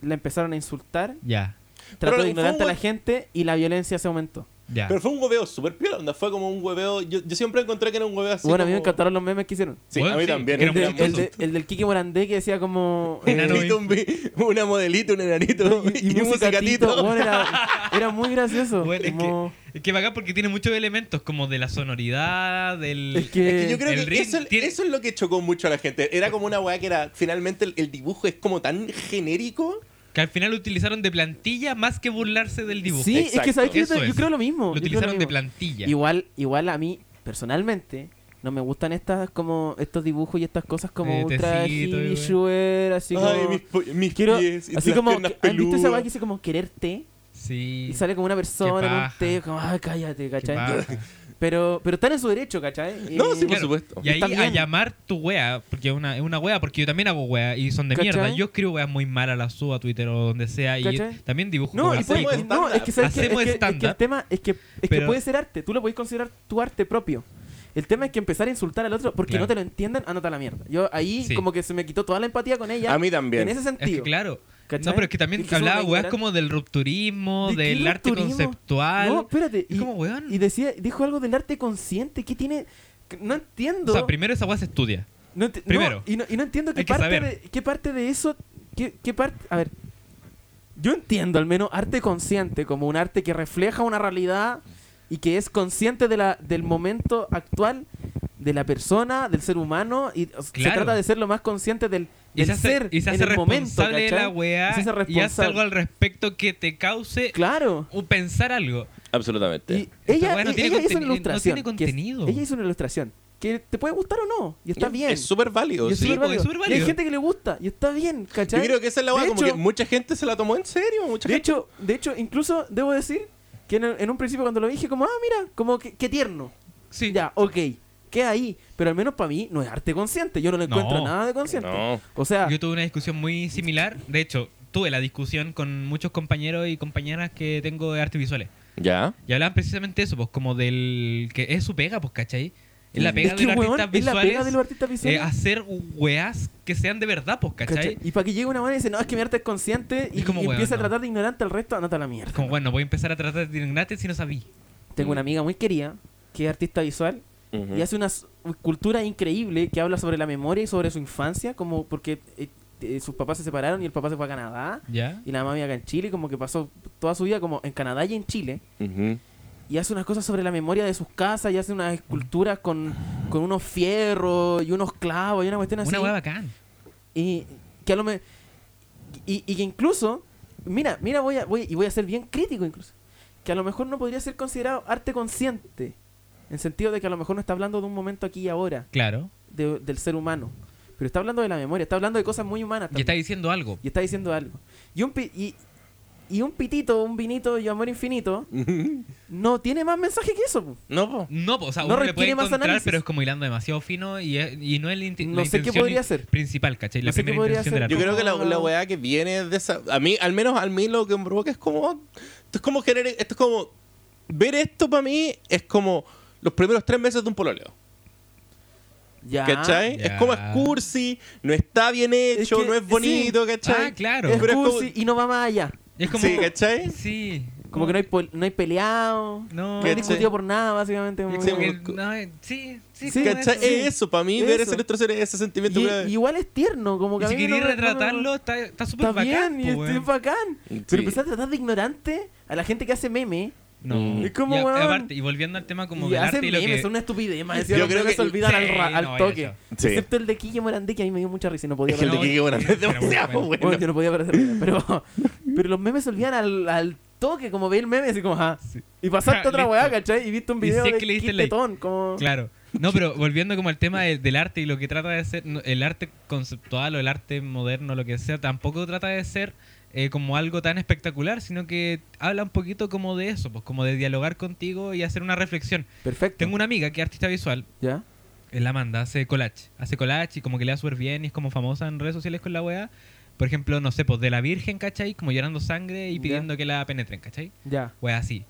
Speaker 1: la empezaron a insultar,
Speaker 3: Ya,
Speaker 1: trató
Speaker 4: fue
Speaker 1: de ignorante a la
Speaker 4: un-
Speaker 1: gente y la violencia se aumentó.
Speaker 3: ya.
Speaker 4: Pero fue un hueveo súper piola, onda, fue como un hueveo. Yo, yo siempre encontré que era un hueveo así.
Speaker 1: bueno, a mí me
Speaker 4: como-
Speaker 1: encantaron los memes que hicieron.
Speaker 4: Sí,
Speaker 3: Bueno,
Speaker 4: a mí
Speaker 3: sí,
Speaker 4: también.
Speaker 3: era
Speaker 1: El,
Speaker 3: muy
Speaker 1: de-
Speaker 4: Era
Speaker 1: el
Speaker 4: muy-
Speaker 3: chistoso.
Speaker 1: de- el del Kiki Morandé que decía como...
Speaker 3: Un
Speaker 1: eh,
Speaker 3: enano
Speaker 4: Necesito un bi- una modelita, un enanito y, un
Speaker 1: musicatito,
Speaker 4: musicatito.
Speaker 1: bueno, era, era muy gracioso.
Speaker 3: Bueno, es
Speaker 1: como-
Speaker 3: que- Es que bacán porque tiene muchos elementos, como de la sonoridad, del.
Speaker 1: Es que-
Speaker 4: Es que yo creo
Speaker 3: El
Speaker 4: que
Speaker 3: ritmo
Speaker 4: eso,
Speaker 3: tiene-
Speaker 4: eso es lo que chocó mucho a la gente. Era como una weá que era. Finalmente el, el dibujo es como tan genérico.
Speaker 3: Que al final utilizaron de plantilla más que burlarse del dibujo.
Speaker 1: Sí, es que sabes que yo,
Speaker 3: Eso
Speaker 1: te- yo
Speaker 3: es.
Speaker 1: creo lo
Speaker 3: Lo
Speaker 1: mismo. yo creo
Speaker 3: utilizaron de
Speaker 1: mismo.
Speaker 3: plantilla.
Speaker 1: Igual, igual a mí, personalmente, no me gustan estas como estos dibujos y estas cosas como
Speaker 3: Eh,
Speaker 1: ultra
Speaker 3: tecito,
Speaker 1: hippie,
Speaker 3: eh,
Speaker 1: shuer, así como.
Speaker 4: Ay, mis, po- mis
Speaker 1: quiero,
Speaker 4: pies. y
Speaker 1: así
Speaker 4: las
Speaker 1: como.
Speaker 4: piernas
Speaker 1: ¿Han visto esa weá
Speaker 4: peludas.
Speaker 1: que dice como quererte?
Speaker 3: Sí.
Speaker 1: Y sale como una persona con un
Speaker 3: paja.
Speaker 1: té, como, ay, cállate,
Speaker 3: Qué
Speaker 1: ¿cachai?
Speaker 3: paja.
Speaker 1: Pero, pero están en su derecho, ¿cachai?
Speaker 4: No,
Speaker 1: Eh,
Speaker 4: sí, por
Speaker 3: Claro,
Speaker 4: supuesto.
Speaker 3: Y ahí
Speaker 1: Está
Speaker 3: a
Speaker 1: bien.
Speaker 3: llamar tu wea, porque es una, es una wea, porque yo también hago wea y son de
Speaker 1: ¿Cachai?
Speaker 3: mierda. Yo escribo weas muy mal a la suba, a Twitter o donde sea y
Speaker 1: ¿Cachai?
Speaker 3: también dibujo
Speaker 1: No,
Speaker 3: como
Speaker 1: y
Speaker 3: el
Speaker 1: puede-
Speaker 3: pico.
Speaker 4: Hacemos
Speaker 1: no, es que sabes que, es,
Speaker 3: Hacemos
Speaker 1: que, es que
Speaker 3: estándar.
Speaker 1: el tema es que, es que
Speaker 3: Pero-
Speaker 1: puede ser arte, tú lo podés considerar tu arte propio. El tema es que empezar a insultar al otro porque
Speaker 3: Claro.
Speaker 1: no te lo entiendan, anota la mierda. Yo ahí
Speaker 3: Sí.
Speaker 1: como que se me quitó toda la empatía con ella.
Speaker 4: A mí también.
Speaker 1: En ese
Speaker 3: Es que
Speaker 1: sentido.
Speaker 3: claro.
Speaker 1: ¿Cachai?
Speaker 3: No, pero es que también
Speaker 1: Es que somos
Speaker 3: hablaba weas
Speaker 1: ignorantes.
Speaker 3: como del rupturismo,
Speaker 1: ¿De qué
Speaker 3: del arte
Speaker 1: rupturismo?
Speaker 3: conceptual.
Speaker 1: No, espérate.
Speaker 3: Es
Speaker 1: Y,
Speaker 3: como, weón.
Speaker 1: y decía, dijo algo del arte consciente. ¿Qué tiene? que No entiendo.
Speaker 3: o sea, primero esa wea se estudia.
Speaker 1: No enti- no,
Speaker 3: primero,
Speaker 1: y, no, y no entiendo qué
Speaker 3: hay que
Speaker 1: parte, de,
Speaker 3: saber.
Speaker 1: qué parte de eso. Qué, qué parte. A ver. Yo entiendo al menos arte consciente como un arte que refleja una realidad y que es consciente de la, del momento actual de la persona, del ser humano y o sea, se
Speaker 3: Claro.
Speaker 1: trata de ser lo más consciente del,
Speaker 3: Y
Speaker 1: del
Speaker 3: se hace,
Speaker 1: ser
Speaker 3: y se
Speaker 1: en
Speaker 3: hace
Speaker 1: el momento,
Speaker 3: responsable de la
Speaker 1: ¿cachai?
Speaker 3: wea
Speaker 1: Y se hace
Speaker 3: y hace
Speaker 1: responsable.
Speaker 3: algo al respecto que te cause
Speaker 1: Claro.
Speaker 3: un pensar algo.
Speaker 4: Absolutamente.
Speaker 1: Y
Speaker 3: Esta
Speaker 1: ella,
Speaker 3: weá no
Speaker 1: y-
Speaker 3: tiene
Speaker 1: ella hizo
Speaker 3: conten-
Speaker 1: una
Speaker 3: no
Speaker 1: ilustración.
Speaker 3: tiene
Speaker 1: que es-
Speaker 3: contenido.
Speaker 1: ella hizo una ilustración que te puede gustar o no, y está bien.
Speaker 4: Es súper válido.
Speaker 1: Y es
Speaker 4: sí.
Speaker 3: súper
Speaker 1: súper
Speaker 3: porque es
Speaker 1: válido.
Speaker 3: súper
Speaker 1: Y hay
Speaker 3: válido.
Speaker 1: gente que le gusta, y está bien, ¿cachai?
Speaker 4: Yo creo que esa es la weá,
Speaker 1: De
Speaker 4: como
Speaker 1: hecho-
Speaker 4: que mucha gente se la tomó en serio. Mucha
Speaker 1: De
Speaker 4: gente.
Speaker 1: hecho, de hecho, incluso debo decir que en, en un principio cuando lo dije, como, ah, mira, como que, que tierno.
Speaker 3: Sí.
Speaker 1: Ya, ok, queda ahí. Pero al menos para mí no es arte consciente. Yo no le
Speaker 3: No.
Speaker 1: encuentro nada de consciente.
Speaker 4: No.
Speaker 1: O sea,
Speaker 3: Yo tuve una discusión muy similar. De hecho, tuve la discusión con muchos compañeros y compañeras que tengo de artes visuales.
Speaker 4: Ya.
Speaker 3: Y hablaban precisamente eso, pues como del... que es su pega, pues, ¿cachai? Es
Speaker 4: Mm.
Speaker 3: la pega
Speaker 1: es
Speaker 3: de
Speaker 1: que,
Speaker 3: los
Speaker 1: weón,
Speaker 3: artistas
Speaker 1: es la
Speaker 3: visuales.
Speaker 1: pega de los artistas
Speaker 3: eh,
Speaker 1: visuales.
Speaker 3: hacer weas que sean de verdad, pues, ¿cachai?
Speaker 1: ¿cachai? Y para que llegue una buena y dice, no, es que mi arte es consciente y,
Speaker 3: Es como,
Speaker 1: y
Speaker 3: weón,
Speaker 1: empieza
Speaker 3: no.
Speaker 1: a tratar de ignorante al resto, anota la mierda.
Speaker 3: Es Como, bueno, voy a empezar a tratar de indignarte si no sabí.
Speaker 1: Tengo una amiga muy querida que es artista visual
Speaker 4: Ujú.
Speaker 1: y hace una s- cultura increíble que habla sobre la memoria y sobre su infancia, como porque eh, eh, sus papás se separaron y el papá se fue a Canadá
Speaker 3: ¿Ya?
Speaker 1: y la mamá vive acá en Chile, como que pasó toda su vida como en Canadá y en Chile
Speaker 4: Ujú.
Speaker 1: y hace unas cosas sobre la memoria de sus casas y hace unas esculturas con, con unos fierros y unos clavos y una cuestión así.
Speaker 3: Una wea bacán.
Speaker 1: Y que a lo me... y, y que incluso, mira, mira, voy a, voy, y voy a ser bien crítico incluso, que a lo mejor no podría ser considerado arte consciente, en sentido de que a lo mejor no está hablando de un momento aquí y ahora,
Speaker 3: Claro.
Speaker 1: de- del ser humano, pero está hablando de la memoria, está hablando de cosas muy humanas.
Speaker 3: Y está
Speaker 1: también,
Speaker 3: diciendo algo.
Speaker 1: y está diciendo algo. Y un, pi- y, y un pitito, un vinito y amor infinito, no tiene más mensaje que eso. po.
Speaker 4: No, po.
Speaker 3: No, pues, o sea,
Speaker 1: No
Speaker 3: uno le puede
Speaker 1: requiere más
Speaker 3: encontrar,
Speaker 1: análisis.
Speaker 3: pero es como hilando demasiado fino y, es- y no es la, inti-
Speaker 1: No
Speaker 3: la
Speaker 1: sé qué
Speaker 3: intención
Speaker 1: podría
Speaker 3: in-
Speaker 1: ser.
Speaker 3: principal, ¿cachai? La
Speaker 1: No sé qué
Speaker 3: primera
Speaker 1: podría
Speaker 3: intención
Speaker 1: ser.
Speaker 3: del arte.
Speaker 4: Yo creo que la, la
Speaker 1: No.
Speaker 4: weá que viene de esa. A mí, al menos a mí, lo que me provoca es como. oh, Esto es como generar. Esto es como. Ver esto para mí es como los primeros tres meses de un pololeo.
Speaker 1: Ya.
Speaker 4: ¿Cachai?
Speaker 3: Ah, Ya.
Speaker 4: Es como es cursi, no está bien hecho,
Speaker 1: Es que-
Speaker 4: no es bonito, ¿cachai?
Speaker 3: Ah, claro.
Speaker 1: Es
Speaker 4: Pero es como-
Speaker 1: cursi y no va más allá.
Speaker 3: Es como...
Speaker 4: Sí, ¿cachai?
Speaker 3: Sí.
Speaker 1: Como que no hay, pol- no hay peleado,
Speaker 3: No.
Speaker 1: no hay
Speaker 4: ¿Cachai?
Speaker 1: discutido por nada, básicamente. como
Speaker 4: Sí,
Speaker 1: que-
Speaker 3: Porque,
Speaker 4: como-
Speaker 3: no, eh, sí, sí,
Speaker 1: Sí,
Speaker 3: como
Speaker 4: ¿Cachai?
Speaker 3: eso.
Speaker 4: Es eso, para mí,
Speaker 1: Eso.
Speaker 4: ver esa ilustración es ese sentimiento.
Speaker 1: Y-
Speaker 4: que-
Speaker 1: y igual es tierno, como que
Speaker 3: Y
Speaker 1: a
Speaker 3: si
Speaker 1: mí no
Speaker 3: queréis
Speaker 1: me- no me-
Speaker 3: retratarlo, está está súper
Speaker 1: está
Speaker 3: bacán.
Speaker 1: bien,
Speaker 3: po,
Speaker 1: y es
Speaker 3: weón.
Speaker 1: bacán.
Speaker 4: Sí.
Speaker 1: Pero empezar a tratar de ignorante a la gente que hace meme.
Speaker 3: No.
Speaker 1: Es como,
Speaker 3: y, a-
Speaker 1: weón.
Speaker 3: aparte, y volviendo al tema como
Speaker 1: y
Speaker 3: del
Speaker 1: hacen
Speaker 3: arte y lo
Speaker 1: memes,
Speaker 3: que...
Speaker 1: son una estupidez, más
Speaker 4: Yo
Speaker 1: Yo
Speaker 4: creo
Speaker 1: creo
Speaker 4: que-
Speaker 1: que se olvidan al,
Speaker 3: Sí,
Speaker 1: ra- al
Speaker 3: no, ya
Speaker 1: toque.
Speaker 3: sé.
Speaker 4: Sí.
Speaker 1: Excepto el de Kike Morandé, que a mí me dio mucha risa y no podía
Speaker 4: Es que el de
Speaker 1: parar.
Speaker 3: No,
Speaker 4: Kike Buenafuente es
Speaker 3: pero bueno,
Speaker 4: demasiado
Speaker 3: bueno.
Speaker 1: Bueno,
Speaker 4: bueno.
Speaker 1: yo no podía parar de reír, pero, pero los memes se olvidan al, al toque, como ve el meme así como, ajá.
Speaker 3: Sí.
Speaker 1: Y pasaste
Speaker 3: Ja,
Speaker 1: a otra
Speaker 3: listo.
Speaker 1: weá, ¿cachai? Y viste un
Speaker 3: Y
Speaker 1: video
Speaker 3: sé
Speaker 1: de
Speaker 3: que le diste
Speaker 1: Kid
Speaker 3: like.
Speaker 1: Tetón, como...
Speaker 3: Claro. No, pero volviendo como al tema de- del arte y lo que trata de ser, no, el arte conceptual o el arte moderno, lo que sea, tampoco trata de ser eh, como algo tan espectacular, sino que habla un poquito como de eso, pues como de dialogar contigo y hacer una reflexión.
Speaker 1: Perfecto.
Speaker 3: Tengo una amiga que es artista visual,
Speaker 1: ¿Ya?
Speaker 3: es la manda, hace collage, hace collage y como que le da súper bien y es como famosa en redes sociales con la wea. Por ejemplo, no sé, pues de la Virgen, ¿cachai? Como llorando sangre y
Speaker 1: Ya.
Speaker 3: pidiendo que la penetren, ¿cachai?
Speaker 1: Ya.
Speaker 3: Wea así.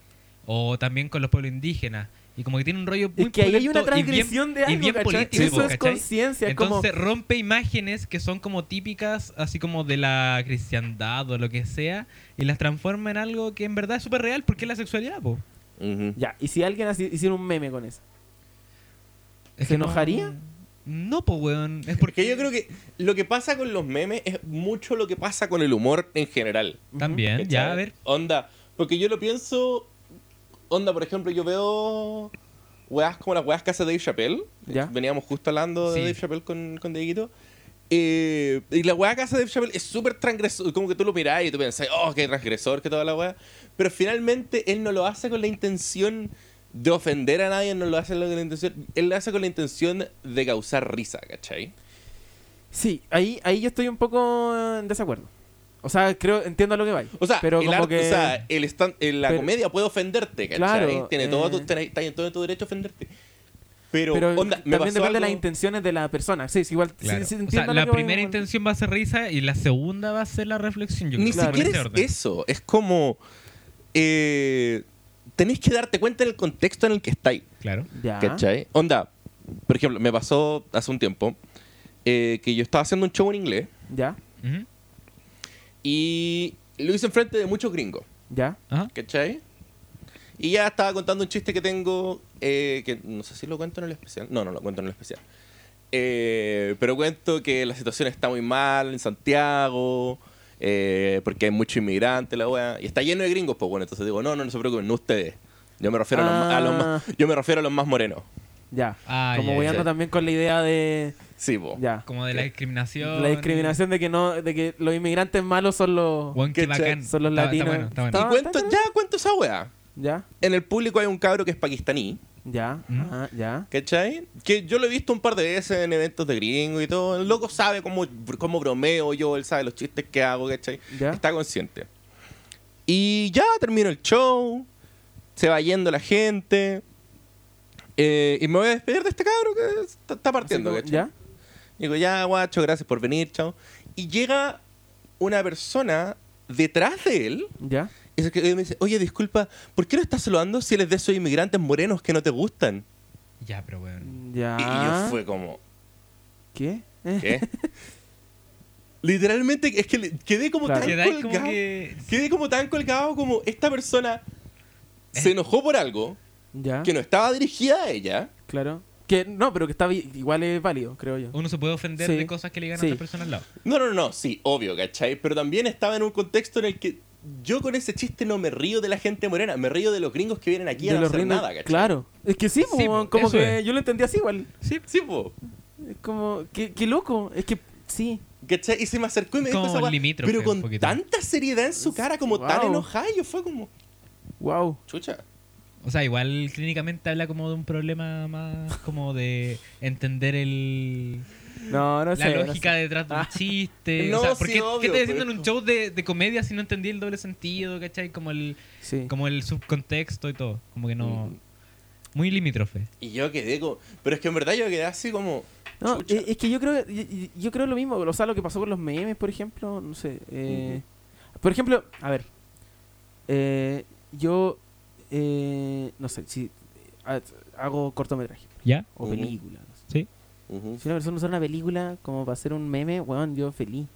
Speaker 3: O también con los pueblos indígenas. Y como que tiene un rollo muy
Speaker 1: Es que ahí hay
Speaker 3: pulento
Speaker 1: una
Speaker 3: y bien-
Speaker 1: transgresión de
Speaker 3: y
Speaker 1: algo,
Speaker 3: bien
Speaker 1: ¿cachai?
Speaker 3: político,
Speaker 1: Eso es
Speaker 3: ¿cachai?
Speaker 1: conciencia, es como...
Speaker 3: Entonces rompe imágenes que son como típicas, así como de la cristiandad o lo que sea, y las transforma en algo que en verdad es súper real, porque es la sexualidad, po.
Speaker 4: Ujú.
Speaker 1: Ya, ¿y si alguien hace- hiciera un meme con eso?
Speaker 3: Es
Speaker 1: ¿Se
Speaker 3: que no-
Speaker 1: enojaría?
Speaker 3: No, po, weón.
Speaker 4: Porque
Speaker 3: Es porque
Speaker 4: yo creo que lo que pasa con los memes es mucho lo que pasa con el humor en general.
Speaker 3: También, ya,
Speaker 4: ¿Cachai?
Speaker 3: a ver.
Speaker 4: Onda, porque yo lo pienso. Onda, por ejemplo, yo veo weas como las weas que hace Dave Chappelle.
Speaker 1: Ya.
Speaker 4: Veníamos justo hablando de
Speaker 3: Sí.
Speaker 4: Dave Chappelle con, con Dieguito. Eh, y la wea que hace Dave Chappelle es súper transgresor. Como que tú lo mirás y tú pensás, oh, qué transgresor, que toda la wea. Pero finalmente él no lo hace con la intención de ofender a nadie, no lo hace con la intención. Él lo hace con la intención de causar risa, ¿cachai?
Speaker 1: Sí, ahí, ahí yo estoy un poco en desacuerdo. O sea, creo, entiendo a lo que vais.
Speaker 4: O sea,
Speaker 1: pero
Speaker 4: el
Speaker 1: como
Speaker 4: arte-
Speaker 1: que.
Speaker 4: o sea, el stand- eh, la
Speaker 1: pero-
Speaker 4: comedia puede ofenderte, ¿cachai?
Speaker 1: Claro,
Speaker 4: Tiene todo tu,
Speaker 1: eh.
Speaker 4: tenés- está en todo tu derecho a ofenderte. Pero,
Speaker 1: pero
Speaker 4: onda, me
Speaker 1: también
Speaker 4: pasó
Speaker 1: depende de las
Speaker 4: algo-
Speaker 1: intenciones de la persona. Sí, sí, igual. sí,
Speaker 3: Claro.
Speaker 1: sí,
Speaker 3: O
Speaker 1: entiendo
Speaker 3: sea,
Speaker 1: lo
Speaker 3: la
Speaker 1: que vais,
Speaker 3: primera
Speaker 1: bueno.
Speaker 3: intención va a ser risa y la segunda va a ser la reflexión. Yo
Speaker 4: Ni
Speaker 3: creo, por ese
Speaker 4: siquiera
Speaker 3: orden.
Speaker 4: es eso. Es como. Eh, tenés que darte cuenta del contexto en el que estáis.
Speaker 3: Claro.
Speaker 1: Ya.
Speaker 4: ¿Cachai? Onda, por ejemplo, me pasó hace un tiempo eh, que yo estaba haciendo un show en inglés
Speaker 1: Ya.
Speaker 3: Ujú.
Speaker 4: y lo hice enfrente de muchos gringos.
Speaker 1: Ya.
Speaker 3: Ajá.
Speaker 4: ¿Cachai? Y ya estaba contando un chiste que tengo, eh, que no sé si lo cuento en el especial. No, no lo cuento en el especial. Eh, pero cuento que la situación está muy mal en Santiago, eh, porque hay mucho inmigrante, la weá. Y está lleno de gringos, pues bueno, entonces digo, no, no, no se preocupen, no ustedes. Yo me refiero, a, los, ma- a los
Speaker 1: Ah.
Speaker 4: más, yo me refiero a los más morenos.
Speaker 1: Ya.
Speaker 3: Ah,
Speaker 1: como
Speaker 3: ya,
Speaker 1: voy
Speaker 4: ya.
Speaker 1: también con la idea de.
Speaker 4: Sí, po.
Speaker 1: Ya.
Speaker 3: Como de la discriminación.
Speaker 1: La discriminación de que no, de que los inmigrantes malos son los.
Speaker 3: Juan, qué
Speaker 4: ¿Cachai?
Speaker 3: bacán.
Speaker 1: Son los
Speaker 3: Está-
Speaker 1: latinos.
Speaker 3: Está bueno, está
Speaker 4: Y
Speaker 1: Está-
Speaker 3: bueno.
Speaker 4: cuento, ya cuento esa weá.
Speaker 1: Ya.
Speaker 4: En el público hay un cabro que es pakistaní.
Speaker 1: Ya.
Speaker 3: Mm.
Speaker 1: ah, ya.
Speaker 4: ¿Cachai? Que yo lo he visto un par de veces en eventos de gringo y todo. El loco sabe cómo, cómo bromeo yo, él sabe los chistes que hago, ¿cachai?
Speaker 1: Ya.
Speaker 4: Está consciente. Y ya termino el show, se va yendo la gente. eh, y me voy a despedir de este cabro que está, está partiendo,
Speaker 1: Así como-
Speaker 4: ¿cachai?
Speaker 1: ya.
Speaker 4: Digo, ya, guacho, gracias por venir, chao. Y llega una persona detrás de él.
Speaker 1: Ya.
Speaker 4: Y se que- y me dice, oye, disculpa, ¿por qué no estás saludando si eres de esos inmigrantes morenos que no te gustan?
Speaker 3: Ya, pero bueno.
Speaker 1: Ya.
Speaker 4: Y yo fue como,
Speaker 1: ¿Qué? Eh,
Speaker 4: ¿Qué? Literalmente, es que le- quedé como
Speaker 1: Claro.
Speaker 4: tan
Speaker 3: Quedáis como
Speaker 4: colgado.
Speaker 3: que.
Speaker 4: Quedé como tan colgado como esta persona se enojó por algo
Speaker 1: Ya.
Speaker 4: que no estaba dirigida a ella.
Speaker 1: Claro. Que no, pero que está vi- igual es válido, creo yo.
Speaker 3: Uno se puede ofender
Speaker 1: Sí.
Speaker 3: de cosas que le digan
Speaker 1: Sí.
Speaker 3: a otra persona al lado.
Speaker 4: No, no, no, sí, obvio, ¿cachai? Pero también estaba en un contexto en el que yo con ese chiste no me río de la gente morena, me río de los gringos que vienen aquí a
Speaker 1: De
Speaker 4: no
Speaker 1: los
Speaker 4: hacer
Speaker 1: ritmos-
Speaker 4: nada, ¿cachai?
Speaker 1: Claro. Es que sí,
Speaker 3: Sí,
Speaker 1: po,
Speaker 3: po,
Speaker 1: como
Speaker 3: eso
Speaker 1: que
Speaker 3: es.
Speaker 1: yo lo entendí así igual.
Speaker 4: Sí, sí, po.
Speaker 1: Es como, qué, qué loco. Es que sí.
Speaker 4: ¿Cachai? Y se me acercó y me dijo
Speaker 3: Como
Speaker 4: esa weá,
Speaker 3: limítrofe
Speaker 4: Pero
Speaker 3: un
Speaker 4: con
Speaker 3: poquito.
Speaker 4: tanta seriedad en su cara, como tan
Speaker 1: Wow.
Speaker 4: enojada, yo fue como,
Speaker 1: Wow.
Speaker 4: chucha.
Speaker 3: O sea, igual clínicamente habla como de un problema más como de entender el
Speaker 1: No, no
Speaker 3: la
Speaker 1: sé. no
Speaker 3: lógica
Speaker 1: sé.
Speaker 3: detrás de un
Speaker 1: Ah.
Speaker 3: chiste.
Speaker 4: No,
Speaker 3: o sea, ¿por
Speaker 4: sí,
Speaker 3: qué,
Speaker 4: obvio,
Speaker 3: qué estoy haciendo
Speaker 1: pues,
Speaker 4: pero-
Speaker 3: en un show de, de comedia si no entendí el doble sentido, cachai? Como el,
Speaker 1: Sí. Mm.
Speaker 3: como el subcontexto y todo. Como que no. Muy limítrofe.
Speaker 4: Y yo quedé como. Pero es que en verdad yo quedé así como.
Speaker 1: No,
Speaker 4: Chucha.
Speaker 1: eh, es que yo creo, y- y- yo, creo lo mismo, o sea, lo que pasó con los memes, por ejemplo, no sé. eh, Por ejemplo, a ver, eh, yo, eh, no sé, si ha- hago cortometraje
Speaker 3: ¿Ya?
Speaker 1: o
Speaker 4: Ujú.
Speaker 1: película. no sé.
Speaker 3: ¿Sí?
Speaker 4: ujú.
Speaker 1: Si una persona usa una película como para hacer un meme, weón, yo feliz.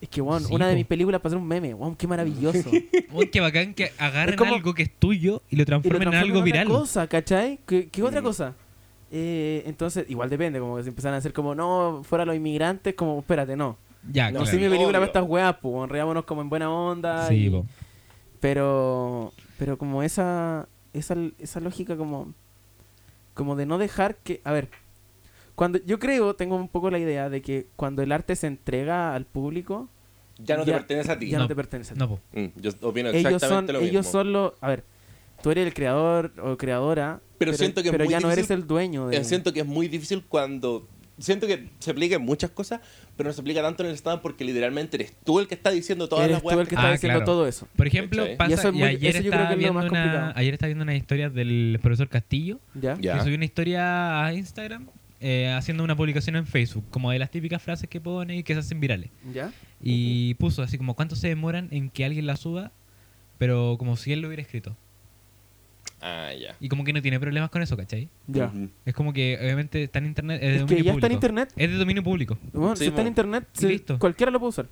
Speaker 1: Es que, weón,
Speaker 3: Sí,
Speaker 1: una de
Speaker 3: po.
Speaker 1: mis películas para hacer un meme, weón, qué maravilloso.
Speaker 3: Uy, qué bacán que agarren
Speaker 1: como-
Speaker 3: algo que es tuyo y lo
Speaker 1: Y lo
Speaker 3: transformen en
Speaker 1: transforma en
Speaker 3: algo
Speaker 1: otra
Speaker 3: viral.
Speaker 1: cosa, ¿cachai? ¿Qué, qué otra
Speaker 4: Mm.
Speaker 1: cosa? Eh, entonces, igual depende, como que se empiezan a hacer como, no, fuera los inmigrantes, como, espérate, no.
Speaker 3: Ya,
Speaker 1: No
Speaker 3: claro.
Speaker 1: sé mi película para
Speaker 4: Obvio.
Speaker 1: estas weas, pues, enredámonos como en buena onda.
Speaker 3: Sí,
Speaker 1: y-
Speaker 3: po.
Speaker 1: pero, pero como esa, esa, esa lógica como, como de no dejar que, a ver, cuando yo creo, tengo un poco la idea de que cuando el arte se entrega al público,
Speaker 4: Ya no
Speaker 1: Ya-
Speaker 4: te pertenece a ti.
Speaker 1: ya no,
Speaker 3: No,
Speaker 1: te pertenece. a ti.
Speaker 3: No, po.
Speaker 4: Mm, yo opino
Speaker 1: ellos
Speaker 4: exactamente
Speaker 1: son,
Speaker 4: lo mismo.
Speaker 1: ellos son los, a ver, tú eres el creador o creadora,
Speaker 4: Pero siento que es
Speaker 1: pero
Speaker 4: muy
Speaker 1: ya no eres
Speaker 4: difícil-
Speaker 1: el dueño. De...
Speaker 4: Eh, Siento que es muy difícil cuando. Siento que se aplica en muchas cosas, pero no se aplica tanto en el stand porque literalmente eres tú el que está diciendo todas
Speaker 1: eres
Speaker 4: las
Speaker 1: tú
Speaker 4: weas.
Speaker 1: el que está
Speaker 3: Ah,
Speaker 1: diciendo
Speaker 3: claro.
Speaker 1: todo eso.
Speaker 3: Por ejemplo,
Speaker 4: ¿Cachai?
Speaker 3: pasa,
Speaker 1: Y eso es
Speaker 3: y
Speaker 1: muy-
Speaker 3: ayer,
Speaker 1: eso yo creo
Speaker 3: estaba
Speaker 1: que es lo
Speaker 3: viendo
Speaker 1: más
Speaker 3: una,
Speaker 1: complicado.
Speaker 3: ayer estaba viendo unas historias del profesor Castillo
Speaker 1: ¿Ya?
Speaker 4: Ya.
Speaker 3: que subí una historia a Instagram eh, haciendo una publicación en Facebook, como de las típicas frases que pone y que se hacen virales.
Speaker 1: ¿Ya?
Speaker 3: Y puso así como cuánto se demoran en que alguien la suba, pero como si él lo hubiera escrito.
Speaker 4: Ah, ya.
Speaker 3: Y como que no tiene problemas con eso, ¿cachai?
Speaker 1: Ya.
Speaker 4: Ujú.
Speaker 3: Es como que obviamente está en internet, es de
Speaker 1: Es
Speaker 3: dominio
Speaker 1: que ya
Speaker 3: público.
Speaker 1: está en internet.
Speaker 3: Es de dominio público.
Speaker 1: Bueno,
Speaker 4: Sí,
Speaker 1: si está en
Speaker 4: po.
Speaker 1: internet,
Speaker 3: Y
Speaker 1: se-
Speaker 3: listo.
Speaker 1: cualquiera lo puede usar.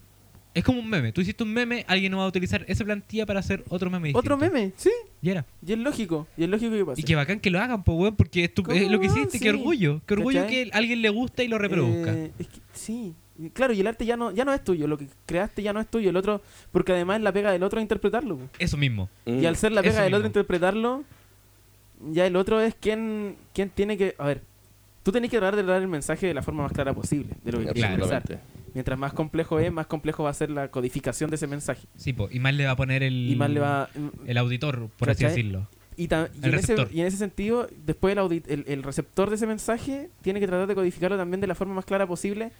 Speaker 3: Es como un meme. Tú hiciste un meme, alguien no va a utilizar esa plantilla para hacer otro meme.
Speaker 1: Otro
Speaker 3: distinto.
Speaker 1: meme, Pues sí.
Speaker 3: Y era.
Speaker 1: Y es lógico, y es lógico que pase.
Speaker 3: Y que bacán que lo hagan, pues, weón, porque es, tu-
Speaker 1: ¿Cómo
Speaker 3: es lo que
Speaker 1: no?
Speaker 3: hiciste,
Speaker 1: Sí.
Speaker 3: qué orgullo. Qué orgullo
Speaker 1: ¿Cachai?
Speaker 3: que a alguien le gusta y lo reproduzca.
Speaker 1: Eh, es que- sí, Claro, y el arte ya no, ya no es tuyo, lo que creaste ya no es tuyo, el otro, porque además es la pega del otro interpretarlo. po.
Speaker 3: Eso mismo.
Speaker 1: Y
Speaker 4: Mm,
Speaker 1: al ser la
Speaker 3: Eso
Speaker 1: pega del
Speaker 3: Mm,
Speaker 1: otro
Speaker 3: mismo.
Speaker 1: interpretarlo, ya el otro es quien, quien tiene que... A ver, tú tenés que tratar de dar el mensaje de la forma más clara posible, de lo que quieres expresar.
Speaker 4: Absolutamente.
Speaker 1: Mientras más complejo es, más complejo va a ser la codificación de ese mensaje.
Speaker 3: Sí, po, y más le va a poner el,
Speaker 1: Y más le va...
Speaker 3: el auditor, por así
Speaker 1: ¿Cachai?
Speaker 3: decirlo.
Speaker 1: Y, ta- y
Speaker 3: Mm. El
Speaker 1: en ese,
Speaker 3: receptor.
Speaker 1: y en ese sentido, después el, audit- el, el receptor de ese mensaje tiene que tratar de codificarlo también de la forma más clara posible,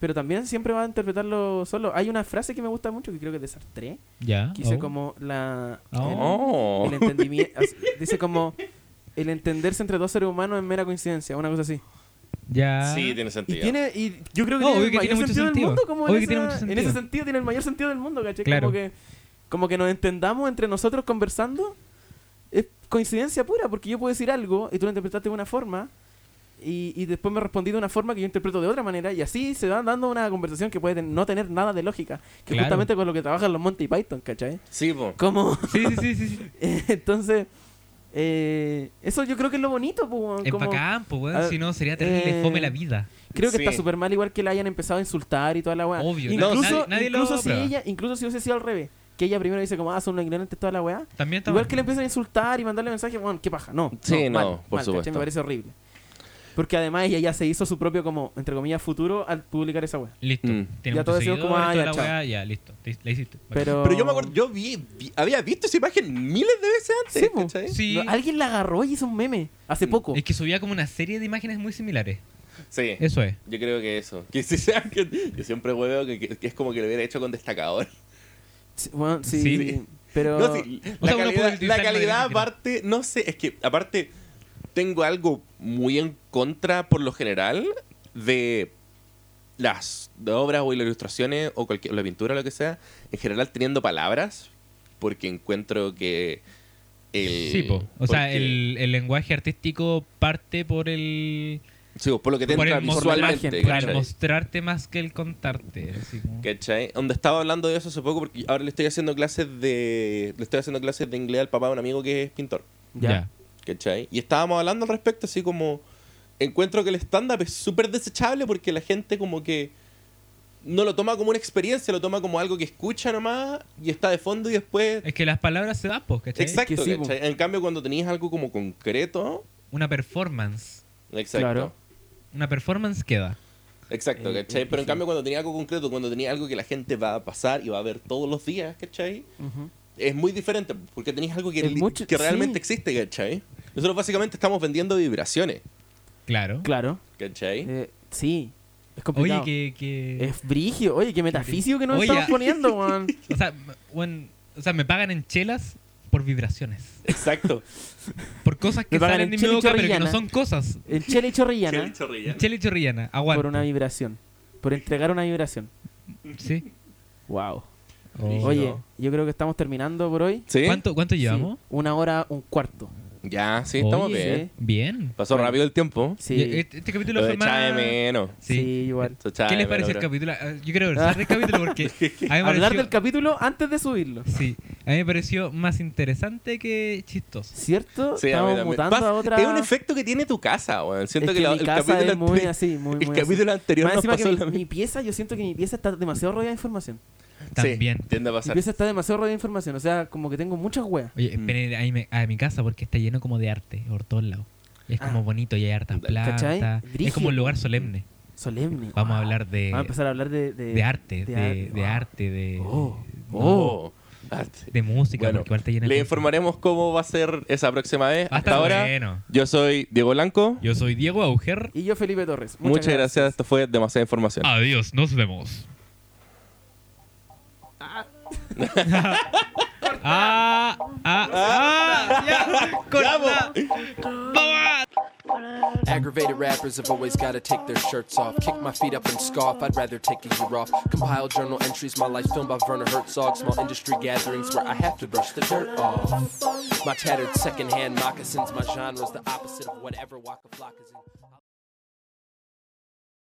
Speaker 1: pero también siempre va a interpretarlo solo. Hay una frase que me gusta mucho, que creo que es de Sartre,
Speaker 3: Ya.
Speaker 1: que dice
Speaker 3: oh.
Speaker 1: como la...
Speaker 3: Oh.
Speaker 4: Oh.
Speaker 1: El, entendimiento... dice como... El entenderse entre dos seres humanos es mera coincidencia, una cosa así.
Speaker 3: Ya.
Speaker 4: Sí, tiene sentido.
Speaker 1: Y tiene, y yo creo que
Speaker 3: No,
Speaker 1: tiene
Speaker 3: obvio
Speaker 1: el
Speaker 3: que
Speaker 1: mayor
Speaker 3: tiene mucho
Speaker 1: sentido, del
Speaker 3: sentido.
Speaker 1: mundo, como en,
Speaker 3: Obvio que tiene
Speaker 1: esa-
Speaker 3: mucho
Speaker 1: en ese
Speaker 3: sentido.
Speaker 1: sentido tiene el mayor sentido del mundo, ¿cachai?
Speaker 3: Claro.
Speaker 1: Como que, como que nos entendamos entre nosotros conversando, es coincidencia pura, porque yo puedo decir algo y tú lo interpretaste de una forma, y, y después me respondí de una forma que yo interpreto de otra manera, y así se va dando una conversación que puede ten- no tener nada de lógica, que
Speaker 3: Claro.
Speaker 1: justamente con lo que trabajan los Monty Python, ¿cachai?
Speaker 4: Sí, po.
Speaker 1: Como,
Speaker 3: Sí, sí, sí, sí, sí.
Speaker 1: entonces, eh, eso yo creo que es lo bonito, po, weón,
Speaker 3: Es
Speaker 1: como-
Speaker 3: bacán, pues,
Speaker 1: a
Speaker 3: weón.
Speaker 1: ver,
Speaker 3: Si no, sería terrible
Speaker 1: eh,
Speaker 3: fome la vida.
Speaker 1: Creo que
Speaker 4: Sí.
Speaker 1: está súper mal igual que la hayan empezado a insultar y toda la weá.
Speaker 3: Obvio,
Speaker 1: incluso,
Speaker 3: nadie- nadie lo
Speaker 1: incluso si
Speaker 3: aprueba.
Speaker 1: ella, incluso si hubiese sido al revés, que ella primero dice como ah, son unos ignorantes toda la weá.
Speaker 3: También está
Speaker 1: Igual
Speaker 3: mal.
Speaker 1: que le empiezan a insultar y mandarle mensajes, bueno, qué paja, no.
Speaker 4: Sí, no, por
Speaker 1: ¿cachai?
Speaker 4: supuesto.
Speaker 1: Me parece horrible. Porque además ella ya se hizo su propio como, entre comillas, futuro al publicar esa weá.
Speaker 3: Listo.
Speaker 4: Mm.
Speaker 1: Ya
Speaker 3: Tiene
Speaker 1: todo
Speaker 3: muchos
Speaker 1: decimos
Speaker 3: seguidores,
Speaker 1: como, ah,
Speaker 3: toda
Speaker 1: ya,
Speaker 3: la
Speaker 1: chao.
Speaker 3: weá, ya, listo. Te- La hiciste. Bacán.
Speaker 1: Pero,
Speaker 4: Pero yo me acuerdo, yo vi, vi- había visto esa imagen miles de veces antes.
Speaker 1: Sí, po.
Speaker 4: ¿cachai?
Speaker 3: Sí. Mm.
Speaker 1: No, alguien la agarró y hizo un meme hace poco.
Speaker 3: Es que subía como una serie de imágenes muy similares.
Speaker 4: Sí.
Speaker 3: Eso es.
Speaker 4: Yo creo que eso. Que sí, sea que- yo siempre hueveo que, que- que es como que lo hubiera hecho con destacador.
Speaker 1: Sí, bueno, sí,
Speaker 3: Sí.
Speaker 1: Pero
Speaker 4: No, sí,
Speaker 3: O
Speaker 4: la,
Speaker 3: sea, uno puede
Speaker 4: calidad,
Speaker 3: utilizar
Speaker 4: la calidad
Speaker 3: madera que quiera.
Speaker 4: aparte, no sé, es que aparte tengo algo muy en contra por lo general de las obras o las ilustraciones o cualquier la pintura o lo que sea, en general teniendo palabras, porque encuentro que el
Speaker 3: sí, po. O sea,
Speaker 4: porque-
Speaker 3: el, el lenguaje artístico parte por el,
Speaker 4: sí, po, por lo que te
Speaker 3: por
Speaker 4: entra
Speaker 3: el mostrar-
Speaker 4: visualmente,
Speaker 1: por el
Speaker 3: por el
Speaker 4: ¿cachai?
Speaker 3: mostrarte más que el contarte. así como-
Speaker 4: ¿Cachai? Donde estaba hablando de eso hace poco porque ahora le estoy haciendo clases de le estoy haciendo clases de inglés al papá de un amigo que es pintor.
Speaker 1: ya.
Speaker 3: Ya.
Speaker 4: ¿Cachai? Y estábamos hablando al respecto, así como. Encuentro que el stand-up es súper desechable porque la gente, como que. No lo toma como una experiencia, lo toma como algo que escucha nomás y está de fondo y después.
Speaker 3: Es que las palabras se dan, pues, ¿cachai?
Speaker 4: Exacto,
Speaker 1: Que sí, po.
Speaker 4: ¿cachai? En cambio, cuando tenías algo como concreto.
Speaker 3: Una performance.
Speaker 4: Exacto.
Speaker 1: Claro.
Speaker 3: Una performance queda.
Speaker 4: Exacto,
Speaker 1: Eh,
Speaker 4: ¿cachai?
Speaker 1: eh,
Speaker 4: Pero en
Speaker 1: sí.
Speaker 4: cambio, cuando tenía algo concreto, cuando tenía algo que la gente va a pasar y va a ver todos los días, ¿cachai?
Speaker 1: Ujú.
Speaker 4: Es muy diferente porque tenías algo que,
Speaker 1: Es mucho-
Speaker 4: que realmente
Speaker 1: sí.
Speaker 4: existe, ¿cachai? Nosotros básicamente estamos vendiendo vibraciones,
Speaker 3: Claro.
Speaker 1: Claro.
Speaker 4: ¿cachai?
Speaker 1: Eh, sí. Es
Speaker 3: Oye,
Speaker 1: complicado.
Speaker 3: que. que...
Speaker 1: Es brigio. Oye, qué metafísico que nos
Speaker 3: Oye,
Speaker 1: estamos
Speaker 3: a-
Speaker 1: poniendo, weón.
Speaker 3: O, sea, m- weón, o sea, me pagan en chelas por vibraciones.
Speaker 4: Exacto.
Speaker 3: Por cosas que
Speaker 1: Me pagan
Speaker 3: salen
Speaker 1: en
Speaker 3: de mi
Speaker 1: chela y
Speaker 3: boca, pero que no
Speaker 1: chorrillana.
Speaker 3: son cosas.
Speaker 1: El Chele Chorrillana
Speaker 4: Chel Chorrillana.
Speaker 3: Chela y chorrillana. Aguanta.
Speaker 1: por una vibración. Por entregar una vibración.
Speaker 3: Sí.
Speaker 1: Wow.
Speaker 4: Oh.
Speaker 1: Oye, yo creo que estamos terminando por hoy.
Speaker 4: ¿Sí?
Speaker 3: ¿Cuánto, cuánto llevamos?
Speaker 1: Sí, una hora, un cuarto.
Speaker 4: Ya, sí, estamos
Speaker 3: Oye,
Speaker 4: bien.
Speaker 3: Bien.
Speaker 4: Pasó rápido el tiempo.
Speaker 1: Sí,
Speaker 3: Ya, Este, este capítulo
Speaker 4: Lo
Speaker 3: fue
Speaker 4: de
Speaker 3: más...
Speaker 4: menos.
Speaker 1: sí, igual.
Speaker 4: Esto chá
Speaker 3: ¿Qué les
Speaker 4: de
Speaker 3: pareció el
Speaker 4: menos,
Speaker 3: capítulo? Ah, Yo quiero regresar del capítulo porque a mí me
Speaker 1: Hablar
Speaker 3: pareció,
Speaker 1: del capítulo antes de subirlo.
Speaker 3: sí, a mí me pareció más interesante que chistoso.
Speaker 1: ¿Cierto?
Speaker 4: bro. Sí, a mí
Speaker 1: estamos
Speaker 4: también.
Speaker 1: mutando
Speaker 4: Pasa-
Speaker 1: a otra.
Speaker 4: Es un efecto que tiene tu casa, weón.
Speaker 1: Es
Speaker 4: Siento
Speaker 1: que
Speaker 4: que, la-
Speaker 1: mi
Speaker 4: el
Speaker 1: casa
Speaker 4: capítulo
Speaker 1: es muy
Speaker 4: anterior-
Speaker 1: así, muy, muy
Speaker 4: El
Speaker 1: así.
Speaker 4: capítulo anterior
Speaker 1: Más
Speaker 4: nos
Speaker 1: encima
Speaker 4: pasó
Speaker 1: que
Speaker 4: la
Speaker 1: mi, mi pieza, yo siento que mi pieza está demasiado rodeada de información.
Speaker 3: También.
Speaker 4: Sí, tiende a
Speaker 1: Mi
Speaker 4: pasar.
Speaker 1: pieza está demasiado rodeada de información. O sea, como que tengo muchas weas.
Speaker 3: Oye,
Speaker 4: Mm.
Speaker 3: esperen a, mi- a mi casa porque está lleno como de arte por todos lados. Y es como
Speaker 1: Ah.
Speaker 3: bonito y hay hartas plantas.
Speaker 1: ¿Cachai?
Speaker 3: Es
Speaker 1: Brígido. Ah,
Speaker 3: como un lugar solemne.
Speaker 1: Solemne.
Speaker 3: Vamos a
Speaker 1: wow.
Speaker 3: hablar de,
Speaker 1: Vamos a empezar a hablar de, de,
Speaker 3: Eh, de arte, de,
Speaker 1: ar-
Speaker 3: de
Speaker 1: wow.
Speaker 3: arte, de,
Speaker 1: Oh,
Speaker 3: no,
Speaker 4: Oh. arte.
Speaker 3: de música,
Speaker 4: Bueno,
Speaker 3: porque igual está lleno
Speaker 4: Le
Speaker 3: de
Speaker 4: informaremos cómo va a ser esa próxima vez.
Speaker 3: Va
Speaker 4: Hasta
Speaker 3: a estar
Speaker 4: ahora,
Speaker 3: bueno.
Speaker 4: yo soy Diego Blanco.
Speaker 3: música. Yo soy Diego Auger.
Speaker 1: Y yo, Felipe Torres.
Speaker 4: Muchas, gracias. Esto fue demasiada información.
Speaker 3: Adiós, nos vemos. Ah, ah, ah, ya, corta.
Speaker 2: Aggravated rappers have always gotta take their shirts off. Kick my feet up and scoff, I'd rather take a year off. Compile journal entries, my life filmed by Werner Herzog. Small industry gatherings where I have to brush the dirt off. My tattered secondhand moccasins, my genre's the opposite of whatever Waka Flocka's in.